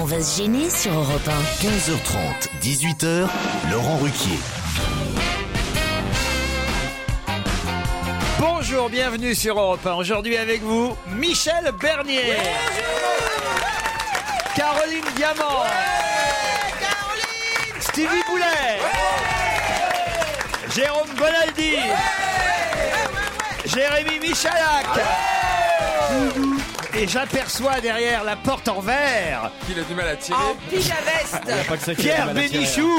On va se gêner sur Europe 15h30, 18h, Laurent Ruquier. Bonjour, bienvenue sur Europe 1. Aujourd'hui avec vous, Michel Bernier. Caroline Diamant. Stevie Boulet. Jérôme Bonaldi. Jérémy Michalak. Et j'aperçois derrière la porte en verre Il a du mal à tirer. Ah, Pierre Bénichou.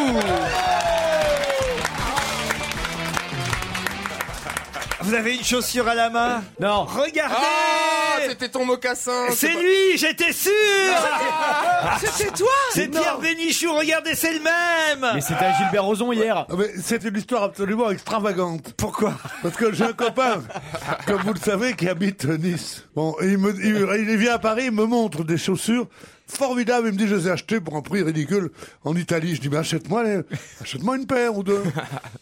Vous avez une chaussure à la main Non. Regardez Ah, c'était ton mocassin. C'est pas- lui, j'étais sûr Ah. C'est toi C'est Pierre Bénichou, regardez, c'est le même Mais c'était à Gilbert Rozon hier. Ah, mais C'est une histoire absolument extravagante. Pourquoi Parce que j'ai un copain, comme vous le savez, qui habite Nice. Bon, et il, me, il, il vient à Paris, il me montre des chaussures formidables. Il me dit, je les ai achetées pour un prix ridicule en Italie. Je dis, mais achète-moi les- achète-moi une paire ou deux.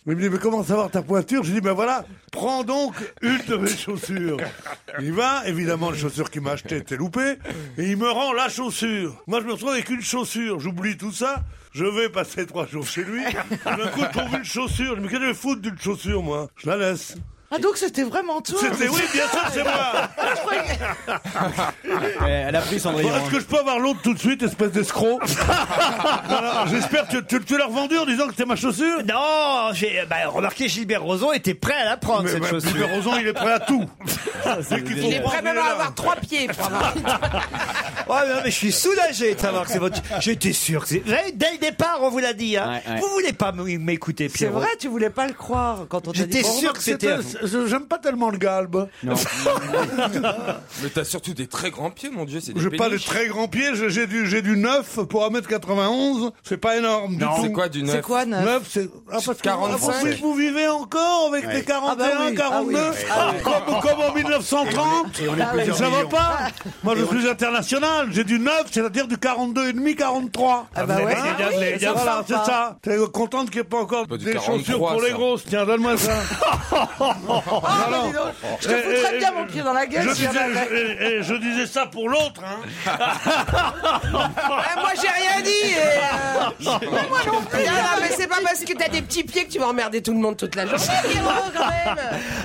Il me dit, mais comment savoir ta pointure Je lui dis, ben voilà, prends donc une de mes chaussures. Il va, évidemment, les chaussures qu'il m'a achetées étaient loupées, et il me rend la chaussure. Moi, je me retrouve avec une chaussure. J'oublie tout ça. Je vais passer trois jours chez lui. D'un coup, je trouve une chaussure. Je me dis, qu'est-ce que je fous d'une chaussure, moi Je la laisse. Ah donc c'était vraiment toi C'était oui, bien sûr, c'est moi. Eh, Elle a pris Cendrillon. Bon, Est-ce que je peux avoir l'autre tout de suite, espèce d'escroc Voilà, J'espère que tu, tu l'as revendu en disant que c'est ma chaussure. Non, j'ai bah, remarqué Gilbert Rozon était prêt à la prendre Mais cette bah, chaussure. Pierre Rozon, il est prêt à tout. Dès qu'il faut Il est prêt prendre, même il est à là. avoir trois pieds pour avoir- Oh Ah, non, mais je suis soulagé de savoir que c'est votre. J'étais sûr que c'est. Vous savez, dès le départ, on vous l'a dit. Hein. Ouais, ouais. Vous voulez pas m- m'écouter, C'est Pierre vrai, tu voulais pas le croire quand on t'a dit J'étais On sûr remarque que c'était un- c'est- J'aime pas tellement le galbe. Mais t'as surtout des très grands pieds, mon dieu. C'est des J'ai pas de péniches. très grands pieds, j'ai- j'ai du, j'ai du 9 pour 1m91. C'est pas énorme du tout. C'est quoi du neuf C'est quoi neuf 9, c'est. Ah, parce que 45. ah, vous, vous vivez encore avec des 41, Ah bah oui, 42, ah Comme, comme en 1930. Ah, ça va pas Ah, Moi, je suis international. J'ai du 9, c'est-à-dire du 42 et demi, 43. Ah bah Vous ouais. avez- Ah oui, les- ça voilà, va c'est pas. ça. T'es contente qu'il n'y ait pas encore Bah, du des 43, chaussures pour les ça. grosses. Tiens, donne-moi ça. Ah, bah dis donc, Je te Oh, Eh, foutrais eh, bien mon pied dans la Je gueule si disais, j'en avais. je- eh, eh, je disais ça pour l'autre. Hein. Eh, Moi j'ai rien dit et, euh, mais Moi non plus Ah, mais c'est pas parce que t'as des petits pieds que tu vas emmerder tout le monde toute la journée Pierrot, quand même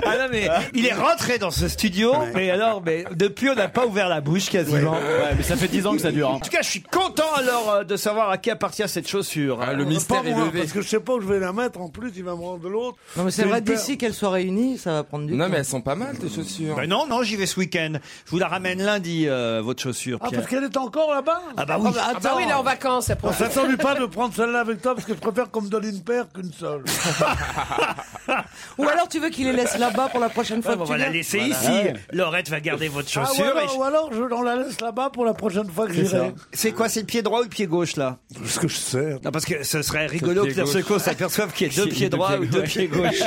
Ah non, mais il est rentré dans ce studio, mais alors, mais depuis, on n'a pas ouvert la bouche quasiment. Ouais, mais ça fait 10 ans que ça dure. hein. En tout cas, je suis content alors euh, de savoir à qui appartient cette chaussure. hein. Ah, le Pas hein, mystère est moi, levé. parce que je sais pas où je vais la mettre. En plus, il va me rendre l'autre. Non mais c'est C'est vrai une paire- d'ici qu'elles soient réunies ça va prendre du temps Non, mais elles sont pas mal, tes chaussures. Bah non, non, j'y vais ce week-end. Je vous la ramène lundi, euh, votre chaussure, Ah, Pierre. parce qu'elle est encore là-bas Ah bah oui. Ah, bah, Attends, il est en vacances elle On profite. s'attendait pas de prendre celle-là avec toi parce que je préfère qu'on me donne une paire qu'une seule. Ou alors tu veux qu'il les laisse là-bas pour la prochaine fois Bon, que tu on va la viens laisser ici. Ah Laurette va garder votre Ah, ou chaussure. et alors, je- ou alors je, on la laisse là-bas pour la prochaine fois que j'irai. C'est quoi, c'est le pied droit ou le pied gauche là Ce que je sais. Non, parce que ce serait rigolo pied que Seco s'aperçoive qu'il y a deux pieds droits ou deux pieds gauche.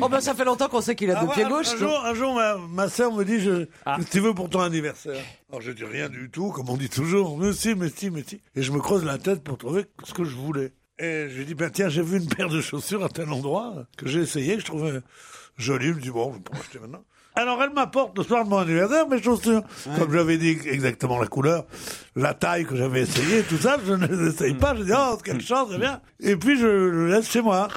Oh ben ça fait longtemps qu'on sait qu'il a deux pieds gauches Ah Ah. Un donc. jour, un jour, ma, ma sœur me dit, je, qu'est-ce que tu veux pour ton anniversaire Alors je dis rien du tout, comme on dit toujours. Mais si, mais si, mais si. Et je me creuse la tête pour trouver ce que je voulais. Et je lui dis, ben tiens, j'ai vu une paire de chaussures à tel endroit que j'ai essayé, que je trouvais jolie. Je me dis, bon, je peux en acheter maintenant. Alors elle m'apporte le soir de mon anniversaire mes chaussures. Comme j'avais dit exactement la couleur, la taille que j'avais essayé, tout ça, je ne les essaye pas. Je dis, oh, quelle chance, c'est bien. Et puis je le laisse chez moi.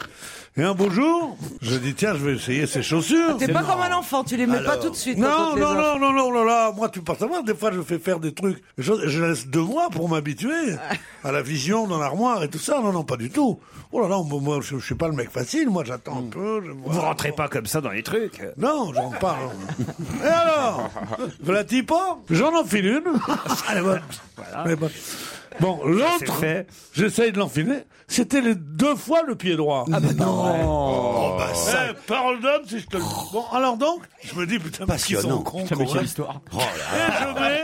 Et un beau jour, je dis, tiens, je vais essayer ces chaussures. Ah, T'es pas comme un enfant tu les mets pas tout de suite quand on Non, te les non, offre. non, non, non, non, là, moi, tu peux pas savoir, des fois, je fais faire des trucs, des choses, et je laisse deux mois pour m'habituer à la vision dans l'armoire et tout ça. Non, non, pas du tout. Oh là là, moi, moi, je, je suis pas le mec facile, moi, j'attends un peu. Je Vous rentrez pas comme ça dans les trucs. Non, j'en parle. hein et alors Voilà, t'y pas J'en enfile une. Elle est bonne. Elle est bonne. Bon, l'autre, j'essaye de l'enfiler, c'était les deux fois le pied droit. Ah bah non Oh, bah, Eh, Parole d'homme, si je te le dis. Bon, alors donc, je me dis, putain, mais ils sont Passionnant. cons, Putain, mais cons, quelle hein. histoire. Et je mets,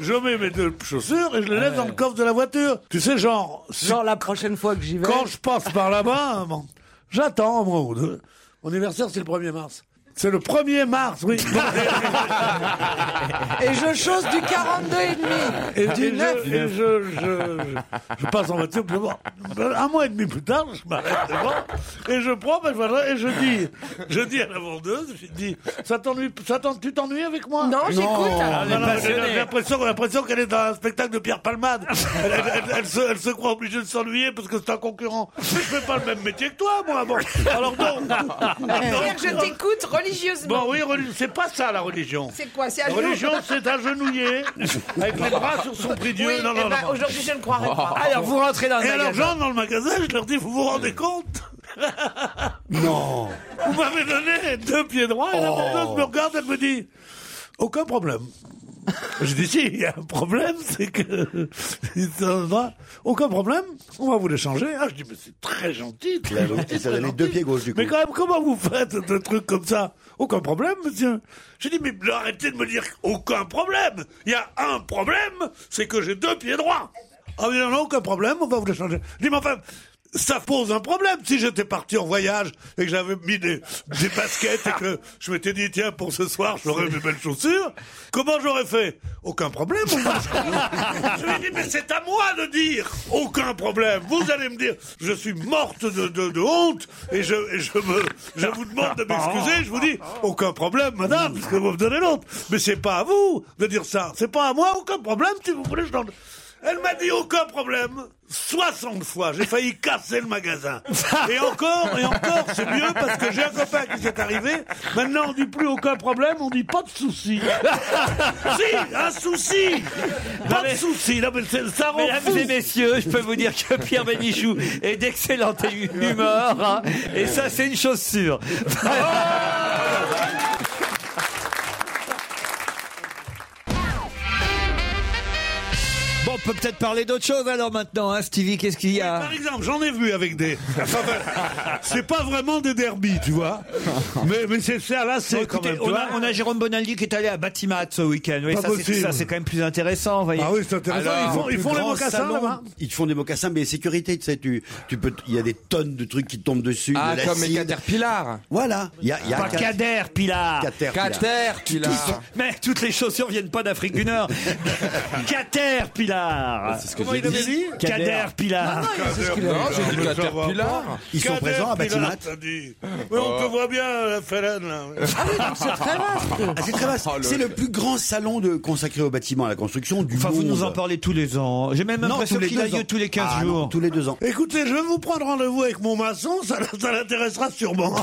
je mets mes deux chaussures et je les laisse dans le coffre de la voiture. Tu sais, genre, si- Genre la prochaine fois que j'y vais. quand je passe par là-bas, bon, j'attends un mois ou deux. Mon anniversaire, c'est le 1er mars. C'est le 1er mars, oui. Bon, Et je chose du 42 et demi. Et, et je, et je, je- je- je passe en voiture, puis bon, un mois et demi plus tard, je m'arrête devant, et je prends ma voiture, et je dis, je dis à la vendeuse, je dis, ça t'ennuie, ça t'en- tu t'ennuies avec moi Non, j'écoute. Ah, Voilà, j'ai j'ai l'impression, j'ai l'impression qu'elle est dans un spectacle de Pierre Palmade. Elle, elle- elle- elle se, elle se croit obligée de s'ennuyer parce que c'est un concurrent. Mais je fais pas le même métier que toi, moi. Bon, alors non. C'est-à-dire que je t'écoute religieusement. Bon, oui, reli- c'est pas ça la religion. C'est quoi C'est à La genoux religion, c'est agenouiller avec les bras sur son prie Dieu. Oui, non, eh non, ben, non. aujourd'hui je ne croirais pas. Alors vous rentrez dans le Et alors, magasin. j'entre dans le magasin, je leur dis, vous vous rendez compte Non Vous m'avez donné deux pieds droits, Oh. et la vendeuse me regarde, elle me dit, aucun problème. Je dis, si, il y a un problème, c'est que... ils sont droits. aucun problème, on va vous les changer. Ah, je dis, mais c'est très gentil, très gentil, elle t'a très donné deux gentil. pieds gauches, du Mais coup. quand même, comment vous faites de trucs comme ça Aucun problème, monsieur. Je dis, mais arrêtez de me dire aucun problème. Il y a un problème, c'est que j'ai deux pieds droits. Ah oui, non, non, aucun problème, on va vous les changer. Je dis, mais enfin, ça pose un problème. Si j'étais parti en voyage et que j'avais mis des, des baskets et que je m'étais dit, tiens, pour ce soir, j'aurais mes belles chaussures, comment j'aurais fait Aucun problème. on va- je lui ai dit, mais c'est à moi de dire aucun problème. Vous allez me dire, je suis morte de, de- de honte et je, et je me, je vous demande de m'excuser. Je vous dis, aucun problème, madame, parce que vous me donnez l'autre. Mais c'est pas à vous de dire ça. C'est pas à moi, aucun problème, si vous voulez, je donne. Elle m'a dit aucun problème. 60 fois, j'ai failli casser le magasin. Et encore, et encore, c'est mieux parce que j'ai un copain qui s'est arrivé. Maintenant, on dit plus aucun problème, on dit pas de souci. si, un souci. Pas de souci. Non, mais c'est- ça rend fou. Mesdames et messieurs, je peux vous dire que Pierre Bénichou est d'excellente humeur. hein. et ça, c'est une chose sûre. Bon, on peut peut-être parler d'autre chose alors maintenant, hein, Stevie. Qu'est-ce qu'il y a Par exemple, j'en ai vu avec des. Enfin, ben, c'est pas vraiment des derbies, tu vois. Mais, mais c'est ça, là, c'est quand Écoutez, même. tu on, a, vois. on a Jérôme Bonaldi qui est allé à Batimat ce week-end. Oui, Pas ça, c'est, possible. ça, c'est quand même plus intéressant. Voyez. Ah oui, c'est intéressant. Alors, ils font, ils font les Grand mocassins salon. là-bas. Ils font des mocassins, mais sécurité, tu sais, tu, tu peux, il y a des tonnes de trucs qui tombent dessus. Ah, de comme les l'acide. Caterpillar. Voilà, il y a, il y a Pas Kader, Pilar. Caterpillar. Caterpillar. Mais toutes les chaussures viennent pas d'Afrique du Nord. Caterpillar. C'est ce que j'ai dit. Caterpillar. Non, j'ai dit Non, mais ça va Caterpillar. Ils sont Cadet présents à pilote, Batimat. t'as dit. Oui, on te voit bien, la Félène, là. Ah, c'est très vaste. Oh, le- C'est le plus grand salon de, consacré au bâtiment, à la construction du Enfin, monde. vous nous en parlez tous les ans. J'ai même Non, l'impression tous les qu'il a deux lieu ans. tous les 15 Ah, non, jours. tous les deux ans. Écoutez, je vais vous prendre rendez-vous avec mon maçon, ça, ça l'intéressera sûrement.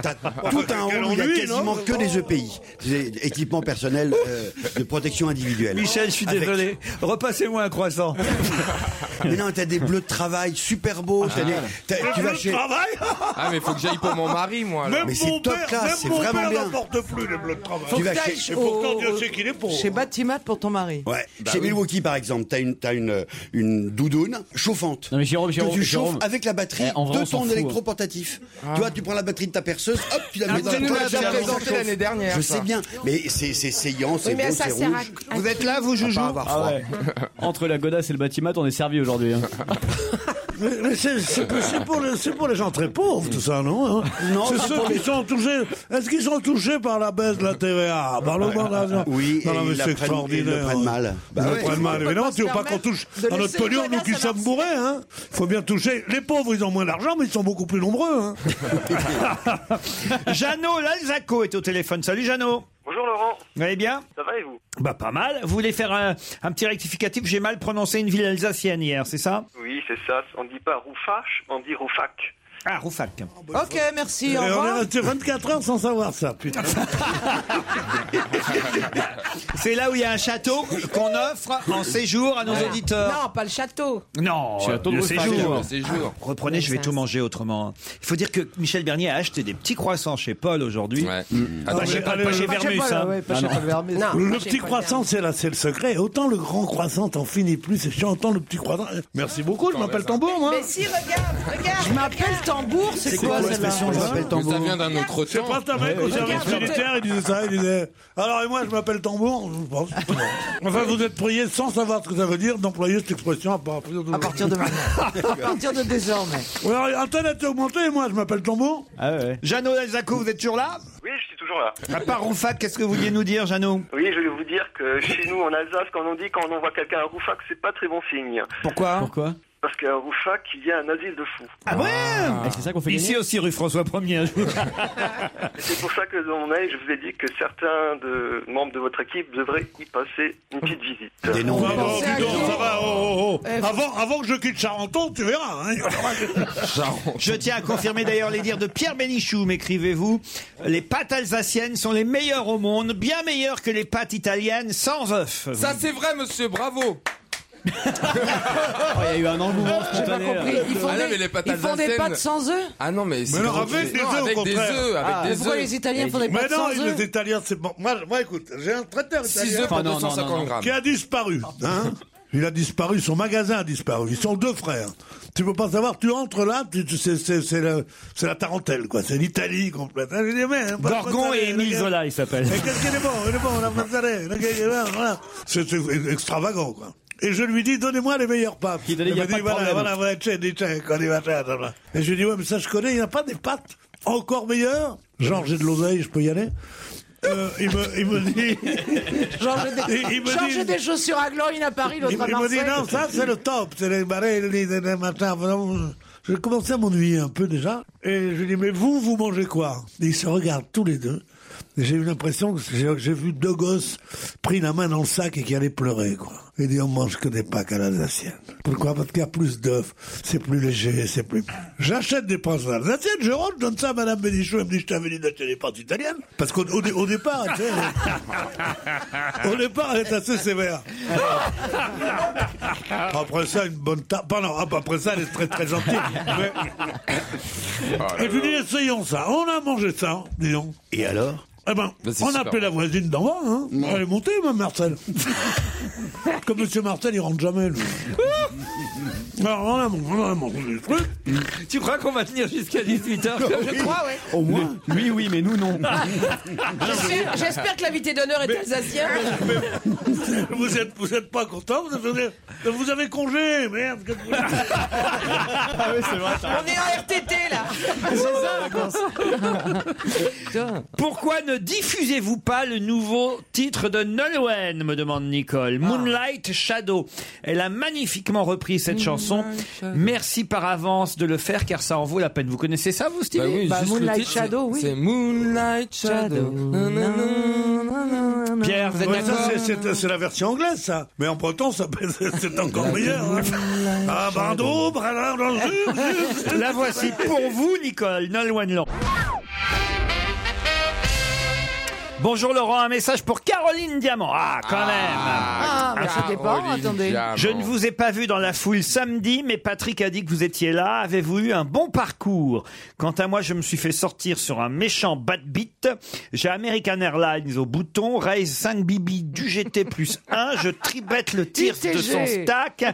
T'as tout un quel rond où il y a ennui, quasiment non que des EPI. C'est équipement personnel euh, de protection individuelle. Michel, je suis Avec- désolé. Repassez-moi un croissant. Ah, Mais non, t'as des bleus de travail super beaux. t'as Ah. des- t'as- tu vas Le chez... travail Ah, mais faut que j'aille pour mon mari, moi. alors. Même Mais c'est mon top père, classe, c'est même mon vraiment père bien. n'emporte plus les bleus de travail. Tu vas chez... Et pourtant, Dieu sait qu'il est pauvre. Chez Batimat pour ton mari. Ouais. Bah Chez Milwaukee, par exemple, t'as une, t'as une, une doudoune chauffante. Non, mais Jérôme, Jérôme, que tu chauffes Jérôme. avec la batterie Eh, en vrai, on de s'en ton fout. électroportatif. Tu vois, tu prends la batterie de ta perceuse, hop, tu Ah, la mets dans tu la nous l'as déjà toilette, présenté ça l'année chauffe. dernière, Je ça. sais bien, mais c'est c'est saillant, c'est Oui, mais beau, ça c'est sert à- rouge. à Vous êtes là, vous, Joujou Ah ouais. Entre la godasse et le batimat, on est servi aujourd'hui. hein. Mais, mais c'est- c'est pour- c'est pour, les- c'est pour les gens très pauvres, tout ça, non hein Non, C'est c'est ceux pour qui les- sont touchés. Est-ce qu'ils sont touchés par la baisse de la TVA Par l'augmentation Ah, bah, Oui, non, non, et mais ils la c'est prennent- ils extraordinaire. hein. le prennent mal. Bah ils le ouais. prennent mal, évidemment. Tu veux pas qu'on touche à notre pognon, nous qui sommes bourrés. Il hein. faut bien toucher. Les pauvres, ils ont moins d'argent, mais ils sont beaucoup plus nombreux. Hein. Jeannot Lalzaco est au téléphone. Salut Jeannot. Bonjour Laurent, Vous allez bien ça va et vous Bah pas mal. Vous voulez faire un, un petit rectificatif J'ai mal prononcé une ville alsacienne hier, c'est ça Oui, c'est ça. On dit pas Roufache, on dit Roufac. Ah, Roufac. Ok, merci. Et Au Euh, on est revoir. resté 24 heures sans savoir ça, putain. C'est là où il y a un château qu'on offre en séjour à nos Voilà. auditeurs. Non, pas le château. Non, Château de le Roufac. séjour. Le séjour. Ah, Reprenez, je vais tout manger autrement. Il faut dire que Michel Bernier a acheté des petits croissants chez Paul aujourd'hui. Ouais. Ah, pas, chez, pas chez Vermus. Ah, hein. Mm. Non, Le moi, j'ai petit pas croissant, c'est là, c'est le secret. Autant le grand croissant, t'en finis plus, c'est chiant. Autant le petit croissant. Merci beaucoup, je m'appelle Tambour, moi. Mais si, regarde, regarde. Je m'appelle tambour, c'est quoi l'expression, je m'appelle Mais ça vient d'un autre temps. Pas ta mec au service Regarde, militaire, il disait ça, il disait. Alors, et moi, je m'appelle Tambour, je pense. Enfin, vous êtes prié, sans savoir ce que ça veut dire, d'employer cette expression à partir de. À partir de À partir de désormais. Internet est augmenté, moi, je m'appelle Tambour. Ah ouais. Jeannot Alzaco, vous êtes toujours là Oui, je suis toujours là. À part Roufac, qu'est-ce que vous vouliez nous dire, Jeannot Oui, je vais vous dire que chez nous, en Alsace, quand on dit quand on envoie quelqu'un à Roufac, c'est pas très bon signe. Pourquoi Pourquoi Parce qu'à Roufac, il y a un asile de fous. Ah ouais Ah, C'est ça qu'on fait Ici gagner aussi, rue François 1er. Et C'est pour ça que dans mon avis, je vous ai dit que certains de, membres de votre équipe devraient y passer une petite visite. Des noms. Ah, bon, C'est dis un donc, jour. ça va, oh, oh, oh. Eh, Euh, vous- Avant, avant que je quitte Charenton, tu verras. hein. Je tiens à confirmer d'ailleurs les dires de Pierre Bénichou, m'écrivez-vous. Les pâtes alsaciennes sont les meilleures au monde, bien meilleures que les pâtes italiennes sans œufs. Ça, c'est vrai, monsieur, bravo. Oh, Il y a eu un Ah, engouement spontané. là. Ils font Ah non, mais des, les pâtes ils font des alsaciennes. pâtes sans œufs Ah. Ah non, mais c'est. non, gratuit. avec des Non, œufs, au Avec des contraire. œufs, avec des Pourquoi œufs. les Italiens font des Mais pâtes non, sans les œufs Italiens, c'est bon. Moi, moi, écoute, j'ai un traiteur 6 italien œufs pour Ah, non, non, non, 250 qui grammes. a disparu. Hein il a disparu, son magasin a disparu. Ils sont deux frères. Tu peux pas savoir, tu entres là, tu, tu- c'est, c'est, c'est, la, c'est la tarentelle, quoi. C'est l'Italie complète. Hein, je dis, mais, hein, pas de Gorgon mozzarella, et Émile le gars. Zola, il s'appelle. Mais qu'est-ce qu'il est bon, il est bon, la mozzarella, le gars, il est là, voilà. C'est, c'est extravagant, quoi. Et je lui dis, donnez-moi les meilleures pâtes. Il a dit, y a me pas de voilà, problème. voilà, voilà, tiens, dis, tiens, qu'on y va, tiens, tiens, tiens. Et je lui dis, ouais, mais ça, je connais, il n'y a pas des pâtes encore meilleures. Genre, j'ai de l'oseille, je peux y aller. Euh, il, me, il me dit, Changer des, Ah, Il- il me changer dit- des chaussures à gland, une à Paris, il, l'autre à il me Marseille. dit non, ça c'est le top, c'est les barils, les, les, les machins, vraiment. J'ai commencé à m'ennuyer un peu déjà. Et je lui dis, mais vous, vous mangez quoi Et Ils se regardent tous les deux. Et J'ai eu l'impression que j'ai- j'ai vu deux gosses pris la main dans le sac et qui allaient pleurer, quoi. Et dit, on mange que des pâques à l'alsacienne. Pourquoi Parce qu'il y a plus d'œufs, c'est plus léger, c'est plus... J'achète des pâtes à l'alsacienne, je rentre, je donne ça à Madame Bénichou, elle me dit, je t'avais dit d'acheter des pâtes italiennes. Parce qu'au au dé- au départ, tu sais, au départ, elle est assez sévère. Ah. Après ça, une bonne tarte. Pardon, ap- ah, après ça, elle est très très gentille. Mais- Ah, Et puis, dis, essayons ça. On a mangé ça, hein, dis donc. Et alors Eh ben, Bah, c'est on a super appelé bon. la voisine d'en bas, hein. Elle est montée, même Marcel. Comme monsieur Marcel, il rentre jamais, lui. Alors, on a mangé, on a mangé des trucs. Tu crois qu'on va tenir jusqu'à 18h Je crois, ouais. Au moins. Lui, oui, mais nous, non. J'espère- J'espère que l'invité d'honneur est alsacien. Vous êtes, vous êtes pas content, vous avez, vous avez congé, merde. qu'est-ce que vous- Ah oui, c'est vrai. On est en RTT, là. Pourquoi ne diffusez-vous pas le nouveau titre de Nolwenn me demande Nicole. Ah. Moonlight Shadow. Elle a magnifiquement repris cette chanson. Merci par avance de le faire car ça en vaut la peine. Vous connaissez ça, vous, Stevie Bah, juste le Moonlight titre, c'est- Shadow, oui. C'est Moonlight Shadow. Nanana. Pierre, vous êtes Ouais, ça, d'accord c'est- c'est c'est la version anglaise, ça. Mais en breton, ça c'est- c'est encore meilleur. hein. Ah, Bardo, Bralin, La voici pour vous, Nicole. Nolwenn Laurent. Bonjour Laurent, un message pour Caroline Diamant. Ah, quand même Ah, Ah, mais c'était pas, Caroline attendez. Diamant. Je ne vous ai pas vu dans la foule samedi, mais Patrick a dit que vous étiez là. Avez-vous eu un bon parcours Quant à moi, je me suis fait sortir sur un méchant bad beat. J'ai American Airlines au bouton, Raise 5 Bibi du GT plus 1, je tribette le tir de son ITG. stack.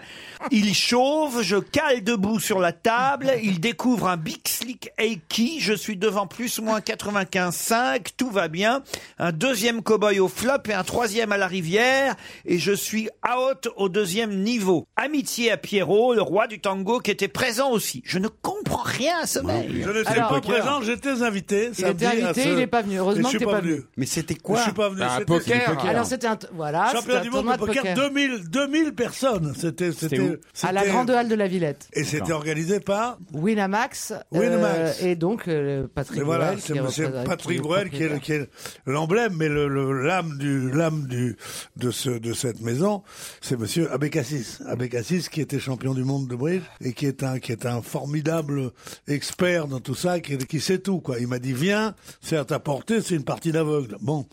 Il chauffe, je cale debout sur la table, il découvre un Big Slick Aiki, je suis devant plus ou moins 95,5, tout va bien. Un deuxième cow-boy au flop et un troisième à la rivière, et je suis out au deuxième niveau. Amitié à Pierrot, le roi du tango qui était présent aussi. Je ne comprends rien à ce mec. Je n'étais Alors, pas présent, j'étais invité. Il était invité, il n'est pas venu. Et je Heureusement que suis t'es pas pas venu. venu. Mais c'était Je quoi suis pas venu. Bah, un c'était- poker. c'était- Alors, c'était un, t- voilà, c'était Championnat un du monde tournoi de de poker, poker. 2000, 2000 personnes. C'était, c'était, où À la c'était- grande halle de la Villette. Et c'était organisé par. Winamax. euh, Winamax. et donc, euh, Patrick Et voilà, Bruel. c'est qui monsieur représente- Patrick Bruel qui est, le- qui est l'emblème, mais le, le- l'âme du, l'âme du, de ce, de cette maison, ans, c'est monsieur Abécassis. Abécassis qui était champion du monde de bridge et qui est un, qui est un formidable expert dans tout ça, qui, qui sait tout, quoi. Il m'a dit, viens, c'est à ta portée, c'est une partie d'aveugle. Bon.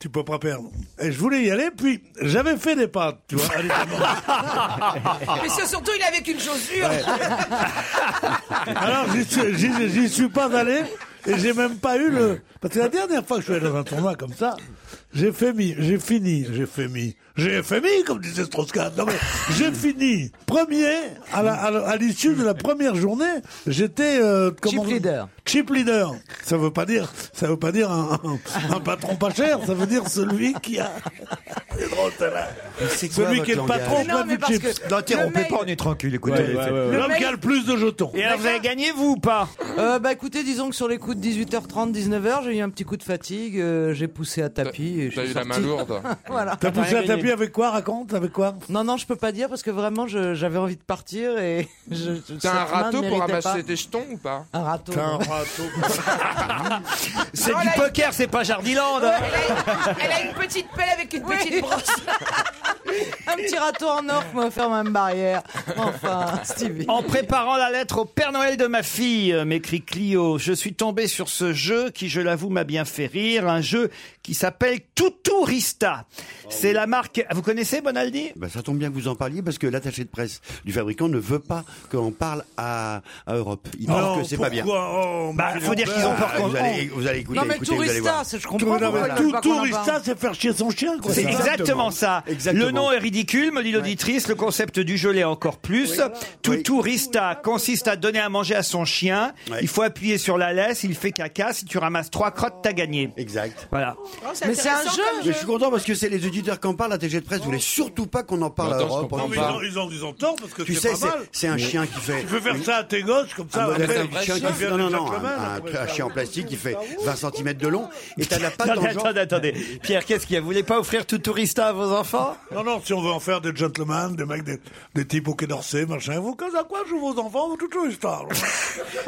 Tu peux pas perdre. Et je voulais y aller, puis j'avais fait des pattes, tu vois. à Ah. l'époque. Mais c'est surtout, il avait qu'une chaussure. Ouais. Alors, j'y suis- j'y j'y suis pas allé et j'ai même pas eu le. Parce que la dernière fois que je suis allé dans un tournoi comme ça, j'ai fait mi, j'ai fini, j'ai fait mi, j'ai fait mi, comme disait Strauss-Kahn. Non, mais j'ai fini. Premier, à la- à la- à l'issue de la première journée, j'étais. euh, comment- Chip leader. Chip leader. Ça veut pas dire, ça veut pas dire un, un- un patron pas cher, ça veut dire celui qui a. C'est drôle, ça, là. c'est quoi Celui votre qui est le langage patron, Mais non, pas mais du parce chip. que Non, tiens, le on peut mail- pas, on est tranquille, écoutez. Ouais, ouais, ouais, ouais. Le Euh, L'homme qui a mail- le plus de jetons. Et alors, vous avez gagné, vous, ou pas euh, Bah écoutez, disons que sur les coups de 18h30, 19h, j'ai eu un petit coup de fatigue, euh, j'ai poussé à tapis. et je T'as suis eu la sorti. main lourde. voilà. T'as poussé à tapis avec quoi Raconte, avec quoi Non, non, je peux pas dire parce que vraiment, je- j'avais envie de partir et. je- je- cette T'as un main râteau ne pour méritait pas. ramasser tes jetons ou pas Un râteau. T'as un ouais. C'est Oh du là, il- poker, c'est pas Jardiland. hein. Elle a une petite pelle avec une petite brosse. un petit râteau en or qui m'a offert ma barrière. Enfin, Stevie. En préparant la lettre au Père Noël de ma fille, euh, m'écrit Clio, je suis tombé sur ce jeu qui, je l'avoue, m'a bien fait rire. Un jeu qui s'appelle Tuturista. Ah, C'est la marque. Vous connaissez Bonaldi Ben, ça tombe bien que vous en parliez parce que l'attaché de presse du fabricant ne veut pas qu'on parle à, à Europe. Il Non, pense que c'est pas bien. pourquoi Oh, Bah, monsieur faut dire qu'ils ont peur Lambert. qu'on- Vous allez- vous allez écouter, Non, mais écoutez, vous allez Tourista, voir. c'est- je comprends Tout- non, pourquoi mais ils tout veulent pas qu'on en tourista, parle. c'est faire chier son chien. quoi. C'est exactement ça. Exactement. Le nom est ridicule, me dit l'auditrice. Le concept du jeu l'est encore plus. Tuturista consiste à donner à manger à son chien. Il faut appuyer sur la laisse, il fait caca. Si tu ramasses trois crottes, t'as gagné. Exact. Voilà. Mais c'est un jeu. Mais je suis content parce que c'est les auditeurs qui en parlent. L'attaché de presse voulait surtout pas qu'on en parle à Europe. Non, mais ils ont, ils ont- ils ont tort parce que Tu c'est sais, pas c'est- mal. c'est un chien qui fait- Tu peux faire ça à tes gosses comme ça. Un après, modèle d'un tu chien qui viens fait- de non, non, non, Jacques Lemaire, un, après. un chien en plastique qui fait 20 cm de long et t'as la patte en Attendez, genre. attendez, attendez. Pierre, qu'est-ce qu'il y a Vous voulez pas offrir Tuturista à vos enfants Non, non, si on veut en faire des gentlemen, des mecs, des, des types au Quai d'Orsay, machin, vous causez à quoi jouent vos enfants, tout tourista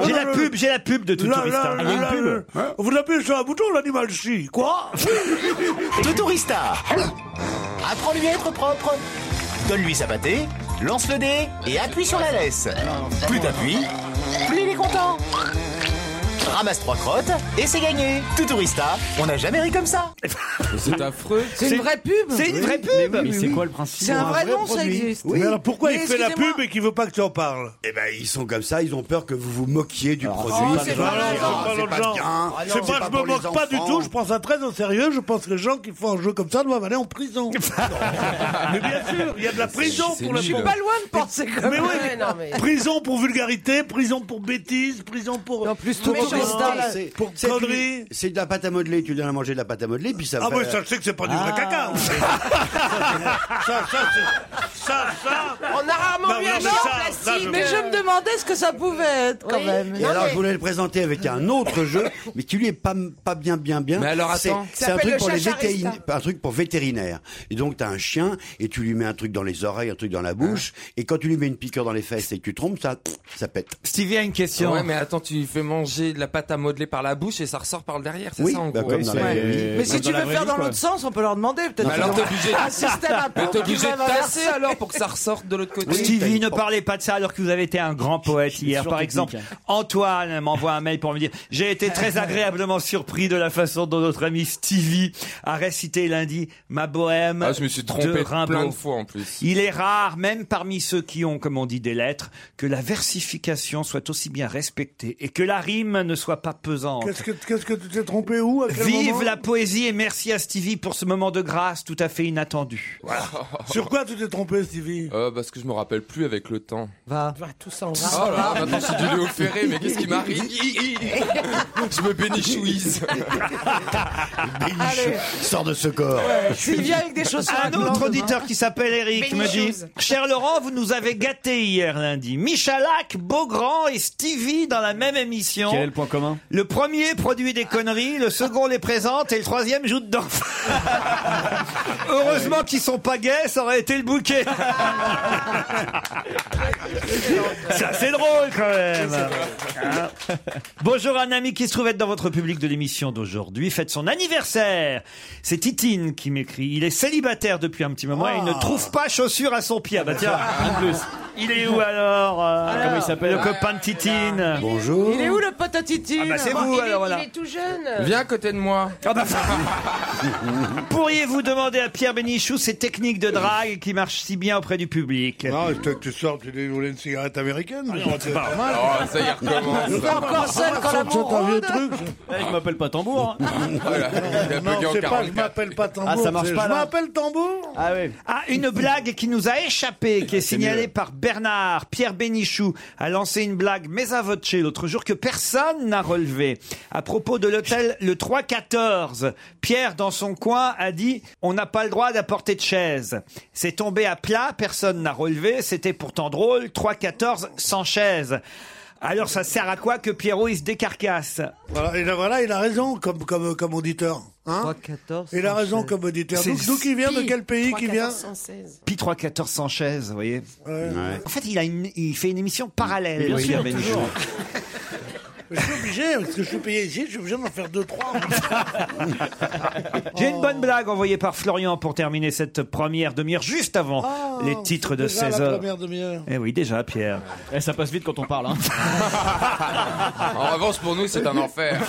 J'ai la pub, j'ai la pub de Tuturista. Là, là, là, là, vous appuyez sur un bouton, l'animal chie. Quoi Tuturista Apprends-lui à être propre Donne-lui sa pâtée, lance le dé et appuie sur la laisse. Plus t'appuies, plus il est content Ramasse trois crottes et c'est gagné Tuturista, on n'a jamais ri comme ça C'est affreux. C'est une vraie pub C'est une vraie pub Mais c'est quoi le principe C'est un vrai nom, ça existe. Mais alors pourquoi il fait la excusez-moi. pub et qu'il veut pas que tu en parles Eh ben, ils sont comme ça, ils ont peur que vous vous moquiez du Oh, produit. c'est pas bien, l'autre genre, c'est pas bien. Ah non, C'est pas, je pour me les moque pas du enfants. tout, je prends ça très au sérieux, je pense que les gens qui font un jeu comme ça doivent aller en prison. mais bien sûr, il y a de la prison C'est pour la nul. Je suis pas loin de penser comme mais ça. oui, Ouais, non, mais- Prison pour vulgarité, prison pour bêtise, prison pour. En plus, Tout pour cristal, c'est- pour c'est conneries. du- C'est de la pâte à modeler, tu donnes à manger de la pâte à modeler, puis ça Ah, fait- mais ça, je sais que c'est pas du vrai Ah. caca. ça, ça, c'est- ça, ça. On a rarement Non, vu non, un mais jeu ça, en ça, plastique. je- Mais je me demandais ce que ça pouvait être quand même. Et alors, je voulais le présenter avec un autre jeu, mais qui lui est pas, pas bien, bien, bien. Mais alors, C'est- attends. C'est Ça un s'appelle truc le pour les chacharista. vétérinaires. Un truc pour vétérinaire. Et donc, t'as un chien, et tu lui mets un truc dans les oreilles, un truc dans la bouche, et quand tu lui mets une piqûre dans les fesses et que tu trompes, ça, ça pète. Stevie a une question. Ouais, mais attends, tu lui fais manger de la pâte à modeler par la bouche et ça ressort par le derrière, c'est Oui, ça en bah, gros comme dans la- Ouais. oui. Mais si tu veux faire dans l'autre sens, on peut leur demander. Peut-être Mais alors qu'ils t'es ont obligé, un système à Mais pompe t'es qui obligé va de vers- tasser alors pour que ça ressorte de l'autre côté. Stevie, ne parlez pas de ça alors que vous avez été un grand poète hier. sur Par technique, exemple, hein. Antoine m'envoie un mail pour me dire « J'ai été très agréablement surpris de la façon dont notre ami Stevie a récité lundi ma bohème Ah, je me suis trompé de Rimbaud. plein de fois en plus. Il est rare, même parmi ceux qui ont, comme on dit, des lettres, que la versification soit aussi bien respectée et que la rime ne soit pas pesante. Qu'est-ce que, qu'est-ce que tu t'es trompé où à quel moment Vive la poésie et merci à Stevie pour ce moment de grâce tout à fait inattendu. Sur quoi tu t'es trompé, Stevie euh, Parce que je me rappelle plus avec le temps. Va. tout ça en Oh là là, maintenant c'est du Léo Ferré, mais qu'est-ce qui m'arrive Hi, hi, hi. Je me bénichouise. Allez. Sors de ce corps. Sylvia Euh, avec des chaussures à Un gland, autre demain. auditeur qui s'appelle Eric Béni me dit shoes. Cher Laurent, vous nous avez gâtés hier lundi. Michalak, Beaugrand et Stevie dans la même émission. Quel est le point commun Le premier produit des conneries, le second les présente et le troisième joue dedans. Heureusement qu'ils sont pas gays, ça aurait été le bouquet. Ça, c'est drôle quand même. Ah, Hein Bonjour à un ami qui se trouve être dans votre public de l'émission d'aujourd'hui. Fête son anniversaire. C'est Titine qui m'écrit. Il est célibataire depuis un petit moment et il ne trouve pas chaussures à son pied. Ah bah tiens, Un de plus. Il est où alors, euh, Ah, comment il s'appelle Le copain de Titine. Bonjour. Il est où le pote à Titi Ah bah, c'est là vous, Il est- alors, voilà. Ah il est tout jeune. à côté de moi. Pourriez-vous demander à Pierre Bénichou ses techniques de drague qui marchent si bien auprès du public Ah Non, je Ah, que tu sors, tu dis, vous voulez une cigarette américaine c'est pas mal. Oh, ça y recommence. Encore, encore seul quand l'amour C'est un vieux rôde. truc. Eh, je m'appelle pas tambour. ah, Non, c'est pas, je m'appelle pas tambour. Ah, ça marche c'est pas, Je là. m'appelle tambour. Ah oui. Ah, Ah, une blague qui nous a échappé, qui est signalée par Bernard. Pierre Bénichou a lancé une blague mésavodche l'autre jour que personne n'a relevée. À propos de l'hôtel le 314, Pierre, dans son coin, a dit « On n'a pas le droit d'apporter de chaise ». C'est tombé à plat, personne n'a relevé, c'était pourtant drôle, 314 sans chaise. Alors ça sert à quoi que Pierrot, il se décarcasse Voilà, et là, voilà, il a raison comme, comme, comme auditeur. Hein 14. Il a raison comme auditeur. D'où d'où qui vient, de quel pays qui vient Pi 314 sans chaise, vous voyez En fait, il, a une- il fait une émission parallèle, Mais bien Pierre sûr, Bénichou. toujours. Je suis obligé, parce que je suis payé ici, je suis obligé d'en faire deux, trois. J'ai une Oh. bonne blague envoyée par Florian pour terminer cette première demi-heure, juste avant les titres de Oh, Déjà 16 la heures. première demi-heure. Eh oui, déjà, Pierre. Eh, ça passe vite quand on parle. hein. En revanche, pour nous, c'est un enfer.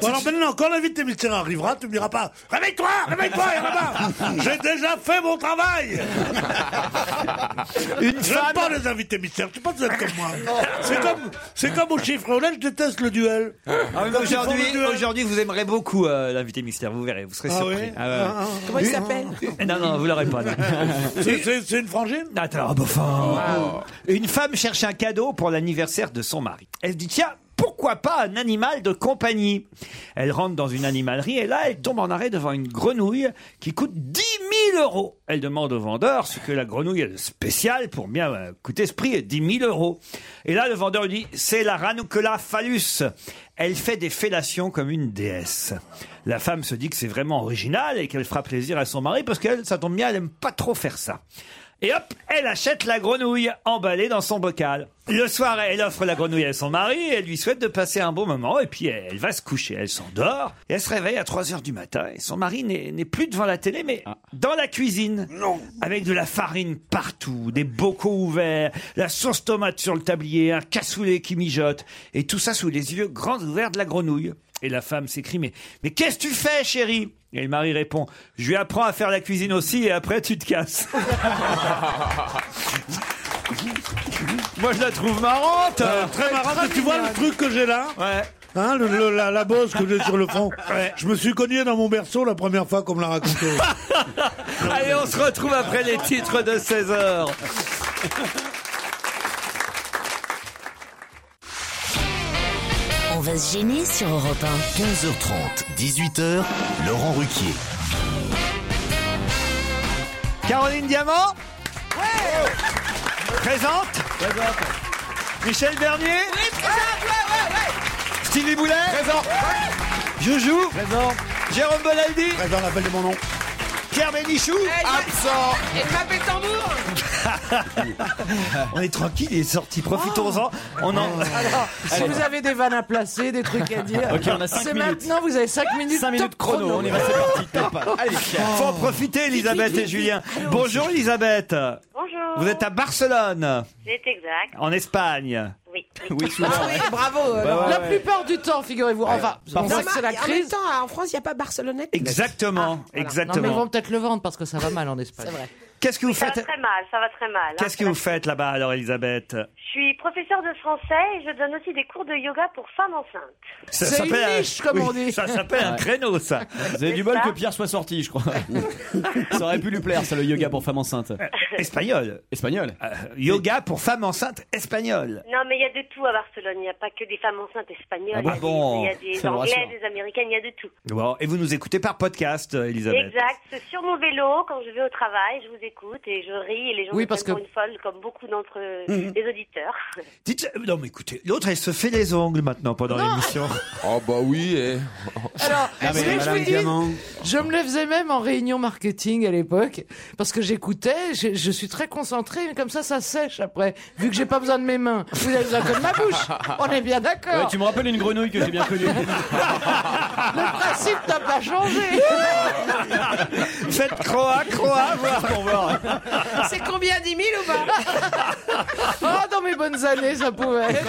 Bon, alors maintenant, quand l'invité mystère arrivera, tu me diras pas Réveille-toi, réveille-toi, il y en a marre. J'ai déjà fait mon travail Une J'aime pas les invités mystères, tu penses que vous êtes comme moi C'est comme, c'est comme au chiffre roulette, je déteste le duel. Ah, mais Quand ils Aujourd'hui, font le duel- aujourd'hui, vous aimerez beaucoup euh, l'invité mystère, vous verrez, vous serez Ah surpris. ouais Ah ouais. Ah, ah, ah. Comment il Et- s'appelle Non, non, vous l'aurez pas. non. C'est- C'est c'est une frangine Attends, ah bah, enfin. Une femme cherche un cadeau pour l'anniversaire de son mari. Elle se dit tiens, pourquoi pas un animal de compagnie Elle rentre dans une animalerie et là, elle tombe en arrêt devant une grenouille qui coûte 10 000 euros. Elle demande au vendeur ce que la grenouille a de spécial pour bien euh, coûter ce prix, 10 000 euros. Et là, le vendeur lui dit c'est la Ranucola phallus. Elle fait des fellations comme une déesse. La femme se dit que c'est vraiment original et qu'elle fera plaisir à son mari parce qu'elle, ça tombe bien, elle aime pas trop faire ça. Et hop, elle achète la grenouille emballée dans son bocal. Le soir, elle offre la grenouille à son mari et elle lui souhaite de passer un bon moment. Et puis, elle va se coucher. Elle s'endort et elle se réveille à 3 heures du matin. Et son mari n'est n'est plus devant la télé, mais dans la cuisine. Non. Avec de la farine partout, des bocaux ouverts, la sauce tomate sur le tablier, un cassoulet qui mijote. Et tout ça sous les yeux grands ouverts de la grenouille. Et la femme s'écrie, mais, mais qu'est-ce que tu fais, chérie? Et le mari répond, je lui apprends à faire la cuisine aussi et après tu te casses. Moi, je la trouve marrante. Euh, très marrant, mais tu vois le truc que j'ai là Ah. Ouais. Hein, le- le- la, la bosse que j'ai sur le front. Je me suis cogné dans mon berceau la première fois qu'on me l'a raconté. Allez, on se retrouve après les titres de 16h. On va se gêner sur Europe 1. 15h30, 18h, Laurent Ruquier. Caroline Diamant Présente Michel Bernier Stevie Boulet Présent Joujou Présent Jérôme Bonaldi Présent, l'appel de mon nom. Pierre Bénichou Absent Et ma pète tambour On est tranquille, il est sorti, profitons-en. On en... Si vous avez des vannes à placer, des trucs à dire, Ok, on a cinq c'est minutes. maintenant, vous avez 5 minutes. 5 minutes chrono, on y va, c'est parti, top. Allez, Faut en profiter, Elisabeth et Julien. Bonjour, Elisabeth. Bonjour. Vous êtes à Barcelone, C'est exact. en Espagne. Oui. Oui, souvent, Ah oui, ouais. bravo. Bah alors. ouais, la ouais. plupart du temps, figurez-vous. Enfin, Parfois- ah, on sait que c'est la En même crise. Ah, temps, en France, il n'y a pas Barcelonnette. Exactement, Non, mais ils exactement. vont peut-être le vendre parce que ça va mal en Espagne. C'est vrai. Qu'est-ce que vous Ça va faites très mal, ça va très mal. Qu'est-ce que vous faites là-bas alors, Elisabeth Je suis professeure de français et je donne aussi des cours de yoga pour femmes enceintes. C'est une s'appelle un- niche, comme oui, on dit. Ça s'appelle un Ouais. créneau, ça. Vous avez du bol que Pierre soit sorti, je crois. ça aurait pu lui plaire, ça, le yoga pour femmes enceintes. Euh, Espagnol. Euh, Espagnol. Yoga pour femmes enceintes espagnoles. Non, mais il y a de tout à Barcelone. Il n'y a pas que des femmes enceintes espagnoles. Ah bon il y a des, il y a des Ça me anglais, rassure. des américaines, il y a de tout. Bon, et vous nous écoutez par podcast, euh, Elisabeth. Exact. C'est sur mon vélo quand je vais au travail. Je vous écoute et je ris et les gens Oui, me parce prennent que- pour une folle comme beaucoup d'entre Mhm. les auditeurs. Dites, euh, non mais écoutez, l'autre elle se fait les ongles maintenant pendant Non. l'émission. Oh bah oui. Alors, Non, mais est-ce que je Madame fais une- Diamant. je me le faisais même en réunion marketing à l'époque, parce que j'écoutais, je, je suis très concentrée, mais comme ça, ça sèche après, vu que j'ai pas besoin de mes mains. Vous avez besoin que de ma bouche. On est bien d'accord. Ouais, tu me rappelles une grenouille que j'ai bien connue. Le principe n'a pas changé. Faites croa, croa, voir. C'est combien 10 000 ou pas Oh, dans mes bonnes années, ça pouvait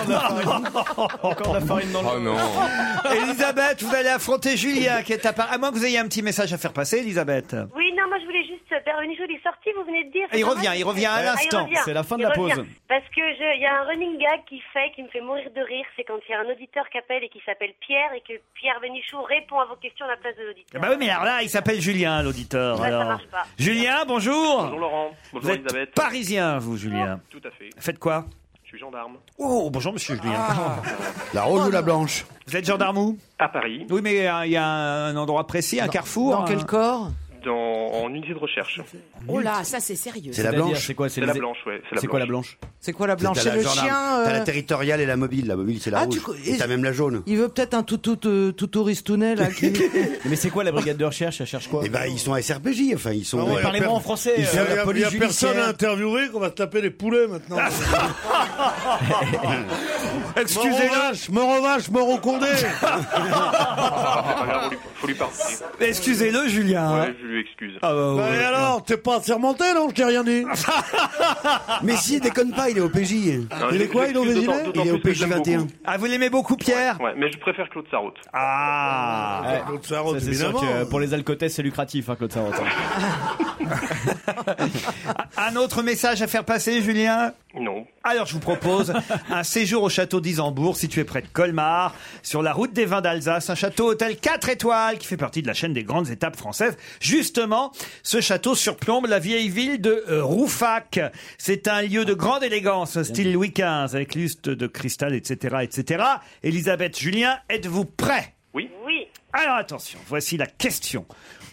Encore de la farine dans le- Oh non. Ah, Elisabeth, vous allez affronter Julien qui est à part. À moins que vous ayez un petit message à faire passer, Elisabeth. Oui, non, moi je voulais juste faire une jolie sortie, vous venez de dire. Et il revient, il revient à Ah, il l'instant. revient. C'est la fin de Il la revient. pause. Parce que je- il y a un running gag qui fait, qui me fait mourir de rire, c'est quand il y a un auditeur qui appelle et qui s'appelle Pierre et que Pierre Benichou répond à vos questions à la place de l'auditeur. Ah Bah oui, mais alors là, il s'appelle Julien, l'auditeur. Ouais, ça alors. marche pas. Julien, bonjour. Bonjour Laurent. Bonjour vous êtes Elisabeth. Oh, Parisien, vous, Julien. Tout à fait. Faites quoi Je suis gendarme. Oh, bonjour Monsieur Julien. La rose ou la blanche Vous êtes gendarme où À Paris. Oui, mais euh, il y a un endroit précis, un carrefour. dans quel corps Dans, en unité de recherche. Oh là, ça c'est sérieux. C'est quoi C'est la blanche, ouais. C'est la blanche. blanche C'est quoi la blanche C'est le chien. T'as la euh, territoriale et la mobile. La mobile, c'est la Ah, tu co- rouge. Et t'as même la jaune. Il veut peut-être un tout tout euh, tout touristounet là. Qui... Mais c'est quoi la brigade de recherche Elle cherche quoi Eh ben, ils sont à SRPJ. Enfin, ils sont. Ah ouais, Mais parlez-moi per- en français, Ils euh, sont la à la Il n'y police a personne à judiciaire. interviewer qu'on va se taper les poulets maintenant. Excusez-le. Moro vache, Moro Condé. Ah, faut lui, faut lui parler. Excusez-le, Julien. Ouais, je lui excuse. Ah bah Bah, oui. et alors, t'es pas assermenté, non Je t'ai rien dit. Mais si, déconne pas, il est au PJ. il est quoi, il est au D'autant- VJ d'autant Il est au plus que PJ j'aime 21. beaucoup. Ah, vous l'aimez beaucoup, Pierre Ouais, mais je préfère Claude Sarraute. Ah Ouais. Claude Sarraute, Ça, c'est sûr évidemment. que euh, pour les alcotesses, c'est lucratif, hein, Claude Sarraute. Un autre message à faire passer, Julien Non. Alors, je vous propose un séjour au château d'Isambourg, situé près de Colmar, sur la route des vins d'Alsace. Un château hôtel 4 étoiles qui fait partie de la chaîne des grandes étapes françaises. Justement, ce château surplombe la vieille ville de euh, Roufac. C'est un lieu de grande élégance, style Louis XV, avec lustre de cristal, etc., etc. Elisabeth, Julien, êtes-vous prêts Oui. Oui. Alors attention, voici la question.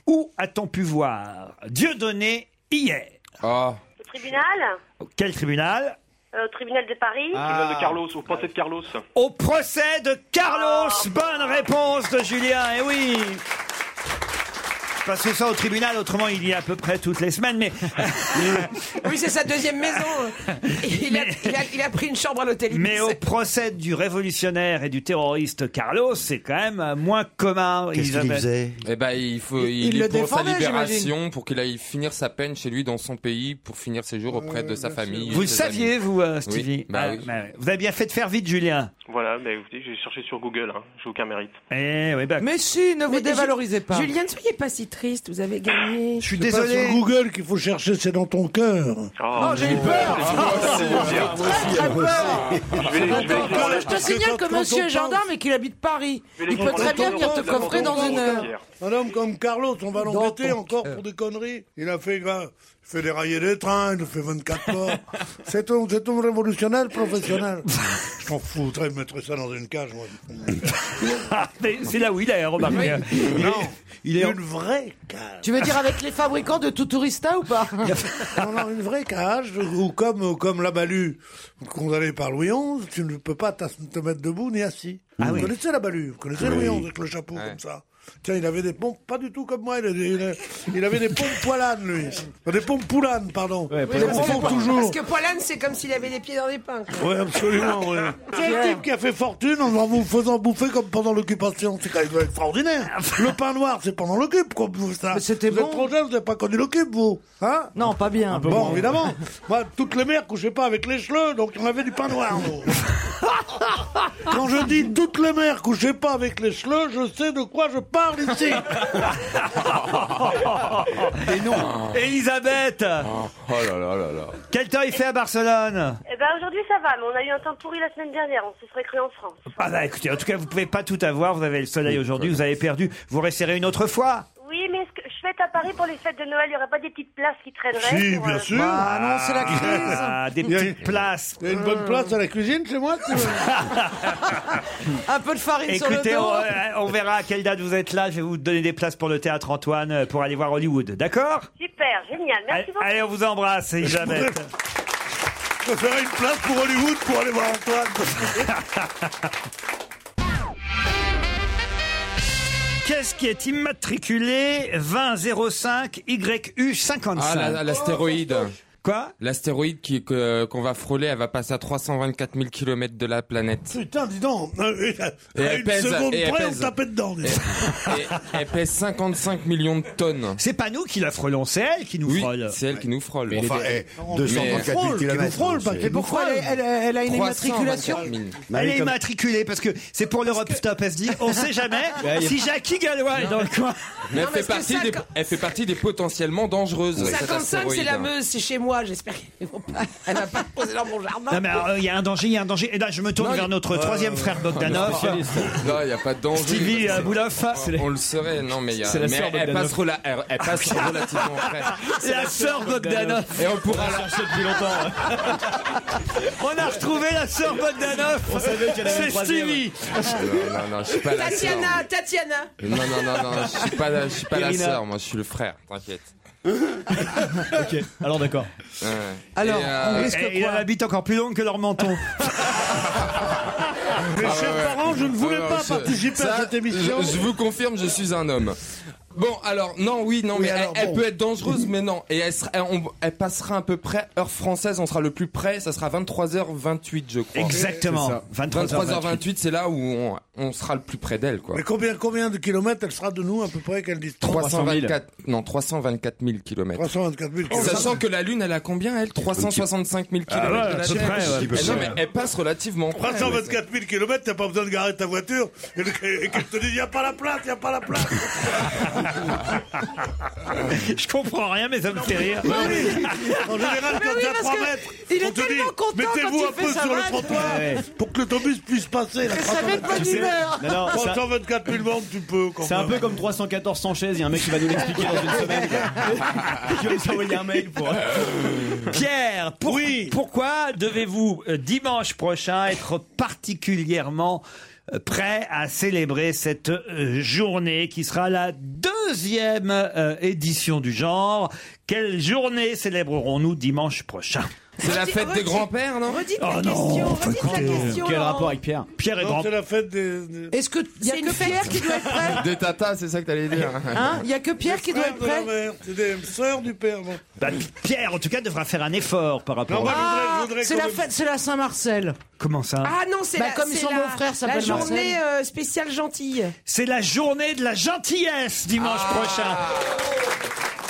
Où a-t-on pu voir Dieudonné hier Au tribunal Quel tribunal Euh, Au tribunal de Paris Tribunal de Carlos, au procès de Carlos. Au procès de Carlos. Ah. Bonne réponse de Julien. Et oui. Parce que ça au tribunal, autrement il y est à peu près toutes les semaines, mais Oui, c'est sa deuxième maison. Il a, il a- il a pris une chambre à l'hôtel. mais Ibis. au procès du révolutionnaire et du terroriste Carlos, c'est quand même euh, moins commun. Elisabeth. Eh ben, il faut, il, Il le est pour sa défendait, libération, j'imagine. pour qu'il aille finir sa peine chez lui, dans son pays, pour finir ses jours auprès de sa famille. Vous de le ses saviez, amis. vous, euh, Stevie Oui, bah Ah, oui. bah, Vous avez bien fait de faire vite, Julien. Voilà, mais écoutez, j'ai cherché sur Google, hein. j'ai aucun mérite. Eh, oui, bah, Mais si, ne vous Mais Ju- dévalorisez pas. Julien, ne soyez pas si triste, vous avez gagné. Je C'est pas sur Google qu'il faut chercher, c'est dans ton cœur. Oh, j'ai eu peur. Ah, Moi aussi, j'ai- Très peur. Je vais- je vais- Attends, je te signale que monsieur est gendarme et qu'il habite Paris. Il peut très bien venir te coffrer dans une euh, heure. Un homme comme Carlos, on va l'embêter encore pour des conneries. Il a fait grave. Il fait dérailler des trains, il fait 24 morts. C'est un, c'est un révolutionnaire professionnel. Je m'en foutrais de mettre ça dans une cage, moi. Mais c'est là où il est, hein, remarque. Non, il est une vraie cage. Tu veux dire avec les fabricants de Tuturista ou pas Non, non, une vraie cage, ou comme, comme la balue condamnée par Louis XI, tu ne peux pas t'as- te mettre debout ni assis. vous Ah oui. connaissez la balue, vous connaissez Oui. Louis XI avec le chapeau comme ça. Tiens, il avait des pompes pas du tout comme moi, il, a des- il a- il avait des pompes poilanes, lui. Des pompes poulanes, pardon. Oui, Je parce que- confonds toujours. Parce que Poilane, c'est comme s'il avait les pieds dans les pins. quoi. Oui, absolument, oui. C'est un type qui a fait fortune en vous faisant bouffer comme pendant l'occupation. C'est quand même extraordinaire. Le pain noir, c'est pendant l'occupe qu'on bouffe ça. Mais c'était vous bon. êtes trop jeune, vous n'avez pas connu l'occupe, vous. Hein Non, pas bien. bon, évidemment. Moi, toutes les mères couchaient pas avec les cheveux, donc on avait du pain noir. nous. Quand je dis toutes les mères couchaient pas avec les cheveux, je sais de quoi je parle ici. Et non. Ah, Elisabeth, Oh là là là là. quel temps il fait à Barcelone Eh ben aujourd'hui ça va, mais on a eu un temps pourri la semaine dernière, on se serait cru en France. Ah bah écoutez, en tout cas, vous pouvez pas tout avoir. Vous avez le soleil aujourd'hui, vous avez perdu. Vous resterez une autre fois. Oui, mais est-ce que je fête reste à Paris pour les fêtes de Noël, il n'y aurait pas des petites places qui traîneraient Si, pour, bien euh, sûr. Bah Ah, des petites places. Il y a une bonne place à la cuisine chez moi tu vois. Un peu de farine sur le Écoutez, dos. on, euh, on verra à quelle date vous êtes là. Je vais vous donner des places pour le théâtre Antoine euh, pour aller voir Hollywood. D'accord Super, génial, merci beaucoup. Allez, on vous embrasse, Elisabeth. Je ferai une place pour Hollywood pour aller voir Antoine. Qu'est-ce qui est immatriculé 2005 YU55 Ah, la- la- l'astéroïde. Oh, Quoi L'astéroïde qui- que- euh, qu'on va frôler, elle va passer à 324 000 km de la planète. Putain, dis donc. Et à elle une pèse, seconde et elle près, on pèse. tapait dedans. dis. Et elle pèse 55 millions de tonnes. C'est pas nous qui la frôlons, c'est elle qui nous frôle. C'est elle qui nous frôle. Mais Enfin, les- eh, 234 Oh, 000 Mais- kilomètres, Frôle, pas c'est- Et pourquoi elle, elle- elle a une 324 immatriculation 000. Elle est immatriculée parce que c'est pour l'Europe Stop. Elle se dit, on sait jamais Ouais, il y a- si Jackie Gallois est dans le coin. Mais elle, Non, parce fait que partie des, 50 elle fait partie des potentiellement dangereuses. cet 55, c'est astéroïde. hein. la Meuse, c'est chez moi, j'espère qu'elle va pas me poser dans mon jardin. Non mais alors, euh, il y a un danger, il y a un danger. Et là, je me tourne Non, vers il- notre Ouais, troisième ouais, frère ouais. Bogdanov. Le spécialiste. Non, il n'y a pas de danger. Stevie, euh, Bouloff. On, on le saurait, non, mais, il y a- C'est la mais sœur elle, elle Bogdanov. Ah, passe, rela- elle- elle passe relativement près. La sœur Bogdanov. Et on pourra la chercher depuis hein. longtemps. On a retrouvé la sœur Bogdanov. On savait qu'elle avait une C'est troisième. Stevie. Non, Ah, non, non, je suis pas la sœur. Tatiana, Tatiana. Non, non, non, non, je suis pas, la- je suis pas la Irina. sœur, moi, je suis le frère, t'inquiète. Ok, alors d'accord. Ouais. Alors, Et, euh, on risque Et il a quoi Ah la bite encore plus longue que leur menton. Mes chers parents, je ne voulais Ah ouais, pas je- participer à ça, cette émission. Je, je vous confirme, je suis un homme. Bon, alors, non, oui, non, Oui, mais elle- alors, elle, bon. peut être dangereuse, mais non. Et elle, sera- elle- on- elle passera à peu près, heure française, on sera le plus près, ça sera 23h28, je crois. Exactement. C'est ça. 23h28, 23h28, c'est là où on, on sera le plus près d'elle, quoi. Mais combien, combien de kilomètres elle sera de nous à peu près qu'elle dise 324, non, 324 000 kilomètres. 324 000 kilomètres. Sachant que la Lune, elle a combien, elle 365 000 Ah kilomètres. ouais, de la à peu Terre. près, ouais, à peu Eh non, près. mais elle passe relativement près. 324 000 kilomètres, t'as pas besoin de garer ta voiture et, que- et qu'elle te dise, y a pas la place, y a pas la place. Je comprends rien, mais ça me fait rire. Mais oui. En général, Mais quand oui, t'as parce 3 que mètres, il est on te tellement content dit, quand mettez-vous il un fait peu sa sur le blague. trottoir Ouais. pour que l'autobus puisse passer. la Mais ça met pas 324 000. d'humeur. Non, non, ça- 324 000 ventes, tu peux quand C'est un même. peu comme 314 Sanchez, il y a un mec qui va nous l'expliquer dans une semaine. quoi. Qui va nous envoyer un mail pour. euh, Mhm. Pierre, pour- pourquoi devez-vous euh, dimanche prochain être particulièrement euh, prêt à célébrer cette euh, journée qui sera la deuxième euh, édition du genre Quelle journée célébrerons-nous dimanche prochain C'est la fête des grands-pères, non Redis Oh non, faut écouter. Quel rapport avec Pierre Euh, Pierre est Non, grand. c'est la fête des. des- Est-ce que y a que Pierre qui doit être prêt Des tatas, c'est ça que t'allais dire. Ah, Hein Il y a que Pierre qui doit frères être de la prêt. mère, c'est des sœurs du père. moi. Bah, Pierre, en tout cas, devra faire un effort par rapport Non, moi, à... je voudrais- je Ah, voudrais c'est quand la même- fête, c'est la Saint-Marcel. Comment ça Ah non, c'est Bah, la, comme ils c'est sont la- mon frère, ça la s'appelle journée Marcel. euh, spéciale gentille. C'est la journée de la gentillesse dimanche Ah. Ah. prochain.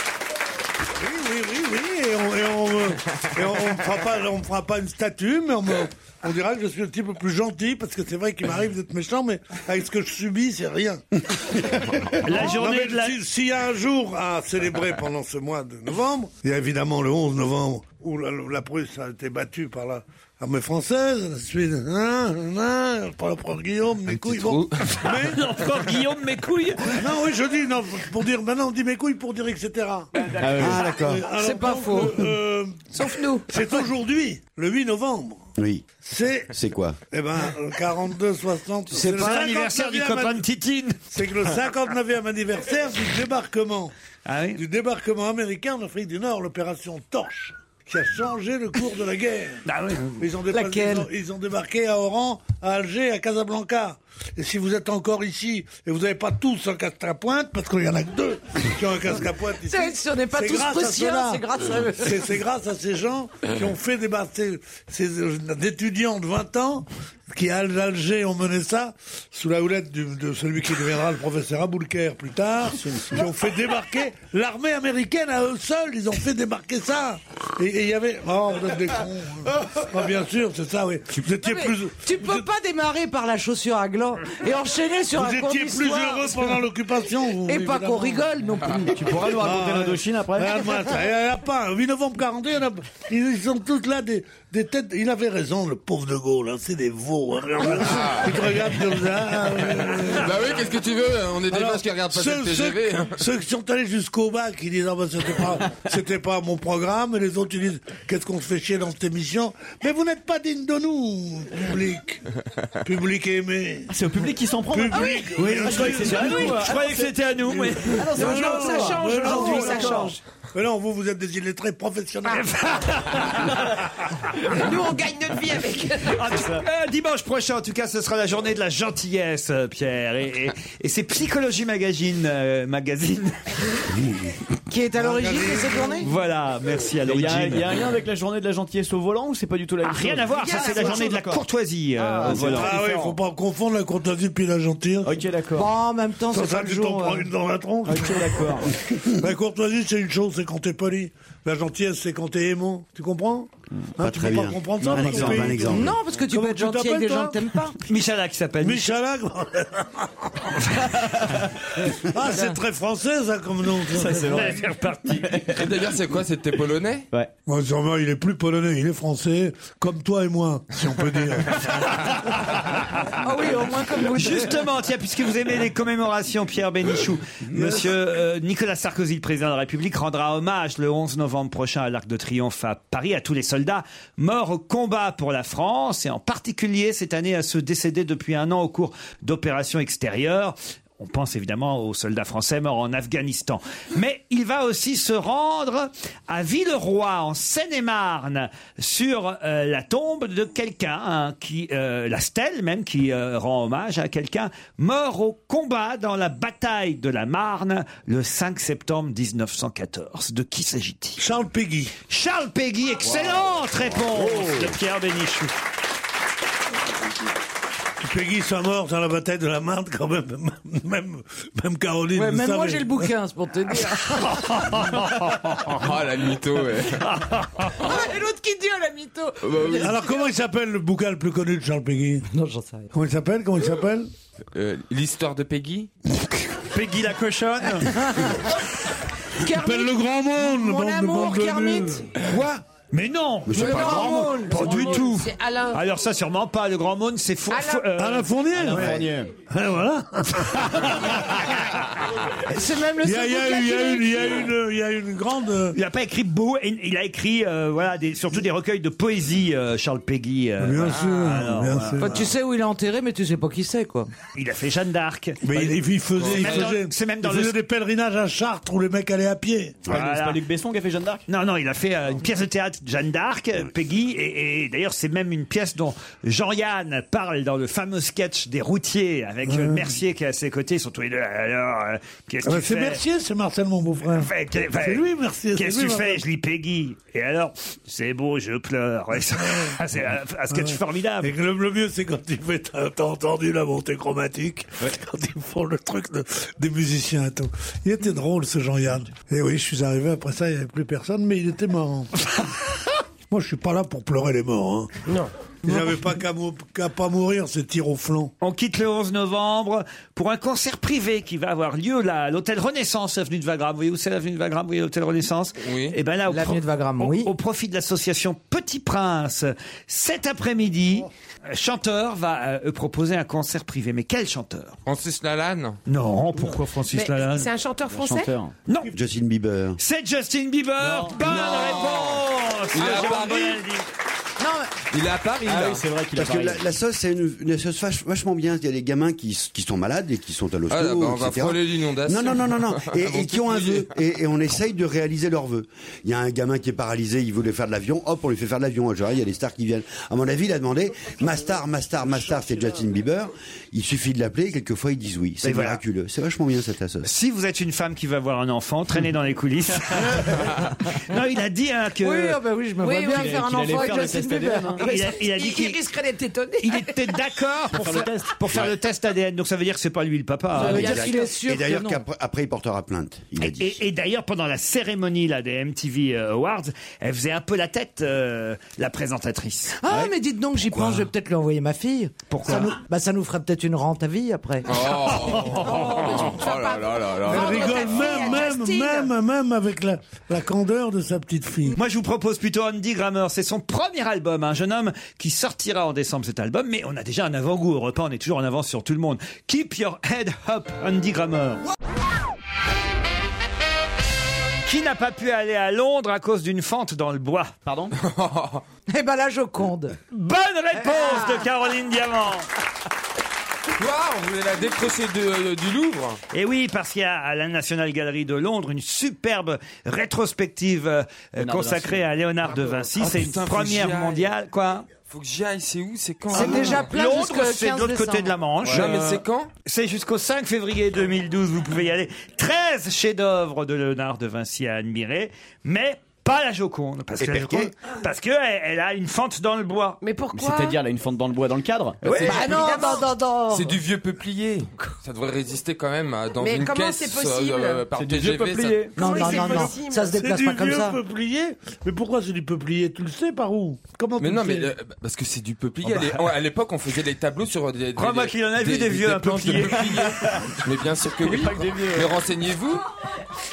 Oui, oui, oui, oui. Et on, et on, euh, et on, on me fera pas, on me fera pas une statue, mais on, me- on dira que je suis un petit peu plus gentil parce que c'est vrai qu'il m'arrive d'être méchant, mais avec ce que je subis, c'est rien. La Non, journée mais de la... si- S'il y a un jour à célébrer pendant ce mois de novembre, il y a évidemment le 11 novembre où la, la Prusse a été battue par la armée française, la Suisse, hein, hein, par l'empereur Guillaume, mes couilles. bon. Mais- L'empereur Guillaume, mes couilles non, oui, je dis, non, pour dire, maintenant on dit mes couilles pour dire, etc. Ah, d'accord. Euh, alors, C'est pas donc, faux. euh, euh, Sauf nous. c'est aujourd'hui, le 8 novembre. Oui. C'est, C'est quoi eh ben, euh, 42, 60. C'est le pas l'anniversaire du 59e copain de anni- Titine C'est que le 59e anniversaire du débarquement, Ah oui du débarquement américain en Afrique du Nord, l'opération Torche, qui a changé le cours de la guerre. Ah oui. Ils ont, dépassé- Laquelle ils ont- ils ont débarqué à Oran, à Alger, à Casablanca. Et si vous êtes encore ici et vous n'avez pas tous un casque à pointe, parce qu'il y en a que deux qui ont un casque à pointe ici. C'est- si on n'est pas c'est tous grâce à prussiens, ceux-là. c'est grâce à eux. C'est c'est grâce à ces gens qui ont fait débarquer ces euh, étudiants de 20 ans qui à Alger ont mené ça sous la houlette du- de celui qui deviendra le professeur Aboulker plus tard, qui ont fait débarquer l'armée américaine à eux seuls, ils ont fait débarquer ça. Et et il y avait... Oh, vous êtes des cons. Ah, bien sûr, c'est ça, oui. Vous étiez Mais plus... tu peux pas démarrer par la chaussure à gland et enchaîner sur un Vous cours étiez plus d'histoire. heureux pendant l'occupation. vous, Et pas évidemment. qu'on rigole non plus. Tu pourras nous raconter Ah, l'Indochine après Regarde-moi ça, il n'y en a pas. 8 novembre 42, il y en a- ils sont tous là des, des têtes. Il avait raison, le pauvre De Gaulle. hein, c'est des veaux. Zorro. Ah, Il te regarde comme ça. ah, Bah oui, qu'est-ce que tu veux On est des Alors, vaches qui regardent pas ceux- le TGV. hein. Ceux, ceux qui sont allés jusqu'au bac, qui disent ah ben c'était pas, c'était pas mon programme, et les autres ils disent qu'est-ce qu'on se fait chier dans cette émission. Mais vous n'êtes pas digne de nous, public, public aimé. Ah, C'est au public qui s'en prend. Public, Ah oui, oui. je Ah, je croyais croyais que que c'était à nous. c'était- Je croyais que c'était à nous, mais- Ah non, c'est Mais maintenant, ça change mais non, aujourd'hui, ça d'accord. change. Mais non, vous, vous êtes des illettrés professionnels. Nous, on gagne notre vie avec. Ah, tu- euh, dimanche prochain, en tout cas, ce sera la journée de la gentillesse, euh, Pierre. Et, et- et c'est Psychologie Magazine, euh, magazine. Qui est à l'origine de cette journée Voilà, merci à Il y a, l'origine. il y a rien avec la journée de la gentillesse au volant ou c'est pas du tout la Ah, même rien chose à voir, ça c'est la journée de la courtoisie. euh, Ah, au c'est volant. très Ah oui, faut pas confondre la courtoisie puis la gentillesse. Ok, d'accord. Bon, en même temps, Sans c'est ça, pas le tu t'en jour. prends euh, une dans la tronche. Ok, d'accord. la courtoisie, c'est une chose, c'est quand t'es poli. La gentillesse, c'est quand t'es aimant. Tu Hmm. comprends Hein, pas Tu très peux pas bien. comprendre Un ça dans ton exemple, pays. un exemple. Non, parce que tu peux être Comment gentil avec des t'appelles, gens que t'aimes toi pas. Michalak s'appelle. Michalak Ah, c'est très français, ça, comme nom. Ça, c'est vrai. C'est reparti. Et d'ailleurs, c'est quoi C'était polonais Ouais. Moi, sûrement, il est plus polonais, il est français, comme toi et moi, si on peut dire. Ah oui, au moins comme vous. Justement, tiens, puisque vous aimez les commémorations, Pierre Bénichou, Monsieur euh, Nicolas Sarkozy, le président de la République, rendra hommage le 11 novembre prochain à l'Arc de Triomphe à Paris à tous les soldats morts au combat pour la France et en particulier cette année à ceux décédés depuis un an au cours d'opérations extérieures. On pense évidemment aux soldats français morts en Afghanistan. Mais il va aussi se rendre à Villeroy, en Seine-et-Marne, sur euh, la tombe de quelqu'un, hein, qui, euh, la stèle même, qui euh, rend hommage à quelqu'un mort au combat dans la bataille de la Marne le 5 septembre 1914. De qui s'agit-il Charles Péguy. Charles Péguy, excellente Oh. réponse de Pierre Bénichou. Peggy, sa mort dans la bataille de la Marne, quand même. Même, même Caroline. Ouais, le même moi savait. j'ai le bouquin, c'est pour te dire. Ah, la mytho, ouais. Et l'autre qui dit, oh la mytho. Ah bah Alors, comment il s'appelle le bouquin le plus connu de Charles Péguy Non, j'en sais rien. Comment il s'appelle Comment il s'appelle Euh, L'histoire de Peggy Peggy la cochonne s'appelle le grand monde Mon amour, Kermit. Quoi Mais non Mais c'est Le pas le Grand Grand Mône. Mône. Pas Le du Grand tout Mône, c'est Alain. Ah, Alors ça, sûrement pas. Le Grand Mône, c'est fou. Alain- fou- euh, Alain Fournier Ouais. voilà C'est même le Il y a, seul il y a bouquin eu- il y a qu'il eu- il y a eu une- il y a eu une grande. euh, Il n'a pas écrit beau, il a écrit euh, voilà des, surtout des recueils de poésie, euh, Charles Péguy. euh, Bien voilà. sûr, Alors, bien voilà. sûr. Enfin, tu sais où il est enterré, mais tu sais pas qui c'est, quoi. Il a fait Jeanne d'Arc. Mais il, il faisait, C'est il même dans- faisait, c'est même il dans le- faisait des pèlerinages à Chartres où les mecs allaient à pied. Ah, Voilà. C'est pas Luc Besson qui a fait Jeanne d'Arc Non, non, il a fait euh, une pièce de théâtre, Jeanne d'Arc, euh, Peggy, et, et d'ailleurs c'est même une pièce dont Jean-Yann parle dans le fameux sketch des routiers avec euh, Mercier qui est à ses côtés, ils sont tous les deux. Alors, euh, qu'est-ce Ah que bah, tu c'est fais Mercier, c'est Marcel, mon beau-frère. Fait que- fait- C'est lui, Mercier. c'est Qu'est-ce que lui, tu Marcel. fais Je lis Peggy. Et alors, c'est beau, je pleure. Ouais, c'est- c'est un, un sketch Ouais. formidable. Et que le, le mieux, c'est quand il fait, t'as t'as entendu la montée chromatique, quand ils font le truc de- des musiciens et tout. Il était drôle, ce Jean-Yann. Et oui, je suis arrivé, après ça, il n'y avait plus personne, mais il était marrant. Moi, je suis pas là pour pleurer les morts. Hein. Non. Ils n'avaient pas qu'à mou- qu'à pas mourir, ces tirs au flanc. On quitte le 11 novembre pour un concert privé qui va avoir lieu là, à l'hôtel Renaissance, avenue de Wagram. Vous voyez où c'est l'avenue de Wagram Vous voyez l'hôtel Renaissance Oui. Et ben là, au, L'avenue de pro- Wagram, au- oui. au profit de l'association Petit Prince, cet après-midi, Oh. un chanteur va euh, proposer un concert privé. Mais quel chanteur Francis Lalanne Non, pourquoi Francis Lalanne C'est un chanteur français Non, Justin Bieber. c'est Justin Bieber. Bonne réponse. Il de a Jean Paris. Bonaldi. Il est à Paris, Ah là. oui, c'est vrai qu'il a Parce que pas la, raison. la sauce, c'est une, une sauce vache- vachement bien. Il y a des gamins qui, s- qui sont malades et qui sont à l'hôpital. Ah, là, bah, on va frôler l'inondation. Non, non, non, non, non. Et, Avant et qui ont un tout mouillé. vœu. Et, et on essaye de réaliser leur vœu. Il y a un gamin qui est paralysé, il voulait faire de l'avion. Hop, on lui fait faire de l'avion. Genre, Il y a des stars qui viennent. À mon avis, il a demandé Ma star, ma star, ma star, c'est Justin Bieber. Il suffit de l'appeler et quelquefois ils disent oui. C'est Et voilà. miraculeux. C'est vachement bien cette sauce. Si vous êtes une femme qui va avoir un enfant, traînez dans les coulisses. non, il a dit hein, que. Oui, ah bah oui, je me Oui, vois bien oui. faire un Qu'il allait enfant faire avec le Justin test Bieber. ADN, hein. Il a, il a dit Il, il qu'il risquerait d'être étonné. il était d'accord pour, faire faire, le test. pour faire le test ADN. Donc ça veut dire que c'est pas lui le papa. Ça veut Et dire d'ailleurs- Ah, qu'il est sûr et d'ailleurs que non. qu'après après, il portera plainte. Il a dit. Et, et d'ailleurs, pendant la cérémonie là, des MTV euh, Awards, elle faisait un peu la tête, euh, la présentatrice. Ah, mais dites donc, j'y pense, je vais peut-être lui envoyer ma fille. Pourquoi ça nous, bah, ça nous ferait Oh. peut-être une rente à vie après. Oh, oh là là là là. Elle Vendre ta rigole fille à même, même, même, même, même avec la, la candeur de sa petite fille. Moi, je vous propose plutôt Andy Grammer. C'est son premier album, un jeune homme qui sortira en décembre cet album, mais on a déjà un avant-goût. Au repas, on est toujours en avance sur tout le monde. Keep your head up, Andy Grammer. Qui n'a pas pu aller à Londres à cause d'une fente dans le bois Pardon Eh ben la Joconde. Bonne réponse de Caroline Diamant. Waouh, vous voulez la décrocher de- euh, du Louvre Et Eh oui, parce qu'il y a à la National Gallery de Londres une superbe rétrospective euh, Léonard de consacrée Vinci. à Léonard de Vinci. Ah, c'est une putain, faut que j'y première aille. mondiale. Quoi Faut que j'y aille, c'est où C'est quand Ah non. Londres, c'est de l'autre côté de la Manche. Euh, Ouais, mais c'est quand C'est jusqu'au 5 février 2012. Vous pouvez y aller. 13 chefs-d'œuvre de Léonard de Vinci à admirer, mais pas la Joconde. Parce Et que, la Perquet Joconde- parce que elle, elle a une fente dans le bois. Mais pourquoi C'est-à-dire, là, une fente dans le bois dans le cadre Bah non, non, non, non. C'est du vieux peuplier. Ça devrait résister quand même euh, dans Mais une comment caisse c'est possible euh, par C'est du vieux TGV, ça- peuplier. Non, non, non, non. Ça se déplace C'est pas du comme vieux ça. peuplier Mais pourquoi c'est du peuplier Tu le sais par où Comment Mais tu non, le mais sais euh, bah, parce que c'est du peuplier. Oh bah. À l'é- ouais, À l'époque, on faisait des tableaux sur euh, des. des- Crois-moi des- qu'il en a vu des vieux, un planches de peuplier. mais bien sûr que Il est oui. pas que des vieux. hein. Mais renseignez-vous,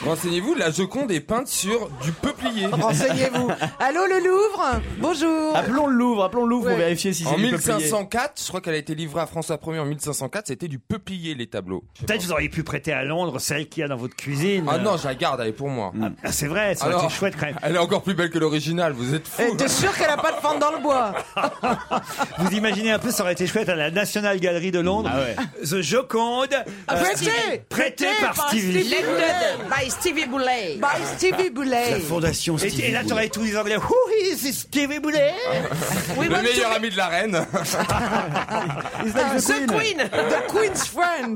renseignez-vous, la Joconde est peinte sur du peuplier. Renseignez-vous. Allô le Louvre Bonjour. Appelons le Louvre, appelons le Louvre pour Ouais. vérifier si c'est En du 1504, je crois qu'elle a été livrée à François Ier en 1504, c'était du peuplier les tableaux. Peut-être vous auriez pu prêter à Londres celle qu'il y a dans votre cuisine. Ah non, je la garde, elle est pour moi. Ah, c'est vrai, ça aurait Alors, été chouette quand même. Elle est encore plus belle que l'original, vous êtes fous. Eh, t'es sûr qu'elle a pas de fente dans le bois Vous imaginez un peu, ça aurait été chouette à la National Gallery de Londres. Ah The Joconde. Ah, euh, Prêté prêté par Stevie. Lended by Stevie Boulay. By Stevie Boulay. Ah, La fondation Et- Stevie et là, Boulay. t'aurais tous les Anglais. Who is Stevie Boulay Le meilleur ami de la reine. Ah, the Queen. The Queen's friend.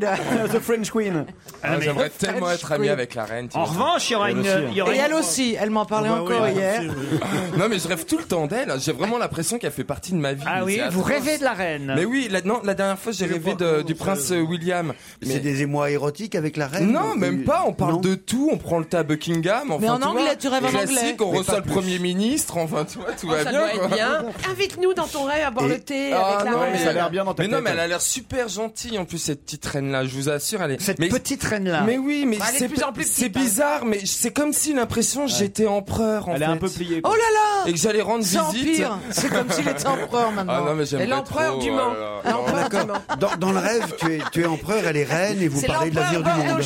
The French Queen. Ah, mais- J'aimerais tellement être ami Queen. avec la reine. En revanche, il y aura une. hein. hein. il y aura Et une- elle aussi, elle m'en Ah parlait Ah encore hier. non mais je rêve tout le temps d'elle. J'ai vraiment l'impression qu'elle fait partie de ma vie. Ah Mais oui, c'est vous atroce. rêvez de la reine. Mais oui, la, non, la dernière fois j'ai rêvé de- du prince euh, William. C'est des émois érotiques avec la reine Non, même pas. On parle de tout. On prend le tas à Buckingham. Enfin, Mais en tu vois, anglais, tu rêves en anglais. Ah, Classique. On Mais reçoit pas le plus. premier ministre. Enfin, tu vois, tout va Oh, ça bien. doit être quoi. bien. Invite-nous dans ton rêve à boire Et- le thé Ah, avec la non, reine. mais- Mais non, tête. mais elle a l'air super gentille en plus cette petite reine là. Je vous assure, elle est. Cette petite reine là. Mais oui, mais Bah, elle est c'est de plus en plus c'est petite, hein. bizarre. Mais c'est comme si l'impression que j'étais empereur. En Elle est un peu pliée, quoi. Oh là là. Et que j'allais rendre C'est visite. empire. C'est comme s'il était empereur maintenant. Ah non, mais j'aime Et pas l'empereur trop, du oh Mans. là là. L'empereur du Mans. Dans, dans le rêve, tu es, tu es empereur, elle est reine et vous parlez de l'avenir du monde.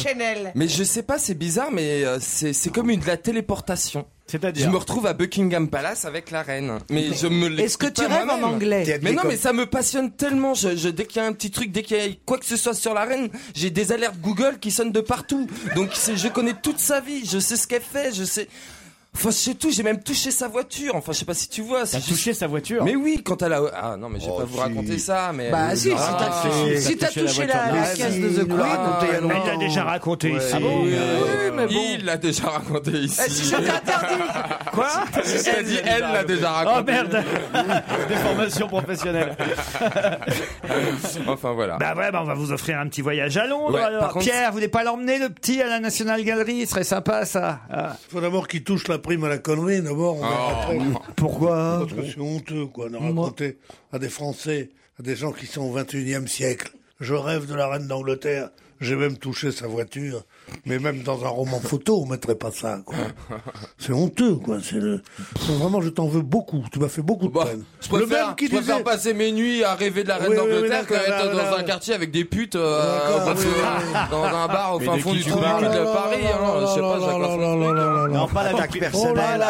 Mais je sais pas, c'est bizarre, mais euh, c'est c'est comme une de la téléportation. C'est-à-dire Je me retrouve à Buckingham Palace avec la reine. Mais je me Est-ce que l'explique tu pas rêves en moi-même. anglais T'es Mais habillé non, comme- mais ça me passionne tellement. Je, je- dès qu'il y a un petit truc, dès qu'il y a quoi que ce soit sur la reine, j'ai des alertes Google qui sonnent de partout. Donc c'est- je connais toute sa vie, je sais ce qu'elle fait, je sais. Enfin, je sais tout, j'ai même touché sa voiture. Enfin, je sais pas si tu vois. T'as touché sa voiture Mais oui, quand elle a. Ah non, mais je vais pas vous raconter ça, mais. Bah, si, si Ah, t'as touché- si t'as touché la- voiture Ah, la reine. caisse de The Queen. Elle l'a déjà raconté Ouais. ici. Ah bon Oui, mais bon. Il l'a déjà raconté ici. Eh, si je t'interdis Quoi Elle dit, elle l'a déjà raconté. Oh merde Des formations professionnelles. enfin voilà. Bah ouais, bah on va vous offrir un petit voyage à Londres. Ouais, alors. par contre- Pierre, vous voulez pas l'emmener le petit à la National Gallery Ce serait sympa ça. Ah. Il faut d'abord qu'il touche la prime à la connerie, d'abord. on verra Oh. après. Pourquoi hein Parce que c'est honteux, quoi, de raconter à des Français, à des gens qui sont au 21e siècle. Je rêve de la reine d'Angleterre. J'ai même touché sa voiture. Mais même dans un roman photo, on mettrait pas ça, quoi. C'est honteux, quoi. C'est le... Vraiment, je t'en veux beaucoup. Tu m'as fait beaucoup de peine. Bah, Je préfère, je préfère passer mes nuits à rêver de la reine Oui, oui, oui, d'Angleterre que d'accord, là, être dans là, un là. quartier avec des putes euh, D'accord, parce oui, que, oui, oui. dans un bar au Mais fin de fond qui du tu trou du parles cul de Paris. hein, Je sais pas, je raconte ce truc, hein. Non, pas Oh l'attaque personnelle.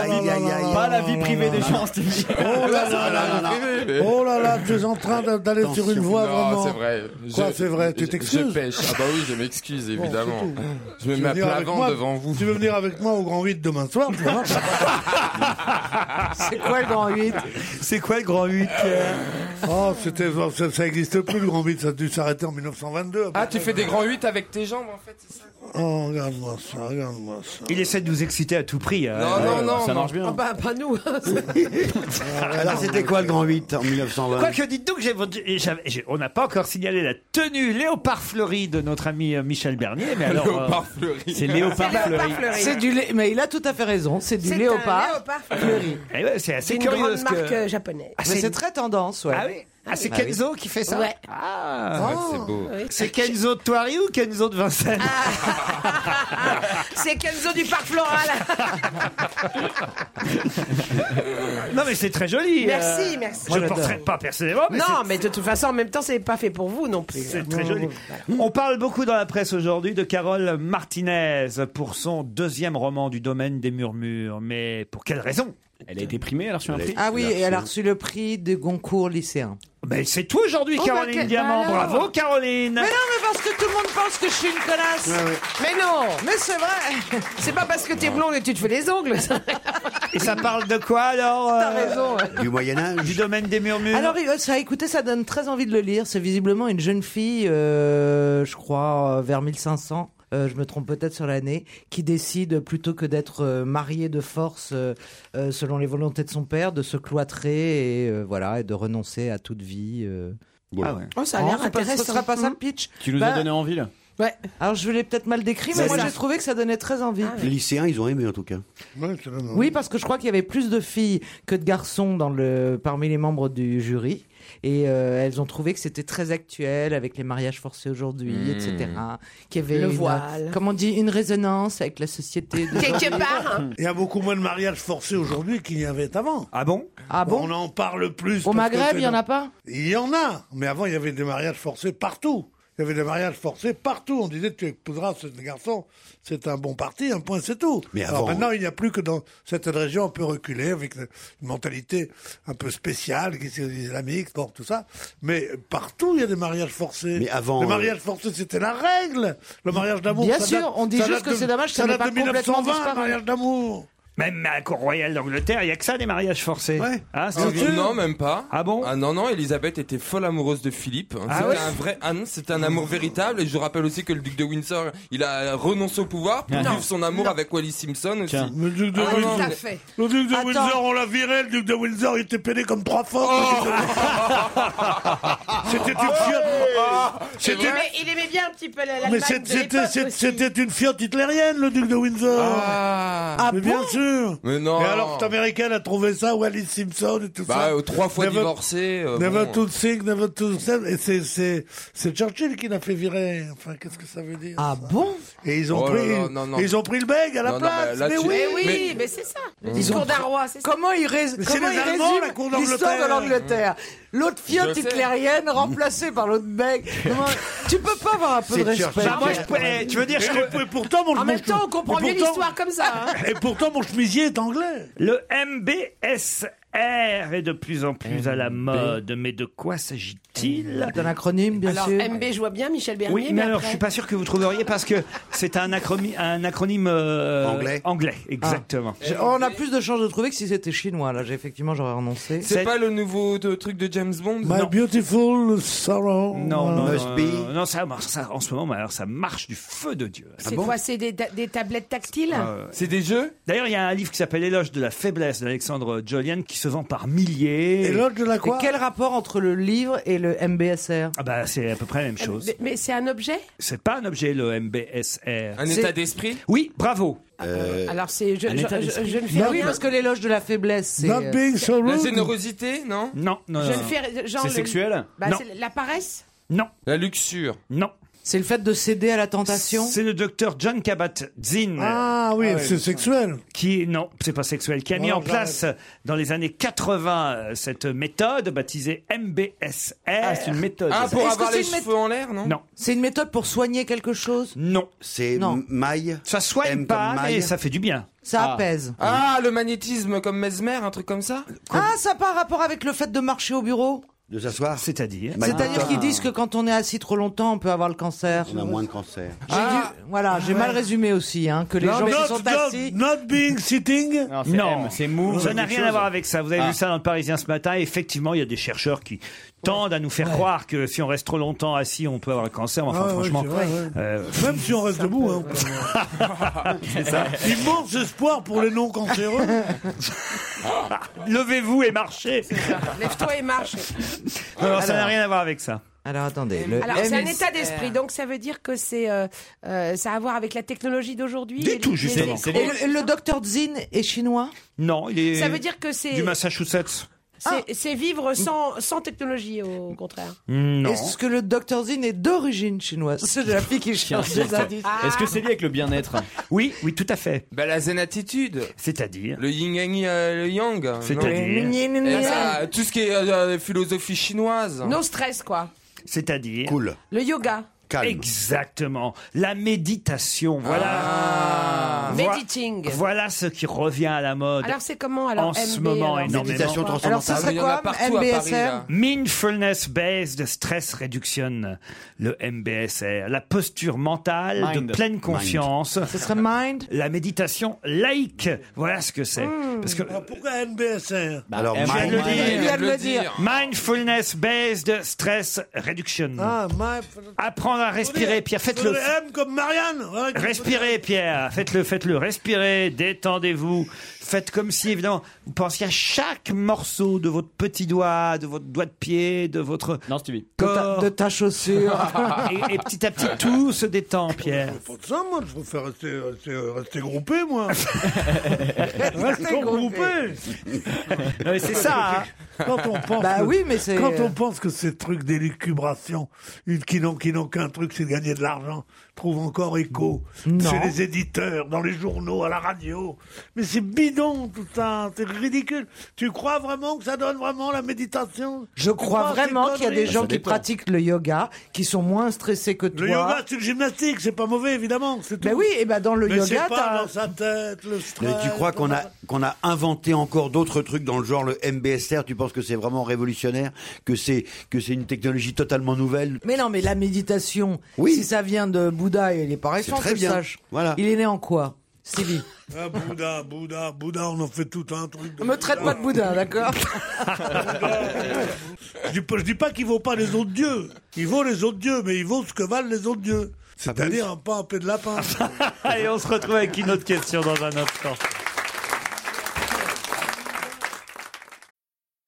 Pas la vie privée des gens, Stevie. Oh là là là là. Oh là là, tu es en train d'a- d'aller sur une voie Non, vraiment. c'est vrai. Quoi, Je- c'est vrai, tu je- t'excuses. Je pêche. Ah bah oui, je m'excuse, évidemment. c'est tout. je me Tu mets veux à venir plat avec ventre moi devant vous. Tu veux venir avec moi au Grand 8 demain soir tu vas voir. C'est quoi le grand 8 C'est quoi le Grand 8 Oh, c'était, ça, ça existe plus le Grand 8, ça a dû s'arrêter en 1922. Ah, tu fais des grands 8 avec tes jambes, en fait, c'est ça Oh, regarde-moi ça, regarde-moi ça. Il essaie de nous exciter à tout prix. euh. Non, non, non. non. Ah bah, pas nous. Alors c'était quoi le grand 8 en 1920 Quoique, dites donc, j'ai- j'ai- j'ai- on n'a pas encore signalé la tenue léopard fleurie de notre ami euh, Michel Bernier, mais alors. euh, Léopard fleuri. C'est léopard C'est léopard fleuri. fleuri. C'est du lé- Mais il a tout à fait raison. C'est du léopard. léopard Eh ouais, c'est assez C'est une curieux. grande ce marque que- euh, japonaise. Mais c'est très tendance, ouais. Ah oui Ah, c'est Ah oui. Kenzo qui fait ça Ouais. Ah, Ouais, c'est beau. Oui. C'est Kenzo de Toiri ou Kenzo de Vincennes C'est Kenzo du parc floral. Non, mais c'est très joli. Merci, euh, merci. Je ne portraite pas personnellement. mais non, c'est- mais de toute façon, en même temps, c'est pas fait pour vous non plus. C'est très joli. On parle beaucoup dans la presse aujourd'hui de Carole Martinez pour son deuxième roman du domaine des murmures. Mais pour quelle raison Elle a été primée, elle a reçu un Ah oui, et elle a reçu le prix de Goncourt lycéen. Mais c'est tout aujourd'hui, Oh, Caroline bah, que- Diamant. bah alors. Bravo, Caroline. Mais non, mais parce que tout le monde pense que je suis une connasse. Ouais, ouais. Mais non, mais c'est vrai. C'est pas parce que t'es blonde et tu te fais les ongles. Et ça parle de quoi alors T'as raison. Du Moyen-Âge Du domaine des murmures Alors, euh, ça, écoutez, ça donne très envie de le lire. C'est visiblement une jeune fille, euh, je crois, euh, vers 1500. euh, je me trompe peut-être sur l'année, qui décide plutôt que d'être euh, mariée de force euh, euh, selon les volontés de son père, de se cloîtrer et euh, voilà et de renoncer à toute vie. euh. Voilà. Ah ouais. Oh, ça a l'air c'est pas- intéressant. Ce sera pas ça le Mhm. pitch. Tu nous as Bah, donné envie là Ouais. Alors je l'ai peut-être mal décrit, mais C'est moi ça. j'ai trouvé que ça donnait très envie. Ah Les lycéens, ils ont aimé en tout cas. Oui, parce que je crois qu'il y avait plus de filles que de garçons dans le, parmi les membres du jury. Et euh, elles ont trouvé que c'était très actuel avec les mariages forcés aujourd'hui, Hmm. Mmh. etc. Qu'il y avait Le une- voile. Comment on dit Une résonance avec la société. de- Quelque part. hein. Il y a beaucoup moins de mariages forcés aujourd'hui qu'il y avait avant. Ah bon Ah bon On en parle plus. Au parce que Maghreb, c'est il y en dans- a pas Il y en a, mais avant il y avait des mariages forcés partout. Il y avait des mariages forcés partout. On disait tu épouseras ce garçon, c'est un bon parti, un point c'est tout. Mais Alors avant- maintenant il n'y a plus que dans certaines régions on peut reculer avec une mentalité un peu spéciale, qui est islamique, bon tout ça. Mais partout il y a des mariages forcés. Mais avant, le euh, mariage forcé c'était la règle. Le mariage Ah d'amour. Bien ça sûr, date- on dit ça juste date que de- c'est dommage que ça n'est date pas de complètement 1920, disparu. le mariage d'amour. Même à la cour royale d'Angleterre, il n'y a que ça des mariages forcés. Hein, Ah, Stevie non, même pas. Ah bon Ah non, non, Elisabeth était folle amoureuse de Philippe. Ah c'était ouais un vrai. Ah non, c'était un amour véritable. Et je rappelle aussi que le duc de Windsor, il a renoncé au pouvoir pour Non. vivre son amour avec Wallis Simpson aussi. Le duc de Ah non, Windsor. mais- Le duc de Attends. Windsor, on l'a viré. Le duc de Windsor, il était pédé comme trois forts. Oh. C'était une fiotte. Ah, Ah, Il C'était- aimait, il aimait bien un petit peu Oh, la- Mais l'Allemagne c'est- de c'était l'époque c'est- aussi. c'était une fiotte hitlérienne, le duc de Windsor. Ah, mais bien sûr. Mais non. Et alors, cette américaine a trouvé ça, Wallis Simpson et tout Bah, ça. euh, trois fois Never- divorcé. euh, Never bon. to sing, never to sing. Et c'est- c'est c'est Churchill qui l'a fait virer. Enfin, qu'est-ce que ça veut dire Ah bon Et ils ont Oh là pris, là, non, non. ils ont pris le beg à la Non, non, place. mais là, mais, tu- oui, Mais oui, mais- Mais c'est ça. Le Mmh. discours d'un roi, Ah, c'est ça. Comment il, rés- Mais c'est comment les il Allemands, la résume cour d'Angleterre. l'histoire de l'Angleterre L'autre Je fiotte sais. hitlérienne remplacée par l'autre mec. Comment- Tu peux pas avoir un peu de respect Ah, moi, je peux- eh, tu veux dire, je Et- et pourtant, mon En même mon- temps, on comprend et mieux pourtant- l'histoire comme ça. hein. Et pourtant, mon chemisier est anglais. Le MBSR est de plus en plus à la mode. Mais de quoi s'agit-il D'un acronyme, bien Alors, sûr. MB, je vois bien Michel Bernier. Oui, mais, alors je suis pas sûr que vous trouveriez parce que c'est un acronyme, un acronyme euh, Anglais. exactement. J'ai- Ah. On a plus de chances de trouver que si c'était chinois. Là, j'ai- effectivement, j'aurais renoncé. C'est pas le nouveau de- truc de James Bond My Non. beautiful sorrow. Non, non, non, non, non, ça marche. ça, en ce moment, mais alors ça marche du feu de Dieu. Ah C'est quoi C'est des, ta- des tablettes tactiles C'est des jeux D'ailleurs, il y a un livre qui s'appelle Éloge de la faiblesse d'Alexandre Jolian qui se vend par milliers. Et quel rapport entre le livre et le MBSR Ah bah, c'est à peu près la même chose. Mais, mais c'est un objet C'est pas un objet, le MBSR. Un C'est- état d'esprit Oui, bravo. Euh, Alors c'est je, Euh, Un je- état je- d'esprit. je ne fais Mais oui, rien. parce que l'éloge de la faiblesse, c'est. Not being so La générosité, non Non, je ne fais genre le- Bah, c'est La paresse Non. La luxure Non. C'est le fait de céder à la tentation C'est le docteur John Kabat-Zinn. Ah oui, c'est sexuel. Qui, non, c'est pas sexuel, qui a Oh, mis en j'arrête. place euh, dans les années 80 euh, cette méthode baptisée MBSR. Ah, c'est une méthode. Ah, pour avoir les cheveux en l'air, non Non. C'est une méthode pour soigner quelque chose Non. C'est Non. maille. Ça soigne pas, mais ça fait du bien. Ça apaise. Ah, le magnétisme comme mesmer, un truc comme ça Ah, ça n'a pas un rapport avec le fait de marcher au bureau De s'asseoir. C'est-à-dire Ah. C'est-à-dire qu'ils disent que quand on est assis trop longtemps, on peut avoir le cancer. On a moins de cancer. J'ai dû- Voilà, j'ai ouais. mal résumé aussi, hein, que les gens qui not, sont not- assis. not being sitting. Non, Ça n'a rien à voir avec avec ça. Vous avez Ah. vu ça dans le Parisien ce matin. Effectivement, il y a des chercheurs qui tendent à nous faire croire que si on reste trop longtemps assis, on peut avoir le cancer. Mais Enfin, Ah ouais, franchement, c'est vrai, ouais. euh, Même si on reste debout, hein, c'est ça. immense espoir pour les non-cancéreux. Levez-vous et marchez. Lève-toi et marche. Non, non, ça n'a Alors. rien à voir avec ça. Alors attendez. le Alors c'est un MSR. état d'esprit, donc ça veut dire que c'est euh, euh, ça a à voir avec la technologie d'aujourd'hui. et les- les- Et le, et le docteur Zin est chinois Non, il est Ça veut dire que c'est du Massachusetts. C'est c'est vivre sans, sans technologie, au contraire. Non. Est-ce que le Dr Zin est d'origine chinoise C'est la fille qui Tiens, cherche tiens, des tiens. indices. Est-ce que c'est lié avec le bien-être Oui, oui, tout à fait. Bah, la zen attitude. C'est-à-dire Le yin et euh, le yang. non C'est-à-dire Le yin et le Eh yang. bah, Tout ce qui est euh, philosophie chinoise. Ah. Non stress, quoi. C'est-à-dire Cool. Le yoga. Exactement. La méditation, voilà. Voi- Méditing. Voilà ce qui revient à la mode. Alors, c'est comment, alors, En ce MB, moment, alors énormément. Méditation transcendantale. Alors, ça serait Il y en a quoi, partout à Paris, MBSR? là. Mindfulness Based Stress Reduction, le MBSR. La posture mentale Mind. de pleine Mind. conscience. Ce serait mind La méditation laïque. Voilà ce que c'est. Parce que Pourquoi NBSR Bah, alors, elle vient de le dire. Elle vient de le dire. Mindfulness based stress reduction. Ah, Apprendre à respirer, Pierre, faites-le. M comme Marianne. voilà, qui- Respirez, Pierre. Faites-le, faites-le. Respirez, détendez-vous. Faites comme si, évidemment, vous pensiez à chaque morceau de votre petit doigt, de votre doigt de pied, de votre non, corps. De ta chaussure. et, et petit à petit, tout se détend, Pierre. Faut de ça, moi, je préfère rester, rester, rester groupé, moi. rester groupé. Non, mais c'est ça, hein. Quand on pense, Bah que, oui, mais c'est- quand on pense que ces trucs d'élucubration, une qui n'ont qui n'ont qu'un truc, c'est de gagner de l'argent, trouve encore écho Non. chez les éditeurs, dans les journaux, à la radio. Mais c'est bidon tout ça, c'est ridicule. Tu crois vraiment que ça donne vraiment la méditation Je crois Tu à ces vraiment qu'il y a des conneries gens qui pratiquent le yoga, qui sont moins stressés que toi. Le yoga, c'est le gymnastique, c'est pas mauvais évidemment. c'est Ben tout. oui, et ben dans le Mais yoga, c'est pas t'as- dans sa tête, le Mais stress. tu crois qu'on a qu'on a inventé encore d'autres trucs dans le genre le MBSR Tu penses que c'est vraiment révolutionnaire Que c'est que c'est une technologie totalement nouvelle Mais non, mais la méditation, si ça vient de Bouddha, il est pas récent, C'est très que je bien. sache. Voilà. Il est né en quoi Stevie Ah, Bouddha, Bouddha, Bouddha, on en fait tout un truc. Me traite pas de Bouddha, d'accord Je dis pas, je dis pas qu'il vaut pas les autres dieux. Il vaut les autres dieux, mais il vaut ce que valent les autres dieux. C'est-à-dire un pain, un peu de lapin. Allez, on se retrouve avec une autre question dans un instant.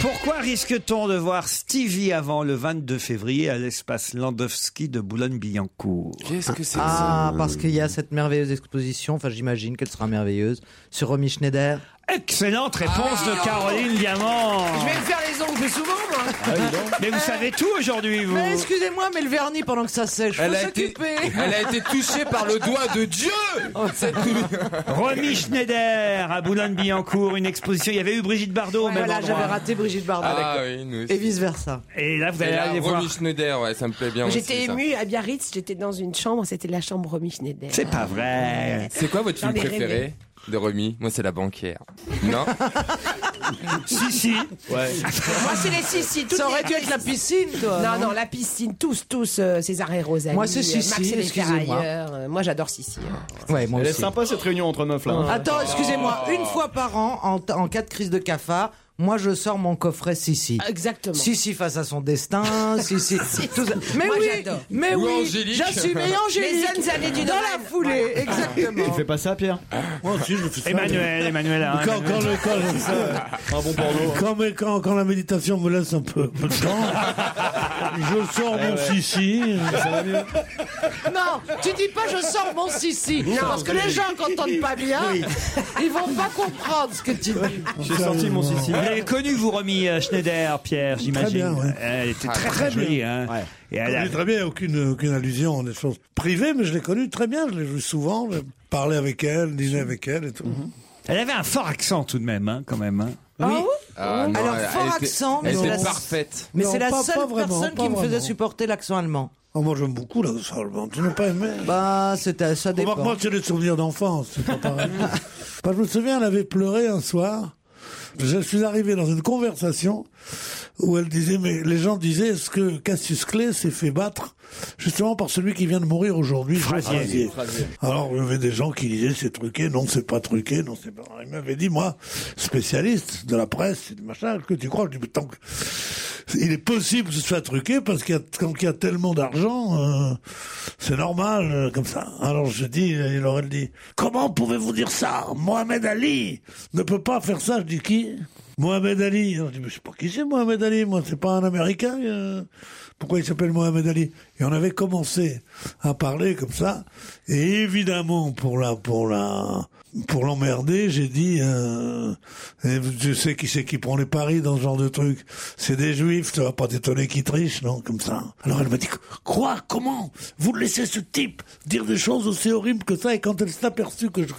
Pourquoi risque-t-on de voir Stevie avant le 22 février à l'espace Landowski de Boulogne-Billancourt Qu'est-ce que c'est Ah, parce qu'il y a cette merveilleuse exposition, enfin j'imagine qu'elle sera merveilleuse, sur Romy Schneider. Ah, Excellente réponse de Caroline Diamant. Ah, Je vais me faire les ongles souvent, moi Ah Mais vous savez tout aujourd'hui, vous. Mais excusez-moi, mais le vernis pendant que ça sèche, faut Elle a, été, s'occuper Oh. elle a été touchée par le doigt de Dieu C'est tout. Romy Schneider à Boulogne-Billancourt, une exposition. Il y avait eu Brigitte Bardot au même Voilà, endroit. j'avais raté Brigitte Bardot. Ah oui, nous aussi. Et vice-versa. Et là, vous Et allez la aller Romy voir. Schneider, ouais, ça me plaît bien. aussi, J'étais ça. émue à Biarritz, j'étais dans une chambre, c'était la chambre Romy Schneider. C'est pas vrai. C'est quoi votre J'en film ai rêvé. préféré de Romy Moi, c'est La Banquière. Non Si, si. Ouais. Moi, c'est les Sissi. Ça aurait dû être la piscine, toi, Non, non non, la piscine, tous, tous, euh, César et Rosalie. Moi, c'est Sissi, Max et les excusez-moi. Ferrailleurs, euh, Moi, j'adore Sissi. Ouais, moi Elle est aussi. sympa cette réunion entre meufs là. hein. Attends, excusez-moi, une fois par an, en, t- en cas de crise de cafard, moi je sors mon coffret Sissi. Exactement. Sissi face à son destin, Sissi. tout ça. Mais Moi, oui, j'adore. mais Ou oui, Angélique. j'assume. Et Angélique, Les jeunes années du dans la Lorraine. foulée, Voilà. exactement. Tu fais pas ça, Pierre Moi aussi, Oh, je fais ça. Emmanuel, Emmanuel, hein, Quand, quand, Emmanuel. le- quand- Un bon porno. Quand, mais quand, quand la méditation me laisse un peu peu de temps, je sors Eh mon ouais. sissi. Ça va mieux Non, tu dis pas je sors mon Sissi. parce que les gens n'entendent pas bien, ils vont pas comprendre ce que tu dis. J'ai senti mon sissi. Vous l'avez connue, vous, Romy euh, Schneider, Pierre, j'imagine. euh, bien, ouais. Elle était Ah, très, très très jolie. bien. hein. Et elle Je a- connais très bien, aucune, aucune allusion, des choses privées, mais je l'ai connue très bien, je l'ai vue souvent, je parlais avec elle, dînais avec elle et tout. Elle avait un fort accent tout de même, hein, quand même. hein. Ah, non, Alors, elle- fort elle était- accent, elle mais était c'est la- parfaite. Mais Non, c'est la pas- seule pas vraiment, personne pas qui me faisait vraiment. supporter l'accent allemand. Oh, moi j'aime beaucoup l'accent allemand. Tu n'as pas aimé Bah c'était ça dépend. Remarque, moi, c'est des souvenirs d'enfance. c'est pas pareil. Bah, je me souviens, elle avait pleuré un soir. Je suis arrivé dans une conversation où elle disait, mais les gens disaient, est-ce que Cassius Clay s'est fait battre justement par celui qui vient de mourir aujourd'hui, Jean Frasier. Frasier Frasier. Alors, il y avait des gens qui disaient, c'est truqué, non, c'est pas truqué, non, c'est pas... Il m'avait dit, moi, spécialiste de la presse, et de machin, que tu crois Je dis, mais tant que... Il est possible que ce soit truqué parce qu'il y a, quand il y a tellement d'argent, euh, c'est normal euh, comme ça. Alors je dis, euh, il aurait dit, comment pouvez-vous dire ça Mohamed Ali ne peut pas faire ça. Je dis qui Mohamed Ali. Alors, je dis, mais je sais pas qui c'est Mohamed Ali. Moi, c'est pas un Américain. euh, pourquoi il s'appelle Mohamed Ali Et on avait commencé à parler comme ça. Et évidemment, pour la, pour la, pour l'emmerder, j'ai dit, euh, et tu sais qui c'est qui prend les paris dans ce genre de truc C'est des juifs, ça va pas t'étonner qu'ils trichent, non Comme ça. Alors elle m'a dit, quoi Comment Vous laissez ce type dire des choses aussi horribles que ça Et quand elle s'est aperçue que, je-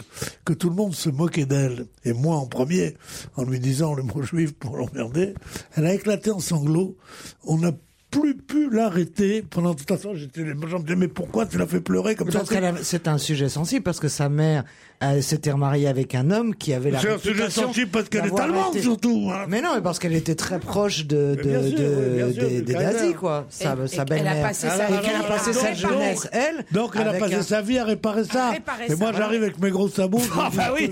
que tout le monde se moquait d'elle, et moi en premier, en lui disant le mot juif pour l'emmerder, elle a éclaté en sanglots. On n'a plus pu l'arrêter pendant toute la soirée. J'étais les gens me disaient, mais pourquoi tu l'as fait pleurer comme ça Parce qu'elle avait- C'est un sujet sensible parce que sa mère euh, s'était remariée avec un homme qui avait la C'est un sujet réputation sensible parce qu'elle est d'avoir allemande, été- surtout, hein. Mais non, mais parce qu'elle était très proche de, de- bien sûr, de- oui, bien sûr, des, du des Kaiser. nazis, quoi. Sa, Et- sa et qu'elle a belle-mère. passé sa Et qu'elle a vie passé à sa réparer jeunesse, ça. elle. Donc elle a avec passé un- sa vie à réparer ça. réparer et ça, moi voilà. j'arrive avec mes gros sabots. Ah, bah oui.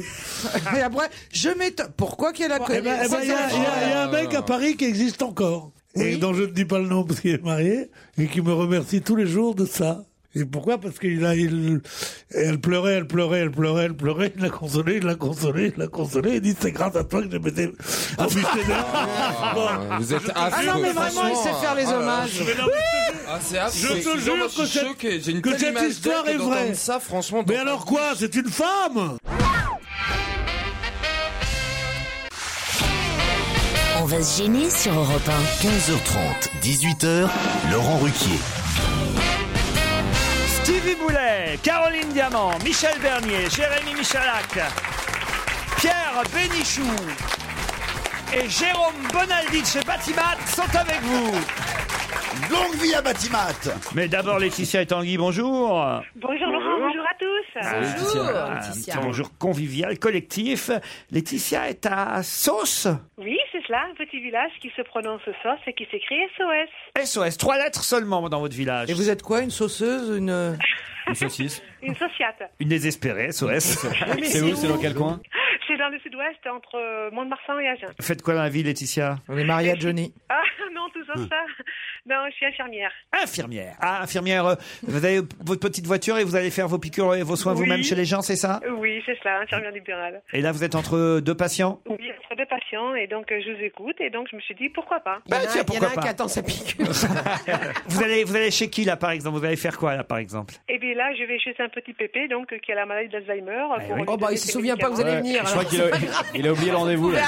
Mais après, je m'étonne. Pourquoi qu'elle a Eh connu ben, eh ben, Il y, a- il y a- il y a un mec Ah. à Paris qui existe encore. Et dont je ne dis pas le nom parce qu'il est marié et qui me remercie tous les jours de ça. Et pourquoi Parce qu'il a, il, elle pleurait, elle pleurait, elle pleurait, elle pleurait. Il l'a consolée, il l'a consolée, il l'a consolée. Il dit c'est grâce à toi que j'ai Oh, m'étais embusqué Ah, Oh, Vous êtes Ah non, mais vraiment, il sait faire oh les hommages. Ah, c'est affreux. Je te Excusez-moi, jure moi, que je suis cette- choqué. J'ai une que telle cette image d'elle histoire que est d'entendre vraie. ça, franchement. Mais dans- alors quoi C'est une femme On va se gêner sur Europe 1. 15h30, 18h, Laurent Ruquier. Stevie Boulet, Caroline Diamant, Michel Bernier, Jérémy Michalak, Pierre Bénichou et Jérôme Bonaldi de chez Batimat sont avec vous. Longue vie à Batimat Mais d'abord Laetitia et Tanguy, bonjour. Bonjour Laurent, bonjour à Ah, tous. Un petit bonjour convivial, collectif. Laetitia est à Sauce. Oui, c'est cela, un petit village qui se prononce SOS et qui s'écrit SOS. SOS, trois lettres seulement dans votre village. Et vous êtes quoi, une sauceuse, une... euh, Une saucisse. Une sociate. Une désespérée, SOS. Mais c'est où C'est dans quel coin C'est dans le sud-ouest, entre euh, Mont-de-Marsan et Agen. Faites quoi dans la vie, Laetitia On est marié à Johnny. Ah non, tout ça, Hmm. ça. Non, je suis infirmière. Infirmière. Ah, infirmière, euh, vous avez votre petite voiture et vous allez faire vos piqûres et vos soins Oui. vous-même chez les gens, c'est ça Oui, c'est cela, infirmière libérale. Et là, vous êtes entre deux patients Oui, entre deux patients, et donc euh, je vous écoute, et donc je me suis dit pourquoi pas. Bah, tiens, pourquoi pas vous, allez, vous allez chez qui, là, par exemple Vous allez faire quoi, là, par exemple Et bien là, je vais chez un petit pépé, donc euh, qui a la maladie d'Alzheimer. pour oui. lui Oh, bah, donner il se ses souvient pas que vous allez venir, médicaments. Je crois alors, qu'il a- c'est pas grave. il a oublié le rendez-vous, là.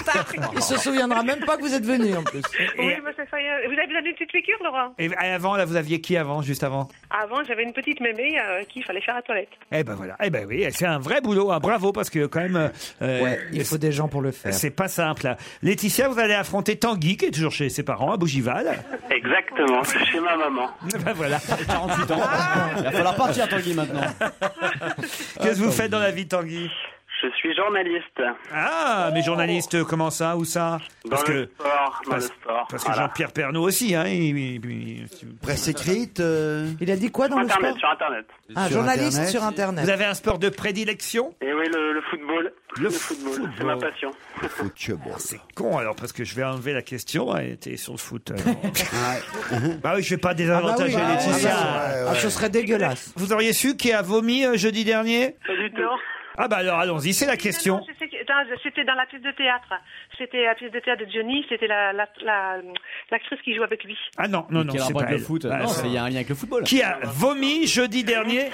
Il se souviendra même pas que vous êtes venu, en plus. Oui, mais ça, ça y est. Vous avez besoin d'une petite piqûre, Laurent Et avant, là, vous aviez qui avant, juste avant Avant, j'avais une petite mémé euh, qui fallait faire la toilette. Eh ben voilà. Eh ben oui, c'est un vrai boulot. hein. Bravo, parce que quand même. il faut des gens pour le faire. C'est pas simple. hein. Laetitia, vous allez affronter Tanguy, qui est toujours chez ses parents, à Bougival. Exactement, c'est chez ma maman. Ben voilà. 48 ans. Ah Il va falloir partir, Tanguy, maintenant. Qu'est-ce que vous faites dans la vie, Tanguy Je suis journaliste. Ah, mais journaliste, comment ça Où ça Oh. Dans le sport, dans parce, le sport, parce que voilà. Jean-Pierre Pernaud aussi, hein. il- il- il- Presse écrite. euh, Il a dit quoi dans Internet, le sur sport Internet. Ah, Sur journaliste Internet. sur Internet. Vous avez un sport de prédilection Et Eh oui, le, le football. Le, football, c'est ma passion. C'est con alors parce que je vais enlever la question. Elle était sur le foot. alors. bah oui, je vais pas désavantager Ah bah oui, Laetitia. ah bah, ah, ce serait dégueulasse. Vous auriez su qui a vomi euh, jeudi dernier Pas du tout. Ah bah alors allons-y, c'est la question. Je sais que- enfin, je- c'était dans la pièce de théâtre. C'était la pièce de théâtre de Johnny, c'était la- la- la- l'actrice qui joue avec lui. Ah non, non, Mais non, quel c'est rapport pas avec le elle. euh, foot Ah, Non, c'est- il y a un lien avec le football. Qui a vomi jeudi dernier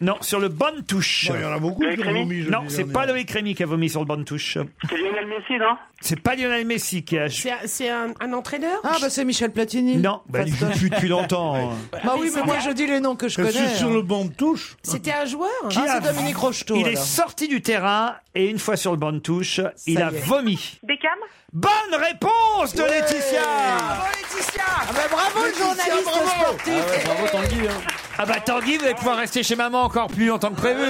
Non, sur le banc de touche. Bon, il y en a beaucoup Loïc qui ont Rémy vomi jeudi Non, c'est dernier. pas Loïc Rémy qui a vomi sur le banc de touche. C'est Lionel Messi, non C'est pas Lionel Messi qui a. C'est un, un entraîneur Ah, bah c'est Michel Platini. Non, bah, il joue plus depuis longtemps. Bah oui, mais moi je dis les noms que je Je connais. hein. suis sur le banc de touche. C'était un joueur Qui Ah, a- c'est Dominique Rocheteau. Il est alors. sorti du terrain et une fois sur le banc de touche, il y a est. vomi. Beckham Bonne réponse de Ouais. Laetitia Ah bah, Bravo Laetitia Bravo le journaliste sportif bravo Tanguy hein. Ah bah Tanguy, vous allez pouvoir rester chez maman encore plus longtemps que prévu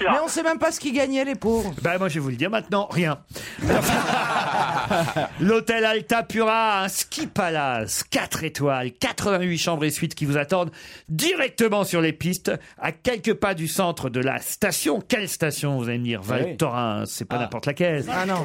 Mais on sait même pas ce qu'il gagnait, les pauvres. Bah moi je vais vous le dire maintenant, rien. L'hôtel Alta Pura, un ski palace, 4 étoiles, 88 chambres et suites qui vous attendent directement sur les pistes, à quelques pas du centre de la station. Quelle station vous allez me dire Ah Val oui. Thorens, c'est pas n'importe laquelle. Ah non.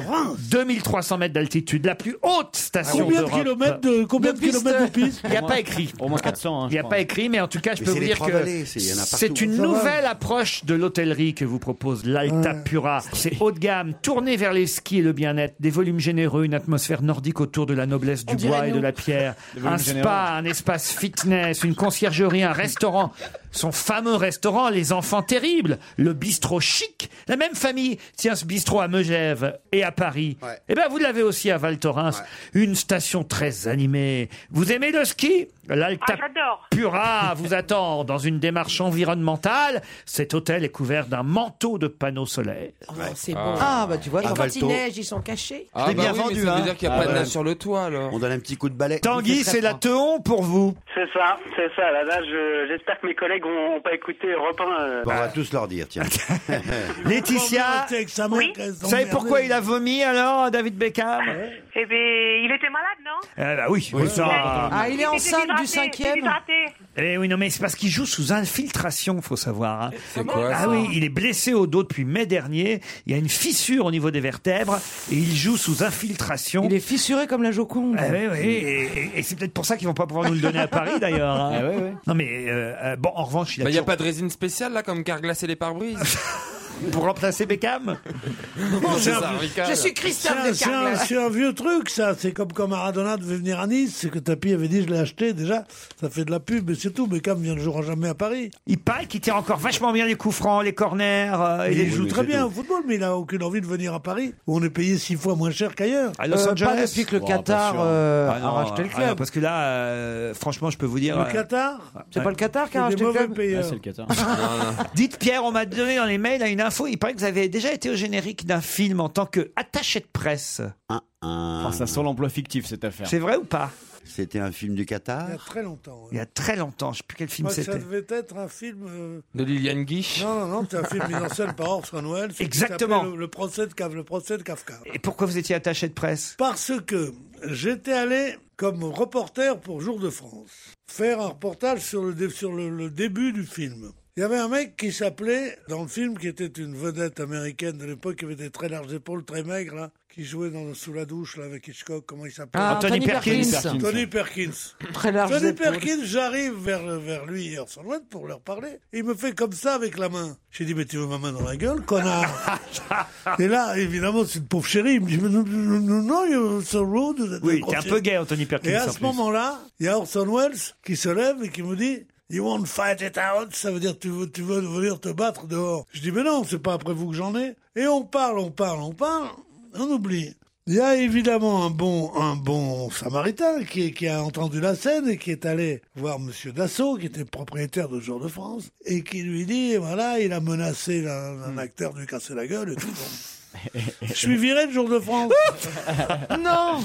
2300 mètres d'altitude, la plus haute station Ah Combien de d'Europe. Bah, kilomètres de- combien de kilomètres de piste Il n'y a pas écrit. Au moins 400, hein, Il n'y a je pas crois. écrit, mais en tout cas, je Mais peux c'est vous les dire trois que vallées, c'est- il y en a partout. hein. c'est une Ça va. nouvelle approche de l'hôtellerie que vous propose l'Alta Euh, Pura. C'est haut de gamme, tourné vers les skis et le bien-être, des volumes généreux, une atmosphère nordique autour de la noblesse du On dirait bois et nous. de la pierre, Des volumes un spa, généreux. un espace fitness, une conciergerie, un restaurant, son fameux restaurant, les enfants terribles, le bistrot chic. La même famille tient ce bistrot à Megève et à Paris. Eh ben, vous l'avez aussi à Val Thorens, une station très animée. Vous aimez le ski L'Alta Pura vous attend dans une démarche environnementale. Cet hôtel est couvert d'un manteau de panneaux solaires. Oh, C'est bon. Ah, bah, tu vois, Et Ah, quand Valto. il neige, ils sont cachés. Je l'ai bien vendu, hein. Ah ouais. le toit, alors. On donne un petit coup de balai. Tanguy, c'est la teon pour vous. C'est ça, c'est ça. Là, là, je- j'espère que mes collègues ont, ont pas écouté Europe 1, euh. on va tous leur dire, tiens. Laetitia, Oui. vous savez pourquoi il a vomi alors, David Beckham Eh bien, il était malade, non Eh ben oui, oui, ça. Ah, il est en salle déshydraté, du cinquième. déshydraté. Eh oui, non, mais c'est parce qu'il joue sous infiltration, faut savoir. hein. C'est quoi, Ah ça oui, il est blessé au dos depuis mai dernier. Il y a une fissure au niveau des vertèbres et il joue sous infiltration. Il est fissuré comme la Joconde. Eh Ah oui, oui, et, et- et c'est peut-être pour ça qu'ils vont pas pouvoir nous le donner à Paris d'ailleurs. hein. Ah ouais, ouais. Non mais euh, euh, bon, en revanche, il a Bah, y a toujours- pas de résine spéciale là, comme carglacer les pare-brises pour remplacer Beckham. Oh, C'est un- Je suis Christophe C'est un- de c'est un- Carglass. C'est un vieux truc, ça. C'est comme quand Maradona devait venir à Nice, c'est que Tapi avait dit je l'ai acheté déjà. Ça fait de la pub, mais c'est tout. Beckham vient le jour jamais à Paris. Il paraît qu'il tire encore vachement bien les coups francs, les corners. euh, et il les joue très bien au football, mais il n'a aucune envie de venir à Paris, où on est payé six fois moins cher qu'ailleurs. À Los Angeles. euh, Ah non, ah non, parce que là, euh, franchement, je peux vous dire. Le euh, Qatar C'est pas le Qatar qui a C'est des racheté le mauvais club payeurs. Ah, c'est le Qatar. Dites Pierre, on m'a donné dans les mails là, une info. Il paraît que vous avez déjà été au générique d'un film en tant que attaché de presse. Enfin, ça sent l'emploi fictif, cette affaire. C'est vrai ou pas C'était un film du Qatar. Il y a très longtemps. Il y a très longtemps, je sais plus quel film Moi, ça c'était. devait être un film. euh, De Liliane Guiche Non, non, non, c'est un film mis en scène par Orson Welles. qui Exactement. s'appelait Le, le procès de Kaf- le procès de Kafka. Et pourquoi vous étiez attaché de presse Parce que j'étais allé comme reporter pour Jour de France faire un reportage sur le, dé- sur le, le début du film. Il y avait un mec qui s'appelait, dans le film, qui était une vedette américaine de l'époque, qui avait des très larges épaules, très maigre, là, qui jouait dans, sous la douche là, avec Hitchcock, comment il s'appelait Ah, Anthony Anthony Perkins. Perkins. Tony Perkins. Très large Johnny épaule. Perkins, j'arrive vers, vers lui et Orson Welles pour leur parler. Il me fait comme ça avec la main. J'ai dit, mais tu veux ma main dans la gueule, connard Et là, évidemment, c'est une pauvre chérie. Il me dit, mais non, non, non, non, you're so rude. Vous êtes Oui, t'es un grossier. peu gay, Anthony Perkins. Et à en ce plus. moment-là, il y a Orson Welles qui se lève et qui me dit, You won't fight it out, ça veut dire tu veux, tu veux venir te battre dehors. Je dis, mais non, c'est pas après vous que j'en ai. Et on parle, on parle, on parle, on oublie. Il y a évidemment un bon, un bon samaritain qui, qui a entendu la scène et qui est allé voir Monsieur Dassault, qui était propriétaire de Jour de France, et qui lui dit, voilà, il a menacé un, un acteur de lui casser la gueule et tout. Bon. Je suis viré de Jour de France. Non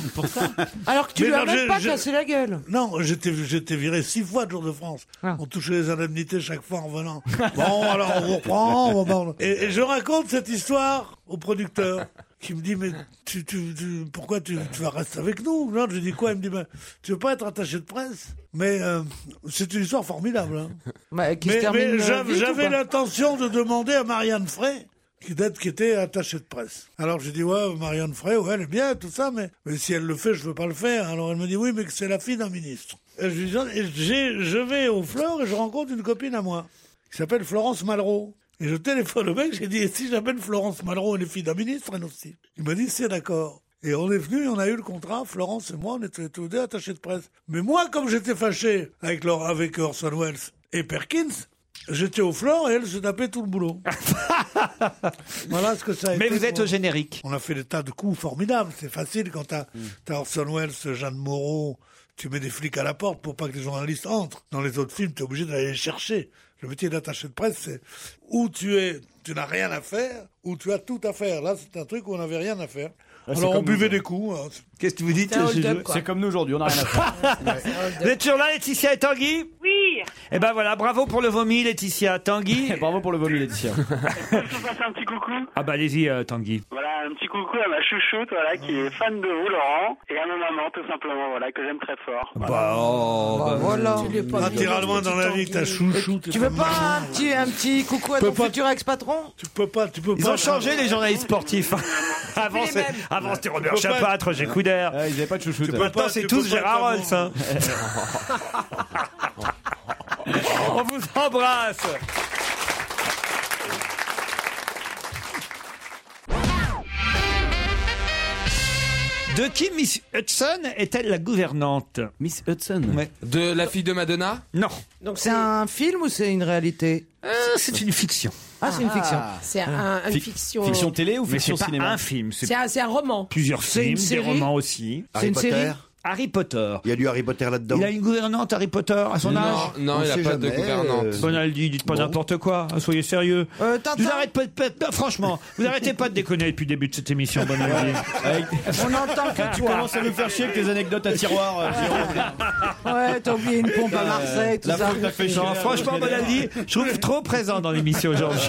Alors que tu Mais lui as non, même je- pas je- cassé la gueule. Ah. Non, j'étais j'étais viré six fois de Jour de France. On touchait les indemnités chaque fois en venant. Bon, alors on vous reprend. on va- on- Et, et je raconte cette histoire au producteur qui me dit mais tu, tu, tu- pourquoi tu, tu vas rester avec nous Non, je dis quoi Il me dit ben, tu veux pas être attaché de presse Mais euh, c'est une histoire formidable. hein. qui se mais termine, mais euh, j'a- vite ou j'avais pas l'intention de demander à Marianne Frey. Qui, date- qui était attachée de presse. Alors j'ai dit, ouais, Marianne Frey, ouais, elle est bien, tout ça, mais, mais si elle le fait, je veux pas le faire. Alors elle me dit, oui, mais que c'est la fille d'un ministre. Et je, lui dis, et j'ai- je vais au Fleur et je rencontre une copine à moi, qui s'appelle Florence Malraux. Et je téléphone au mec, j'ai dit, et si j'appelle Florence Malraux, elle est fille d'un ministre, elle aussi. Il m'a dit, c'est d'accord. Et on est venu, on a eu le contrat, Florence et moi, on était tous deux attachés de presse. Mais moi, comme j'étais fâché avec, leur, avec Orson Welles et Perkins, j'étais au flanc et elle se tapait tout le boulot. voilà ce que ça a Mais été vous êtes pour- au générique. Mm. On a fait des tas de coups formidables, c'est facile quand t'as t'as Orson Welles, Jeanne Moreau, tu mets des flics à la porte pour pas que les journalistes entrent. Dans les autres films, t'es obligé d'aller les chercher. Le métier d'attaché de presse, c'est où tu es, tu n'as rien à faire, ou tu as tout à faire. Là, c'est un truc où on n'avait rien à faire. Ah, c'est Alors on comme nous, buvait hein. des coups. hein. Qu'est-ce que vous dites euh, C'est comme nous aujourd'hui, on n'a rien à faire. Vous êtes toujours là, Laetitia et Tanguy Oui. Eh ben voilà, bravo pour le vomi, Laetitia. Tanguy Bravo pour le vomi, Laetitia. Je vous passe un petit coucou. ah bah allez-y, euh, Tanguy. Voilà, un petit coucou à ma chouchoute, voilà, qui est fan de vous, Laurent, et à ma maman, tout simplement, voilà, que j'aime très fort. Bah, oh, bah, voilà. Littéralement dans la vie, t'as chouchou. Tu veux pas un petit, un petit coucou à Ah. Peux ton pas- futur ex-patron Tu peux pas, tu peux Ils pas- ont changé les journalistes sportifs. avant, c'est- avant c'était Robert Tu peux pas- Chapatre, j'ai Coudert. ils n'avaient pas de chouchoute. peux Maintenant, pas- c'est tu tous peux pas Gérard être Rolls. hein. On vous embrasse. De qui Miss Hudson est-elle la gouvernante Miss Hudson De la fille de Madonna Non. Donc c'est un film ou c'est une réalité Euh, C'est une fiction. Ah. Ah, c'est une fiction. Ah. C'est un- une Fic- fiction. fiction télé ou Mais fiction c'est pas cinéma un film, C'est un, c'est un roman. plusieurs C'est films, une des série romans aussi. C'est Harry une Potter série Ah, Harry Potter. Il y a du Harry Potter là-dedans. Il a une gouvernante, Harry Potter, à son Non, âge non, On il a sait pas de jamais, gouvernante. euh. Bonaldi, dites pas Bon. n'importe quoi, hein, soyez sérieux. vous arrêtez pas de- pas de- non, franchement, vous arrêtez pas de déconner depuis le début de cette émission, Bonaldi. On entend que Tu commences à nous faire chier avec tes anecdotes à tiroir. euh, Ah, Ouais, t'as oublié une pompe à Marseille, tout La ça. faute t'a fait chier. Non, franchement, Bonaldi, je trouve trop présent dans l'émission aujourd'hui.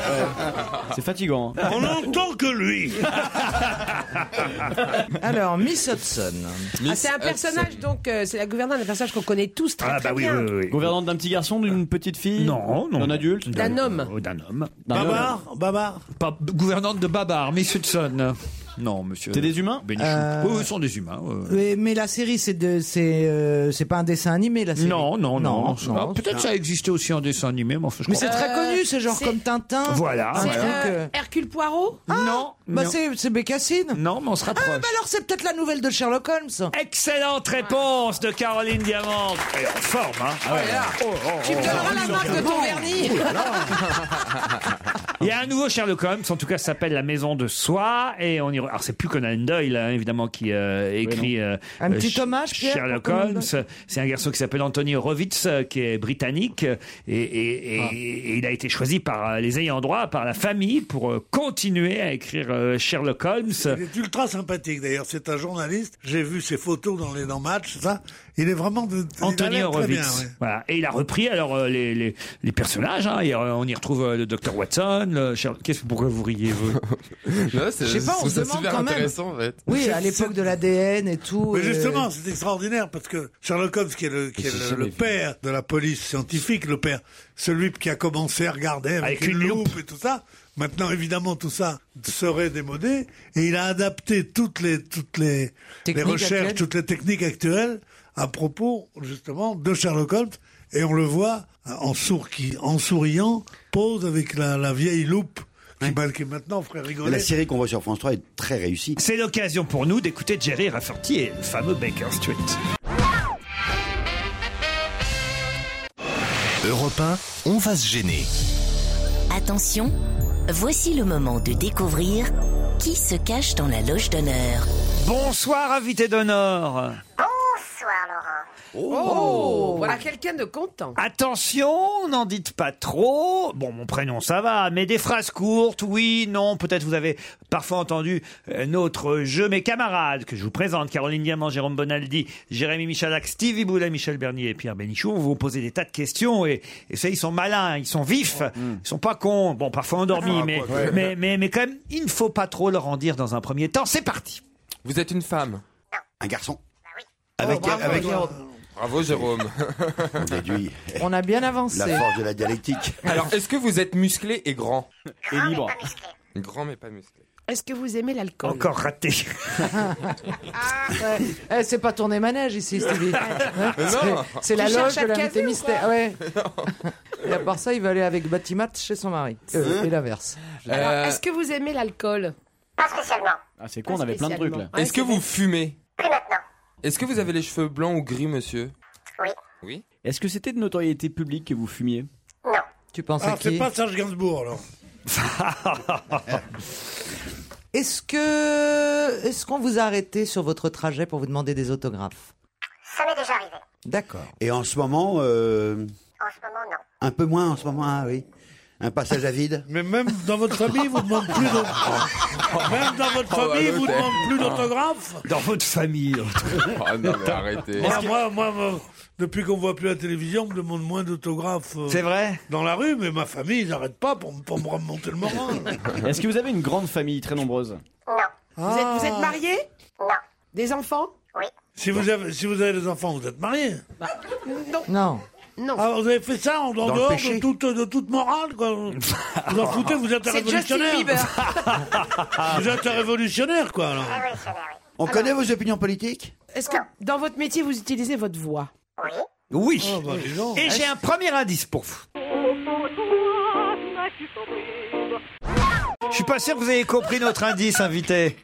C'est fatigant. hein. Ah. On n'entend que lui. Alors, Miss Hudson. Ah, c'est un personnage, donc euh, c'est la gouvernante, un personnage qu'on connaît tous Ah, très, bah très bien. Gouvernante d'un petit garçon, d'une petite fille Non, non. D'un adulte D'un homme. Oh, D'un homme. D'un homme. Babar, babar. Pas- gouvernante de Babar, Miss Hudson. Non, monsieur. T'es des humains Bénichou. Euh, Oui, oui, ils sont des humains. ouais. Mais, mais la série, c'est de, c'est, euh, c'est pas un dessin animé, la série. Non, non, non. Ah, Peut-être c'est ça existait aussi en dessin animé, mais enfin, je Mais crois c'est pas. très connu, c'est genre c'est- comme Tintin. Voilà. C'est Voilà. un truc, Euh, euh, Hercule Poirot Non. Bah Non. c'est, c'est Bécassine. Non, mais on se rapproche. Ah, bah alors c'est peut-être la nouvelle de Sherlock Holmes. Excellente réponse de Caroline Diamant. Et en forme, hein. Ah Tu me donneras la marque de ton vernis Il y a un nouveau Sherlock Holmes, en tout cas, ça s'appelle La Maison de Soie, et on y. re- Alors, c'est plus Conan Doyle, hein, évidemment, qui euh, écrit. euh, Un euh, petit Sh- hommage, Pierre, pour Sherlock Conan Holmes. Doyle. C'est un garçon qui s'appelle Anthony Horowitz, euh, qui est britannique, euh, et, et- et- Ah. et il a été choisi par euh, les ayants droit, par la famille, pour euh, continuer à écrire euh, Sherlock Holmes. Il est ultra sympathique d'ailleurs, c'est un journaliste. J'ai vu ses photos dans les dans matchs, ça. Il est vraiment de, il a Anthony l'air très bien, Horowitz. ouais. Voilà. Et il a repris alors euh, les, les, les personnages. hein. Et, euh, on y retrouve euh, le Dr Watson. le Sherlock- Qu'est-ce que pourquoi vous riez vous Non, Je c'est- sais je pas, on trouve se ça demande super quand même. intéressant, en fait. Oui, à l'époque de l'ADN et tout. Mais euh, justement, c'est extraordinaire parce que Sherlock Holmes, qui est le, qui est le- le père de la police scientifique, le père, celui qui a commencé à regarder avec, Avec une, une loupe. et tout ça. Maintenant, évidemment, tout ça serait démodé et il a adapté toutes les toutes les, les Techniques recherches, actuelles. toutes les techniques actuelles à propos justement de Sherlock Holmes et on le voit en sour qui en souriant pose avec la, la vieille loupe qui, ma- qui maintenant ferait rigoler. euh, La série qu'on voit sur France 3 est très réussie. C'est l'occasion pour nous d'écouter Jerry Rafferty et le fameux Baker Street. Europe 1, on va se gêner. Attention, voici le moment de découvrir qui se cache dans la loge d'honneur. Bonsoir, invité d'honneur. Bonsoir, Laurent. Oh, Voilà quelqu'un de content. Attention, n'en dites pas trop. Bon, mon prénom, ça va, mais des phrases courtes, oui, non. Peut-être vous avez parfois entendu euh, notre jeu, mes camarades, que je vous présente, Caroline Diamant, Jérôme Bonaldi, Jérémy Michalak, Stevie Boulet, Michel Bernier et Pierre Bénichou. On vous poser des tas de questions et, et ça, ils sont malins, ils sont vifs, Oh, hmm. ils sont pas cons. Bon, parfois endormis, Ah, mais, quoi que. mais, mais, mais quand même, il ne faut pas trop leur en dire dans un premier temps. C'est parti. Vous êtes une femme Un garçon. Avec, avec- Bravo Jérôme. On déduit On a bien avancé. la force de la dialectique. Alors, est-ce que vous êtes musclé et grand Et libre. Grand mais pas musclé. Est-ce que vous aimez l'alcool Encore raté. Ouais. Eh, c'est pas tourné manège ici, Stevie. Mais C'est- non. C'est la Tu loge cherches à de te l'invité caser ou mystère. quoi Ouais. Et à part ça, il va aller avec Batimat chez son mari. Euh, et l'inverse. Euh. Alors, est-ce que vous aimez l'alcool Pas spécialement. Ah, c'est con, on avait plein de trucs, là. Est-ce que vous fumez Plus maintenant. Est-ce que vous avez les cheveux blancs ou gris, monsieur Oui. Oui. Est-ce que c'était de notoriété publique que vous fumiez Non. Tu penses Ah, Alors, Ah, c'est pas Serge Gainsbourg, alors. Est-ce que est-ce qu'on vous a arrêté sur votre trajet pour vous demander des autographes Ça m'est déjà arrivé. D'accord. Et en ce moment, euh, En ce moment, non. un peu moins en ce moment, ah oui. Un passage à vide. Mais même dans votre famille, vous demande plus d'autographes. Même dans votre Oh, bah, famille, vous l'hôtel. demande plus d'autographes. Dans votre famille. oh non, mais arrêtez. Moi, moi, moi, moi, depuis qu'on voit plus la télévision, on me demande moins d'autographes. euh, C'est vrai Dans la rue, mais ma famille, ils n'arrêtent pas pour, me- pour me remonter le moral. Est-ce que vous avez une grande famille très nombreuse Non. Vous êtes, vous êtes marié Non. Des enfants Oui. si, vous avez, si vous avez des enfants, vous êtes mariés. Non. Non. Bah. Non. Ah, vous avez fait ça en, en Dans le dehors péché. de toute, de toute morale, quoi. Vous en foutez, vous êtes un C'est Justin révolutionnaire. vous êtes un révolutionnaire, quoi. alors. On connaît vos opinions politiques Est-ce que dans votre métier, vous utilisez votre voix Oui. donc. Et j'ai un premier indice pour vous. Je suis pas sûr que vous ayez compris notre indice, invité.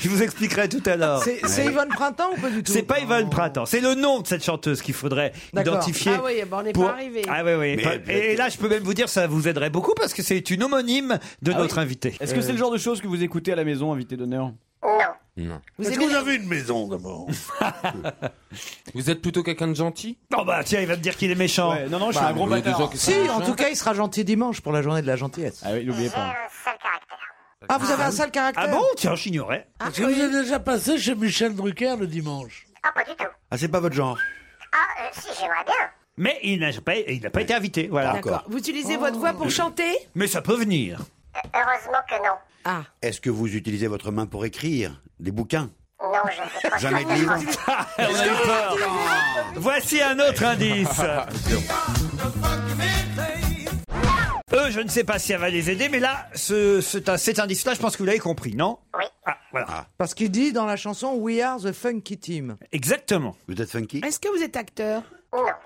Je vous expliquerai tout à l'heure. C'est c'est Yvonne Printemps ou pas du tout Ah. C'est pas Yvonne Printemps, c'est le nom de cette chanteuse qu'il faudrait D'accord. identifier. Ah oui, bah on n'est pas arrivé. Ah oui, oui. Mais Pas- peut-être. Et là, je peux même vous dire, ça vous aiderait beaucoup parce que c'est une homonyme de Ah notre oui invité. Est-ce que c'est le genre de choses que vous écoutez à la maison, invité d'honneur Non. Est-ce que vous avez une maison, d'abord Vous êtes plutôt quelqu'un de gentil Non, bah tiens, il va me dire qu'il est méchant. Bah, non, non, je suis un gros bâtard. Si, en tout cas, il sera gentil dimanche pour la journée de la gentillesse. Ah oui, n'oubliez pas. Ah, vous avez un sale caractère Ah bon Tiens, j'ignorais. Est-ce que vous êtes déjà passé chez Michel Drucker le dimanche Ah, c'est pas votre genre. Ah, si, j'aimerais bien. Mais il n'a pas, il n'a pas été invité, voilà. D'accord. Vous utilisez votre voix pour chanter Mais ça peut venir. Heureusement que non. Ah. Est-ce que vous utilisez votre main pour écrire des bouquins Non, je Jamais de livre Ah Ah, On a eu peur. Voici un autre indice. Eux, Euh, je ne sais pas si elle va les aider, mais là, ce, cet- cet indice-là, je pense que vous l'avez compris, non Oui. Ah, voilà. Parce qu'il dit dans la chanson We are the funky team. Exactement. Vous êtes funky Est-ce que vous êtes acteur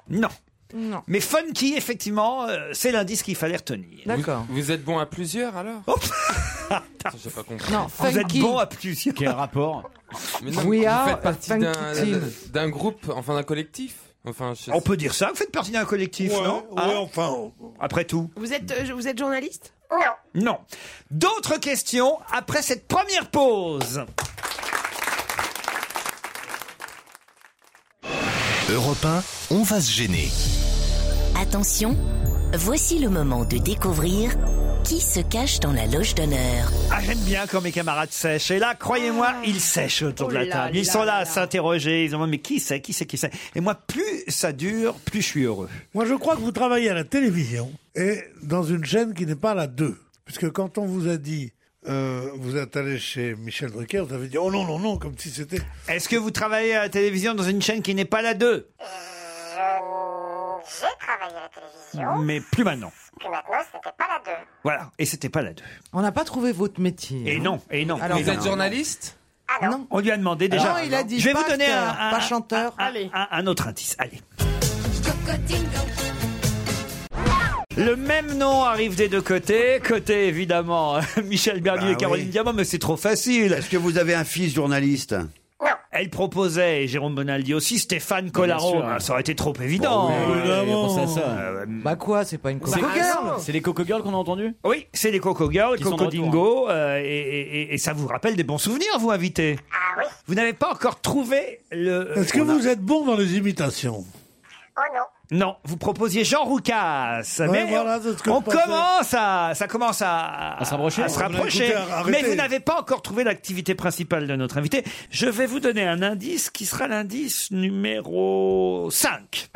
Non. Non. Mais funky, effectivement, euh, c'est l'indice qu'il fallait retenir. D'accord. Vous êtes bon à plusieurs alors J'ai pas compris. Non, Vous êtes bon à plusieurs. Quel rapport Mais non, We vous are faites partie funky d'un- team. d'un- d'un groupe, enfin d'un collectif. Enfin, je- On peut dire ça, vous faites partie d'un collectif, Ouais, non Hein ouais, enfin. Après tout. Vous êtes, euh, vous êtes journaliste Non. D'autres questions après cette première pause. Europe 1, on va se gêner. Attention, voici le moment de découvrir qui se cache dans la loge d'honneur. Ah, j'aime bien quand mes camarades sèchent. Et là, croyez-moi, ils sèchent autour de la Ah. Oh là table. Ils là sont là à s'interroger. Ils se demandent, mais qui c'est, qui c'est, qui c'est Et moi, plus ça dure, plus je suis heureux. Moi, je crois que vous travaillez à la télévision et dans une chaîne qui n'est pas la 2. Puisque quand on vous a dit, euh, vous êtes allé chez Michel Drucker, vous avez dit, oh non, non, non, comme si c'était. Est-ce que vous travaillez à la télévision dans une chaîne qui n'est pas la 2 J'ai travaillé à la télévision. Mais plus maintenant. Que maintenant, ce n'était pas la 2. Voilà. Et c'était pas la 2. On n'a pas trouvé votre métier. Et hein. non, et non. Alors, Et vous non. êtes journaliste non. On lui a demandé déjà. Non, il a dit Je vais pas vous donner acteur, un, un- pas chanteur. un- un- un autre indice. Allez. Le même nom arrive des deux côtés. Côté, évidemment, Michel Bah Bernier et Caroline Diamant, mais c'est trop facile. Ah Est-ce que vous avez un fils journaliste Elle proposait, et Jérôme Bonaldi aussi, Stéphane Collaro. Bah, bien sûr. Ah, ça aurait été trop évident. Bon, oui, évidemment. Euh, Pensez à ça. euh, Bah quoi, c'est pas une C'est- coco Ah, non. C'est les Coco Girls qu'on a entendu oui, c'est les Coco Girls, Qui sont de hein. Coco Dingo, euh, et, et- et ça vous rappelle des bons souvenirs, vous, invité Vous n'avez pas encore trouvé le... euh, Est-ce que On a- vous êtes bon dans les imitations Non, vous proposiez Jean Roucas. mais voilà, c'est ce que on je pensais. commence à, ça commence à, à s'approcher. se Ah, vous rapprocher. écoutez, arrêtez. Mais vous n'avez pas encore trouvé l'activité principale de notre invité. Je vais vous donner un indice qui sera l'indice numéro 5.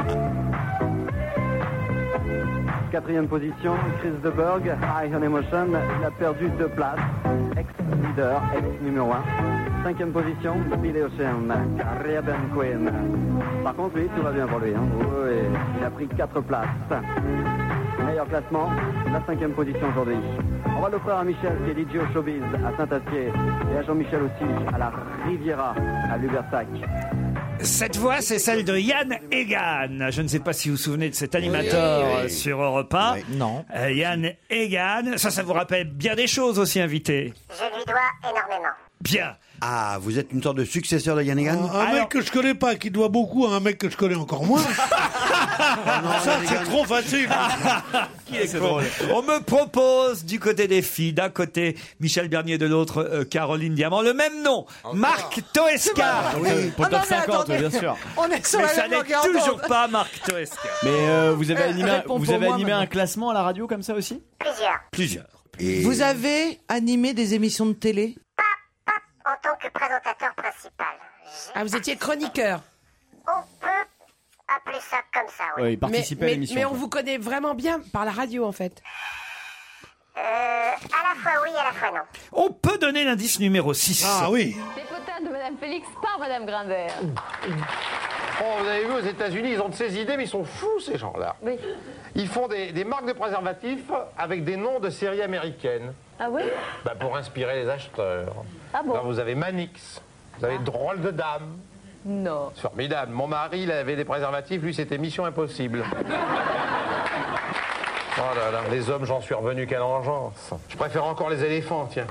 Quatrième position, Chris De Berg, High on Emotion, il a perdu deux places, ex-leader, ex-numéro 1. Cinquième position, Billy Ocean, Caribbean Queen. Par contre, lui, tout va bien pour lui. hein. Oui, il a pris quatre places. Meilleur classement, la cinquième position aujourd'hui. On va l'offrir à Michel qui est DJ au Showbiz à Saint-Astier et à Jean-Michel aussi à la Riviera à Lubersac. Cette voix, c'est celle de Yann Egan. Je ne sais pas si vous vous souvenez de cet animateur Oui, oui. euh, sur Europe 1. Non. Yann Egan. Ça, ça vous rappelle bien des choses aussi, invité. Je lui dois énormément. Bien. Ah, vous êtes une sorte de successeur de Yann Un, Egan un mec que je connais pas, qui doit beaucoup à un mec que je connais encore moins. Ah, ça, c'est trop facile. Qui est con. On me propose du côté des filles, d'un côté Michel Bernier, de l'autre euh, Caroline Diamant, le même nom, Marc Toesca. C'est vrai. Ah oui. Pour le top 50, bien sûr. On est sur Mais la ça même n'est longueur d'onde. toujours pas Marc Toesca. Mais euh, vous avez Euh, animé, un- réponds vous pour avez moi, animé un maintenant. classement à la radio comme ça aussi Plusieurs. Plusieurs. Vous avez animé des émissions de télé En tant que présentateur principal, Ah, vous étiez chroniqueur. on peut appeler ça comme ça, oui. Ouais, il participait mais, à l'émission, Mais, mais on quoi. vous connaît vraiment bien par la radio, en fait. Euh, à la fois oui, à la fois non. On peut donner l'indice numéro 6. Ah oui. Les potins de Madame Félix par Madame Grimbert. Oh, vous avez vu, aux États-Unis, ils ont de ces idées, mais ils sont fous, ces gens-là. Oui. Ils font des, des marques de préservatifs avec des noms de séries américaines. Ah oui Bah, pour inspirer les acheteurs. Ah bon Ah. Alors, Bah, vous avez Manix, vous avez Drôle de Dame. Non. C'est formidable. Mon mari, il avait des préservatifs, lui, c'était Mission Impossible. Oh là là, les hommes, j'en suis revenu, quelle engeance. Je préfère encore les éléphants, tiens.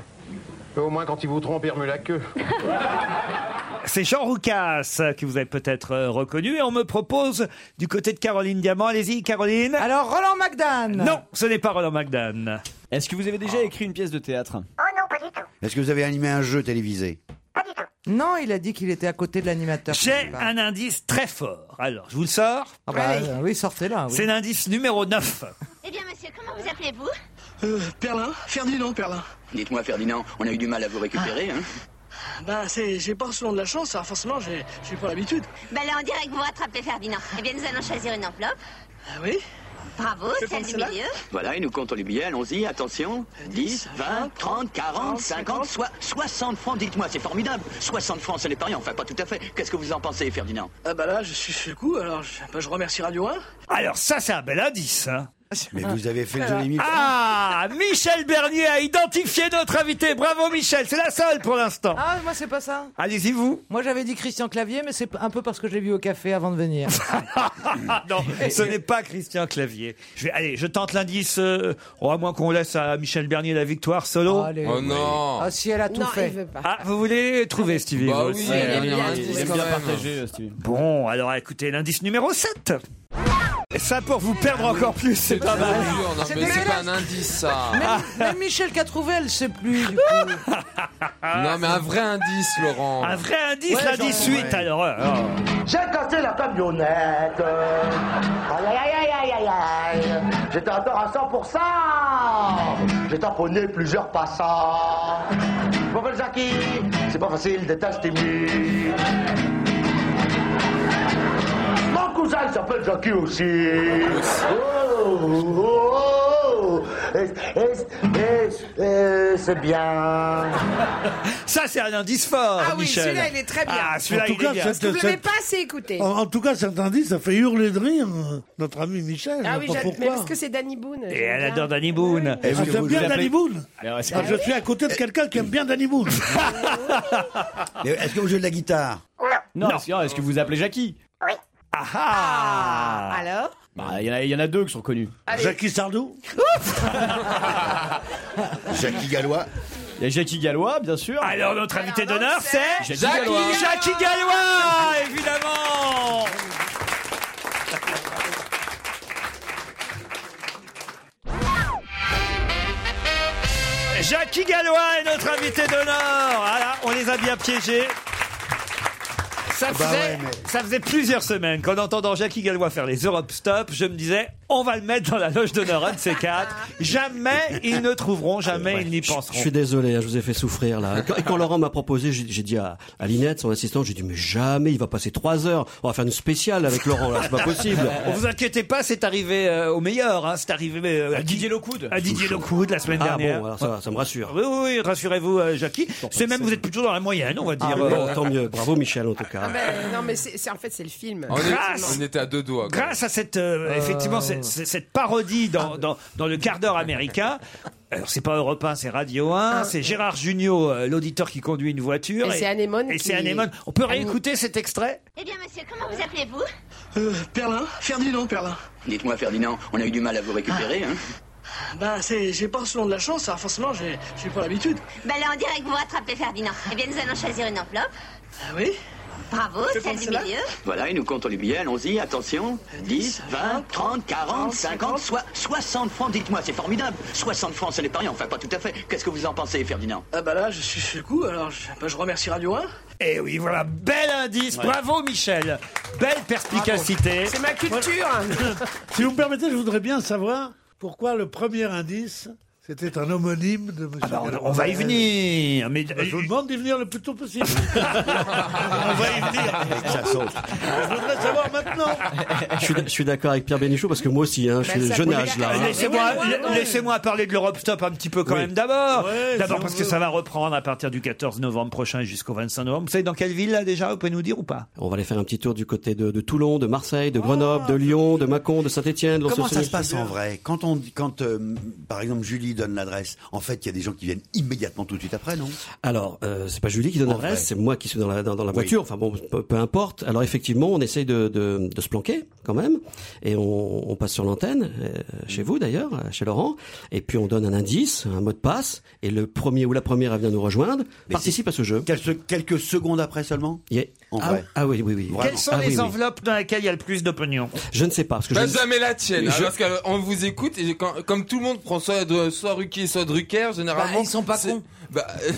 Eux, au moins, quand ils vous trompent, ils remuent la queue. C'est Jean Roucas euh, que vous avez peut-être euh, reconnu et on me propose du côté de Caroline Diamant. Allez-y, Caroline. Alors, Roland McDan. Non, ce n'est pas Roland Ah. McDan. Est-ce que vous avez déjà écrit une pièce de théâtre Est-ce que vous avez animé un jeu télévisé Non, il a dit qu'il était à côté de l'animateur. J'ai un indice très fort. Alors, je vous le sors. Ah bah, euh, oui, sortez là. C'est l'indice numéro 9. Eh bien, monsieur, comment vous appelez-vous Perlin Ferdinand Perlin. Dites-moi, Ferdinand, on a eu du mal à vous récupérer, hein Ben, c'est, j'ai pas souvent de la chance, alors forcément, j'ai, j'ai pas l'habitude. Bah là, on dirait que vous rattrapez Ferdinand. Eh bien, nous allons choisir une enveloppe. Ah oui Bravo, Je celle prends du celle-là. milieu. Voilà, et nous comptons les billets, allons-y, attention. 10, 20, 30, 40, 50, soit 60 francs, dites-moi, c'est formidable. 60 francs, c'est les pariants, enfin pas tout à fait. Qu'est-ce que vous en pensez, Ferdinand Ah bah là, je suis secou, alors je, ben, je remercie Radio 1. Alors, ça, c'est un bel indice. hein. Mais vous avez fait le jeu d'émission. Ah, Michel Bernier a identifié notre invité. Bravo, Michel. C'est la seule pour l'instant. Ah, moi, c'est pas ça. Allez-y, vous. Moi, j'avais dit Christian Clavier, mais c'est un peu parce que je l'ai vu au café avant de venir. Ah, non, ce n'est pas Christian Clavier. Je vais, allez, je tente l'indice, euh, oh, à moins qu'on laisse à Michel Bernier la victoire solo. Allez. Ah, si elle a tout Non, fait. il veut pas. Ah, vous voulez trouver, Stevie Bah oui, vous aussi. hein. il aime bien, il aime bien partager, Stevie. Bon, alors écoutez, l'indice numéro 7. Ça, pour vous perdre encore plus, c'est pas mal. Non, C'est mais c'est dégueulasse. pas un indice, ça. Ah. Même, même Michel qui a trouvé, elle sait plus. Du coup. Non, mais un vrai indice, Laurent. Un vrai indice, Ouais, l'indice genre, 8, ouais. alors. euh, oh. J'ai cassé la camionnette. Aïe aïe aïe aïe aïe aïe. J'étais encore à 100%. J'ai tamponné plusieurs passants. Pauvre Zaki, c'est pas facile d'être HTMI. Mon cousin il s'appelle Zaki aussi. Oh, oh, oh. Et- et- et- et C'est bien. Ça, c'est un indice fort, Ah oui, Michel. celui-là, il est très bien. Ah, celui-là, En il tout est cas, bien. cette- Vous ne l'avez pas assez écouté. En, en tout cas, cet indice, ça fait hurler de rire euh, notre ami Michel. Ah je oui, sais pas j'aime- mais pourquoi. parce que c'est Danny Boone. Et elle adore Danny Boone. Ah, j'aime bien Danny Boone. Alors, est-ce que- Ah, je suis à côté de quelqu'un qui aime bien Danny Boone. Mais Est-ce que vous jouez de la guitare Non, est-ce que- ah, est-ce que vous appelez Jackie Ah ah Alors Bah, il y, en a- il y en a deux qui sont connus. Allez. Jackie Sardou Jackie Gallois. Il y a Jackie Gallois, bien sûr. Alors, notre invité d'honneur, c'est. Jackie Gallois. Jackie Gallois, évidemment Jackie Gallois est notre invité d'honneur. Voilà, on les a bien piégés. Ça faisait, Bah ouais, ça faisait plusieurs semaines qu'en entendant Jackie Gallois faire les Europe Stop, je me disais, on va le mettre dans la loge d'honneur, un de ces quatre. Jamais ils ne trouveront, jamais ils n'y penseront. Je suis désolé, hein, je vous ai fait souffrir là. Et quand, et quand Laurent m'a proposé, j'ai j'ai dit à, à Linette, son assistante, j'ai dit mais jamais, il va passer trois heures. On va faire une spéciale avec Laurent, là, Bah, c'est pas possible. On vous inquiétez pas, c'est arrivé euh, au meilleur. hein, c'est arrivé euh, à Didier Locoud. À Didier Locoud la semaine Ah dernière. bon, alors ça, va, ça me rassure. Oui, oui, oui, rassurez-vous, euh, Jackie. C'est même, vous êtes plutôt dans la moyenne, on va dire. Euh, Ah, bon, tant mieux. Bravo Michel en Ah, tout cas. Ah Mais, non, mais ben, c'est c'est- en fait, c'est le film. Ah, Grâce- on était à deux doigts. quoi. Grâce à cette, euh, Euh, effectivement, c'est c'est- c'est- cette parodie dans, dans, dans le quart d'heure américain. Alors, c'est pas Europe 1, c'est Radio 1. C'est Gérard Jugnot, euh, l'auditeur qui conduit une voiture. Et c'est Anémone Et qui- c'est Anémone. On peut Anémone. réécouter cet extrait Eh bien, monsieur, comment vous appelez-vous Perlin Ferdinand Perlin. Dites-moi, Ferdinand, on a eu du mal à vous récupérer, hein Bah, c'est, j'ai pas selon de la chance, forcément, j'ai, j'ai pas l'habitude. Ben là, on dirait que vous rattrapez Ferdinand. Eh bien, nous allons choisir une enveloppe. Ah oui Bravo, Je celle prends du celle-là milieu. Voilà, il nous compte les billets, allons-y, attention. 10, 20, 30, 40, 50, soit 60 francs, dites-moi, c'est formidable. 60 francs, ce n'est pas rien, enfin pas tout à fait. Qu'est-ce que vous en pensez, Ferdinand Ah bah là, je suis sur le coup, alors je, bah, je remercie Radio 1. Eh oui, voilà, bel indice. Bravo, Michel. Belle perspicacité. C'est ma culture. Si vous me permettez, je voudrais bien savoir pourquoi le premier indice, c'était un homonyme de monsieur. Ah bah, on- on va y venir. Mais... Bah, Je vous demande d'y venir le plus tôt possible. On va y venir. Je voudrais savoir maintenant. Je suis- je suis d'accord avec Pierre Bénichou parce que moi aussi, hein, Bah, je suis jeune âge là. hein. Bah, Laissez-moi laissez-moi parler de l'Europe Stop un petit peu quand Oui. même d'abord. Ouais, d'abord si parce on que veut. ça va reprendre à partir du 14 novembre prochain et jusqu'au 25 novembre. Vous savez dans quelle ville là déjà Vous pouvez nous dire ou pas On va aller faire un petit tour du côté de, de Toulon, de Marseille, de Grenoble, de Lyon, de Mâcon, de Saint-Étienne. de Oh. Comment ça Lons-le-Saunier. se passe en vrai Quand, on, quand euh, par exemple, Julie donne l'adresse, en fait, il y a des gens qui viennent immédiatement tout de suite après, non Alors, euh, c'est pas Julie qui donne En vrai. l'adresse, c'est moi qui suis dans la, dans, dans la Oui. voiture. Enfin bon, peu, peu importe. Alors effectivement, on essaye de, de, de se planquer quand même, et on, on passe sur l'antenne, euh, chez vous d'ailleurs, euh, chez Laurent, et puis on donne un indice, un mot de passe, et le premier ou la première à venir nous rejoindre participe à ce jeu. Quelques, secondes après seulement. En ah, vrai. ah oui, oui, oui. Quelles sont Ah oui, les Bah, oui. enveloppes dans lesquelles il y a le plus de pognon Je ne sais pas parce que Pas je... jamais la tienne, Je- hein, parce qu'on vous écoute et quand- comme tout le monde prend soit, de- soit Ruquier, soit Drucker, généralement. ils sont pas cons. Bah, euh,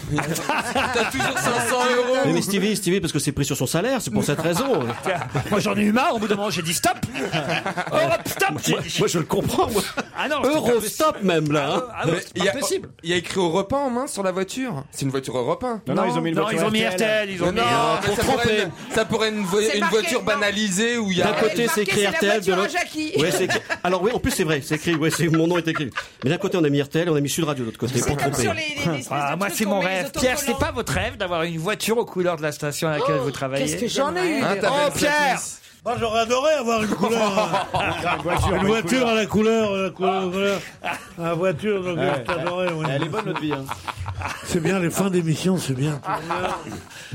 t'as toujours 500 euros. Mais oui, Stevie, Stevie, parce que c'est pris sur son salaire, c'est pour cette raison. Moi j'en ai eu marre, au bout d'un moment j'ai dit stop Europe stop Moi, moi, je le comprends. Moi. Ah non, Eurostop même là. hein. Ah ouais, Mais c'est il pas y a- possible. Il y a écrit Europe 1 en main sur la voiture. C'est une voiture Europe 1. Non, non, ils ont mis une Non, voiture ils ont mis RTL. RTL, ils ont Mais mis- non, Ah, mais pour ça, pourrait tromper. être- ça pourrait être une, vo- C'est une marqué, voiture non. banalisée où il y D'un a. côté, c'est écrit marqué, c'est la RTL, voiture de à l'autre. Jackie. Ouais, c'est écrit- Alors oui, en plus c'est vrai, c'est écrit. Ouais, c'est mon nom est écrit. Mais d'un côté, on a mis RTL, on a mis Sud Radio de l'autre côté C'est pour comme tromper. sur les- les- les espèces Ah, de moi, trucs c'est qu'on mon met, les rêve. autocollants. Pierre, c'est pas votre rêve d'avoir une voiture aux couleurs de la station à laquelle vous travaillez Oh, qu'est-ce que j'en ai eu, Hein, des t'as rêves. Oh Pierre Moi, j'aurais adoré avoir une couleur. euh, Une voiture, une une voiture Ah, couleur. à la couleur, à la couleur, à la couleur. La voiture, donc, Ouais. j'aurais adoré, ouais. Elle est bonne, notre vie, hein. C'est bien, les fins d'émission, c'est bien.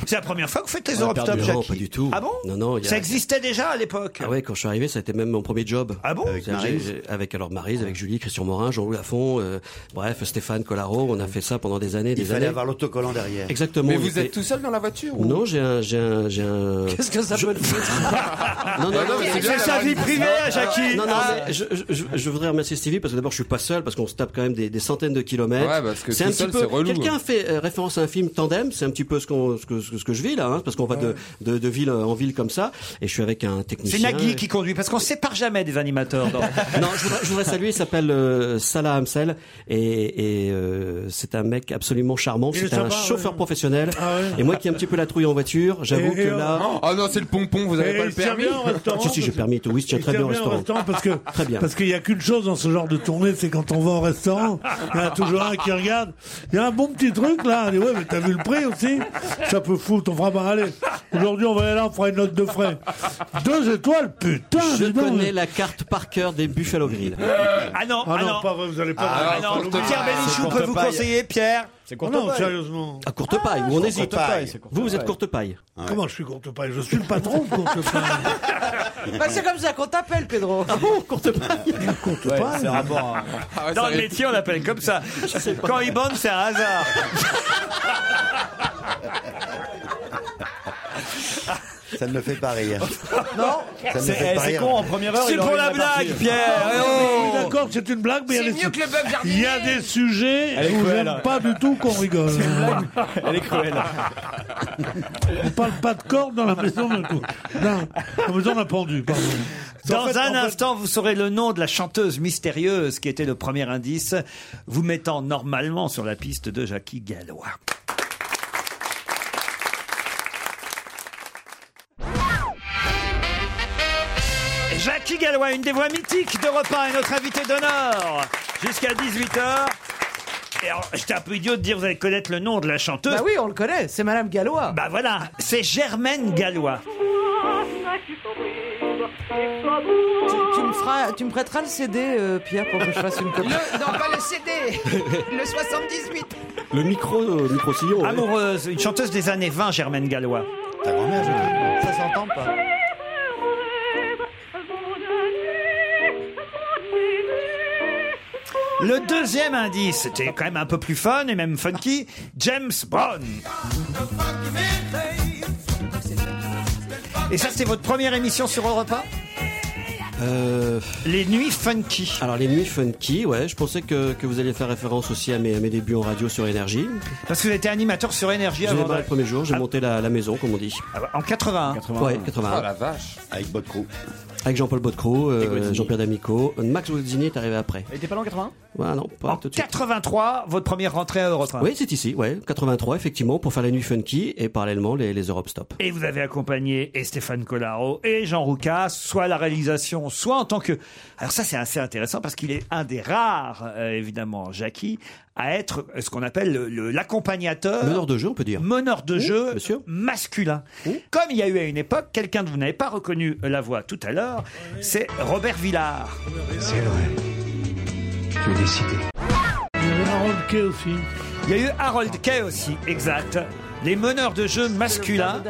C'est la première fois que vous faites On les a Europe perdu Stop, le rang, Jackie pas du tout. Ah bon Non, non. il y a- Ça existait déjà à l'époque Ah ouais, quand je suis arrivé, ça a été même mon premier job. Ah bon Avec C'est-à-dire que j'ai- j'ai- Avec alors Marise, avec Julie, Christian Morin, Jean-Louis Lafont, euh, bref, Stéphane Collaro, on a fait ça pendant des années, Il des fallait années. avoir l'autocollant derrière. Exactement. Mais on vous était- êtes tout seul dans la voiture ou- Non, j'ai un, j'ai un, j'ai un. Qu'est-ce que ça peut Non, non, Ah non, mais c'est bien d'avoir une- à Non, non, Ah. mais je, je- je voudrais remercier Stevie parce que d'abord je suis pas seul parce qu'on se tape quand même des, des centaines de kilomètres. Ouais, parce que c'est tout un petit seul, peu. c'est relou. hein. Quelqu'un fait euh, référence à un film Tandem, c'est un petit peu ce qu'on ce que ce que, ce que je vis là, hein, parce qu'on va de, de de ville en ville comme ça et je suis avec un technicien. C'est Nagui qui conduit, parce qu'on sépare jamais des animateurs. dans- non, je voudrais, je voudrais saluer, il s'appelle euh, Salah Hamsel et, et, euh, c'est un mec absolument charmant, Il est c'est un sympa, chauffeur professionnel ouais. et moi qui ai un petit peu la trouille en voiture, j'avoue Et- que et, là... euh, Ah non, c'est le pompon, vous avez Et pas Eh, il le tient permis. bien au restaurant, Si, si, j'ai parce- permis et tout, oui, il tient très bien au au restaurant restaurant. parce que Ah, Très bien. parce qu'il y a qu'une chose dans ce genre de tournée, c'est quand on va au restaurant, il y en a toujours un qui regarde. Il y a un bon petit truc là. Il dit ouais, mais t'as vu le prix aussi Ça peut foutre. On fera bah allez. Aujourd'hui, on va aller là, on fera une note de frais. Deux étoiles, putain. Je dis donc. connais la carte par cœur des Buffalo Grill. Ah non, Ah non, pas vrai, vous allez pas. Ah, vous allez non, pas l'oublier. Pierre Bénichou peut vous conseiller, Pierre C'est Ah Non, sérieusement. À Ah, courte Ah, paille, où on hésite. Vous, vous êtes courte paille. Comment je suis courte paille Je suis le patron de courte paille. Bah, c'est comme ça qu'on t'appelle, Pedro. Ah bon, courte Courte paille. Dans le métier, on l'appelle comme ça. Quand il bande, c'est un hasard. Ça ne me fait pas Oh, rire. Non. Ça me fait pas rire. C'est pour la blague, Pierre. Eh Oui, D'accord, c'est une blague, mais il y a C'est des mieux que le bœuf Il y a jardinier. des sujets Elle est où cruelle. j'aime pas du tout qu'on rigole. Elle est cruelle. On parle pas de corde dans la maison d'un coup. Non, la maison d'un pendu, pardon. Dans En fait, un en fait- instant, vous saurez le nom de la chanteuse mystérieuse qui était le premier indice, vous mettant normalement sur la piste de Jackie Gallois. Jackie Gallois, une des voix mythiques de repas, est notre invité d'honneur jusqu'à 18h. Et alors, j'étais un peu idiot de dire vous allez connaître le nom de la chanteuse. Bah oui, on le connaît, c'est Madame Gallois. Bah voilà, c'est Germaine Gallois. Tu, tu me feras, tu me prêteras le CD, euh, Pierre, pour que je fasse une copie. Le- non, pas le CD, le 78. Le micro, euh, micro sillon. Amoureuse, une chanteuse des années 20, Germaine Gallois. Ta grand-mère, Ça s'entend pas. Le deuxième indice, c'était quand même un peu plus fun et même funky, James Brown. Et ça, c'était votre première émission sur Europe 1 Les nuits funky. Euh, Alors les nuits funky, ouais. Je pensais que, que vous alliez faire référence aussi à mes, à mes débuts en radio sur Énergie. Parce que vous étiez animateur sur Énergie J'ai avant. Ah. démarré le premier jour, j'ai monté la, la maison, comme on dit. bah, En 81. 81. Ouais, 81. Oh, la vache. Avec Botcro. Avec Jean-Paul Botcro, euh, Jean-Pierre D'Amico. Max Godini est arrivé après. était pas là en 80 Ouais, non, Ah. pas tout de suite. 83, votre première rentrée à Europe 1. Oui, c'est ici, ouais. 83, effectivement, pour faire les nuits funky et parallèlement les, les Europe Stop. Et vous avez accompagné et Stéphane Collaro et Jean Roucas, soit à la réalisation, soit en tant que... Alors ça, c'est assez intéressant parce qu'il est un des rares, euh, évidemment, Jackie, à être euh, ce qu'on appelle le- le- l'accompagnateur... Meneur de jeu, on peut dire. Meneur de jeu masculin. Comme il y a eu à une époque, quelqu'un dont vous n'avez pas reconnu la voix tout à l'heure, c'est Robert Villard. C'est vrai. Tu es décidé. Harold Kay aussi. Il y a eu Harold Kay aussi, exact. Les meneurs de jeu masculins.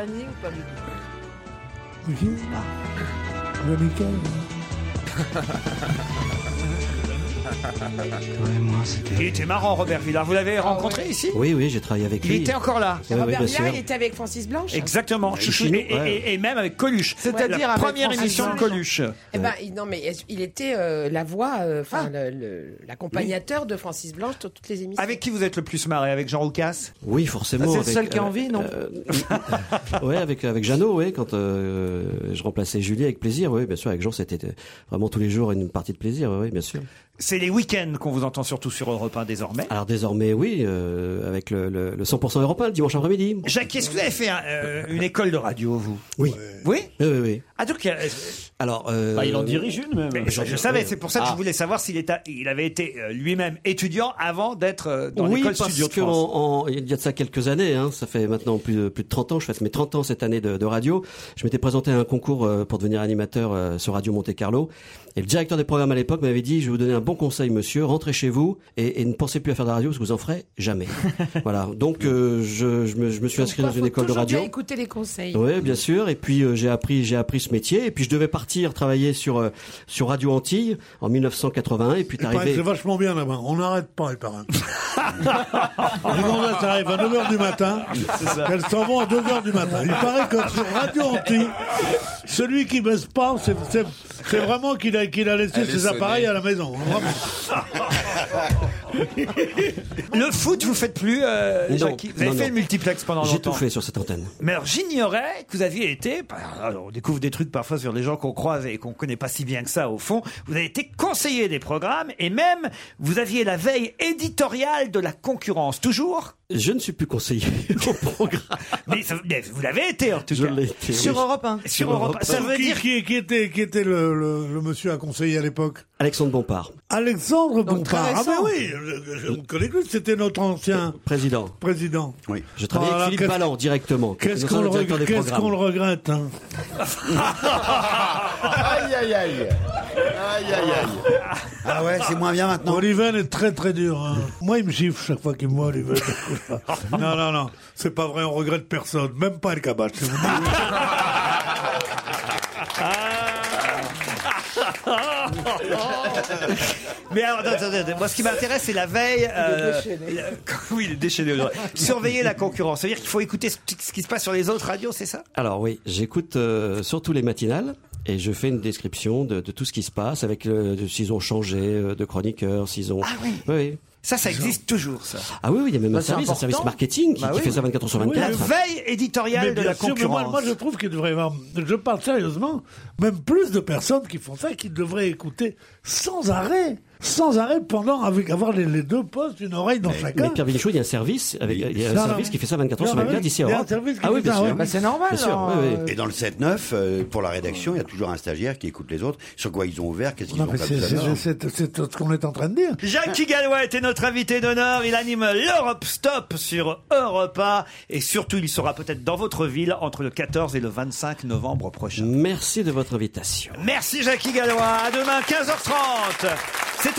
Il était marrant, Robert Villard. Vous l'avez rencontré ici Oui, oui, j'ai travaillé avec Il lui. était encore là. Ouais, ouais, Robert bien Villard, sûr. il était avec Francis Blanche. Exactement. Ah, Chouchou. Chino, Et, et- ouais. et- et même avec Coluche. C'est-à-dire la avec première Francis émission de Blanche. Coluche. Eh ben, il- non, mais il était euh, la voix, euh, enfin, le- Ah. le- l'accompagnateur de Francis Blanche sur toutes les émissions. Euh, Avec qui vous êtes le plus marré Avec Jean Roucas Oui, forcément. Ah, c'est le avec- seul qui a euh, envie, non euh, Ouais, avec avec Jeannot, ouais, quand euh, je remplaçais Julie avec plaisir, oui, bien sûr. Avec Jean, c'était euh, vraiment tous les jours une partie de plaisir, oui, bien sûr. C'est les week-ends qu'on vous entend surtout sur Europe 1 désormais. Alors désormais, oui, euh, avec le, le, le 100% européen le dimanche après-midi. Jacques, est-ce que vous avez fait un, euh, une école de radio, vous Oui. Oui. Oui, oui, oui. Ah, donc, il y a- Alors, euh, Bah, il en dirige une, Ah. même. Mais ça, je savais, c'est pour ça que je voulais savoir s'il était- il avait été euh, lui-même étudiant avant d'être euh, dans oui, l'école parce studio de que France. en- en- il y a de ça quelques années, hein, ça fait maintenant plus de, plus de 30 ans, je fête mes 30 ans cette année de, de radio. Je m'étais présenté à un concours euh, pour devenir animateur euh, sur Radio Monte Carlo. Et le directeur des programmes à l'époque m'avait dit, je vais vous donner un bon conseil monsieur, rentrez chez vous et, et ne pensez plus à faire de la radio parce que vous en ferez jamais. voilà, donc euh, je, je me, je me suis bah, inscrit dans une école de radio. Écoutez les conseils. Oui, bien sûr. Et puis euh, j'ai appris, j'ai appris ce métier. Et puis je devais partir travailler sur euh, sur Radio Antilles en 1981. Et puis Il paraît que t'arrivais. c'est vachement bien là-bas. On n'arrête pas, il paraît. Les mandats, ça arrive à 9h du matin. C'est ça. Elles s'en vont à 2h du matin. Il paraît que sur Radio Antilles, celui qui baisse pas, c'est- c'est c'est vraiment qu'il a, qu'il a laissé Elle est ses sonnée. appareils à la maison. Vraiment. Le foot, vous faites plus, euh, Non, Jackie Vous avez non, fait non. le multiplex pendant J'ai longtemps. tout fait sur cette antenne. Mais alors, j'ignorais que vous aviez été, bah, alors, on découvre des trucs parfois sur les gens qu'on croise et qu'on connaît pas si bien que ça au fond, vous avez été conseiller des programmes et même vous aviez la veille éditoriale de la concurrence, toujours Je ne suis plus conseiller au programme. Mais, ça- mais vous l'avez été en tout Je cas. l'ai été, Sur oui. Europe 1. Sur Europe 1. Ça veut qui, dire qui, qui était, qui était le, le- le monsieur à conseiller à l'époque Alexandre Bompard. Alexandre Donc, très Bompard. Ah ben récent. oui, je- je me connais plus. C'était notre ancien Euh, Président. président. Oui. Je travaillais Oh, avec alors, Philippe qu'est-ce- Balland directement. Qu'est-ce Nous qu'on sommes le, directeur regr- des qu'est-ce qu'on le programmes. regrette hein aïe, aïe, aïe. Aïe, aïe, aïe. Ah ouais, c'est moins bien maintenant. Oliven est très très dur. hein. Moi, il me gifle chaque fois qu'il me voit, Oliven. non, non, non, c'est pas vrai, on regrette personne, même pas le cabas. je vous dis. Ah, Ah. Mais alors, attends, attends, attends. moi, ce qui m'intéresse, c'est la veille. euh, déchaîné. la- oui, il est déchaîné. aujourd'hui. Surveiller la concurrence. C'est-à-dire qu'il faut écouter ce, ce qui se passe sur les autres radios, c'est ça Alors oui, j'écoute euh, surtout les matinales et je fais une description de, de tout ce qui se passe avec le- de- s'ils ont changé euh, de chroniqueur, s'ils ont. Ah oui. Ça, ça existe toujours, ça. Ah oui, oui, il y a même Bah, un c'est service, un important. service marketing qui, Bah qui oui. fait ça 24 sur Oui, 24. le Veille éditoriale Mais de bien la sûr, mais concurrence. moi, moi, je trouve qu'il devrait y avoir. Je parle sérieusement, même plus de personnes qui font ça, qui devraient écouter sans arrêt. sans arrêt pendant, avec avoir les, les deux postes, une oreille dans chacun. Mais Pierre Bénichou, il y a un service, avec, il y a un Non, service non. qui fait ça 24 heures sur Non, mais 24 oui, ici à il y a un Europe. service qui Ah oui, fait bien ça, sûr. ouais. Bah, c'est normal, Bien sûr, alors, hein. oui, oui. Et dans le 7-9, euh, pour la rédaction, il y a toujours un stagiaire qui écoute les autres, sur quoi ils ont ouvert, Oh, qu'est-ce qu'ils Non, ont mais pas c'est besoin c'est- c'est- c'est ce qu'on est en train de dire. Jackie Gallois était notre invité d'honneur. Il anime l'Europe Stop sur Europa. Et surtout, il sera peut-être dans votre ville entre le 14 et le 25 novembre prochain. Merci de votre invitation. Merci Jackie Gallois. À demain, 15h30. C'est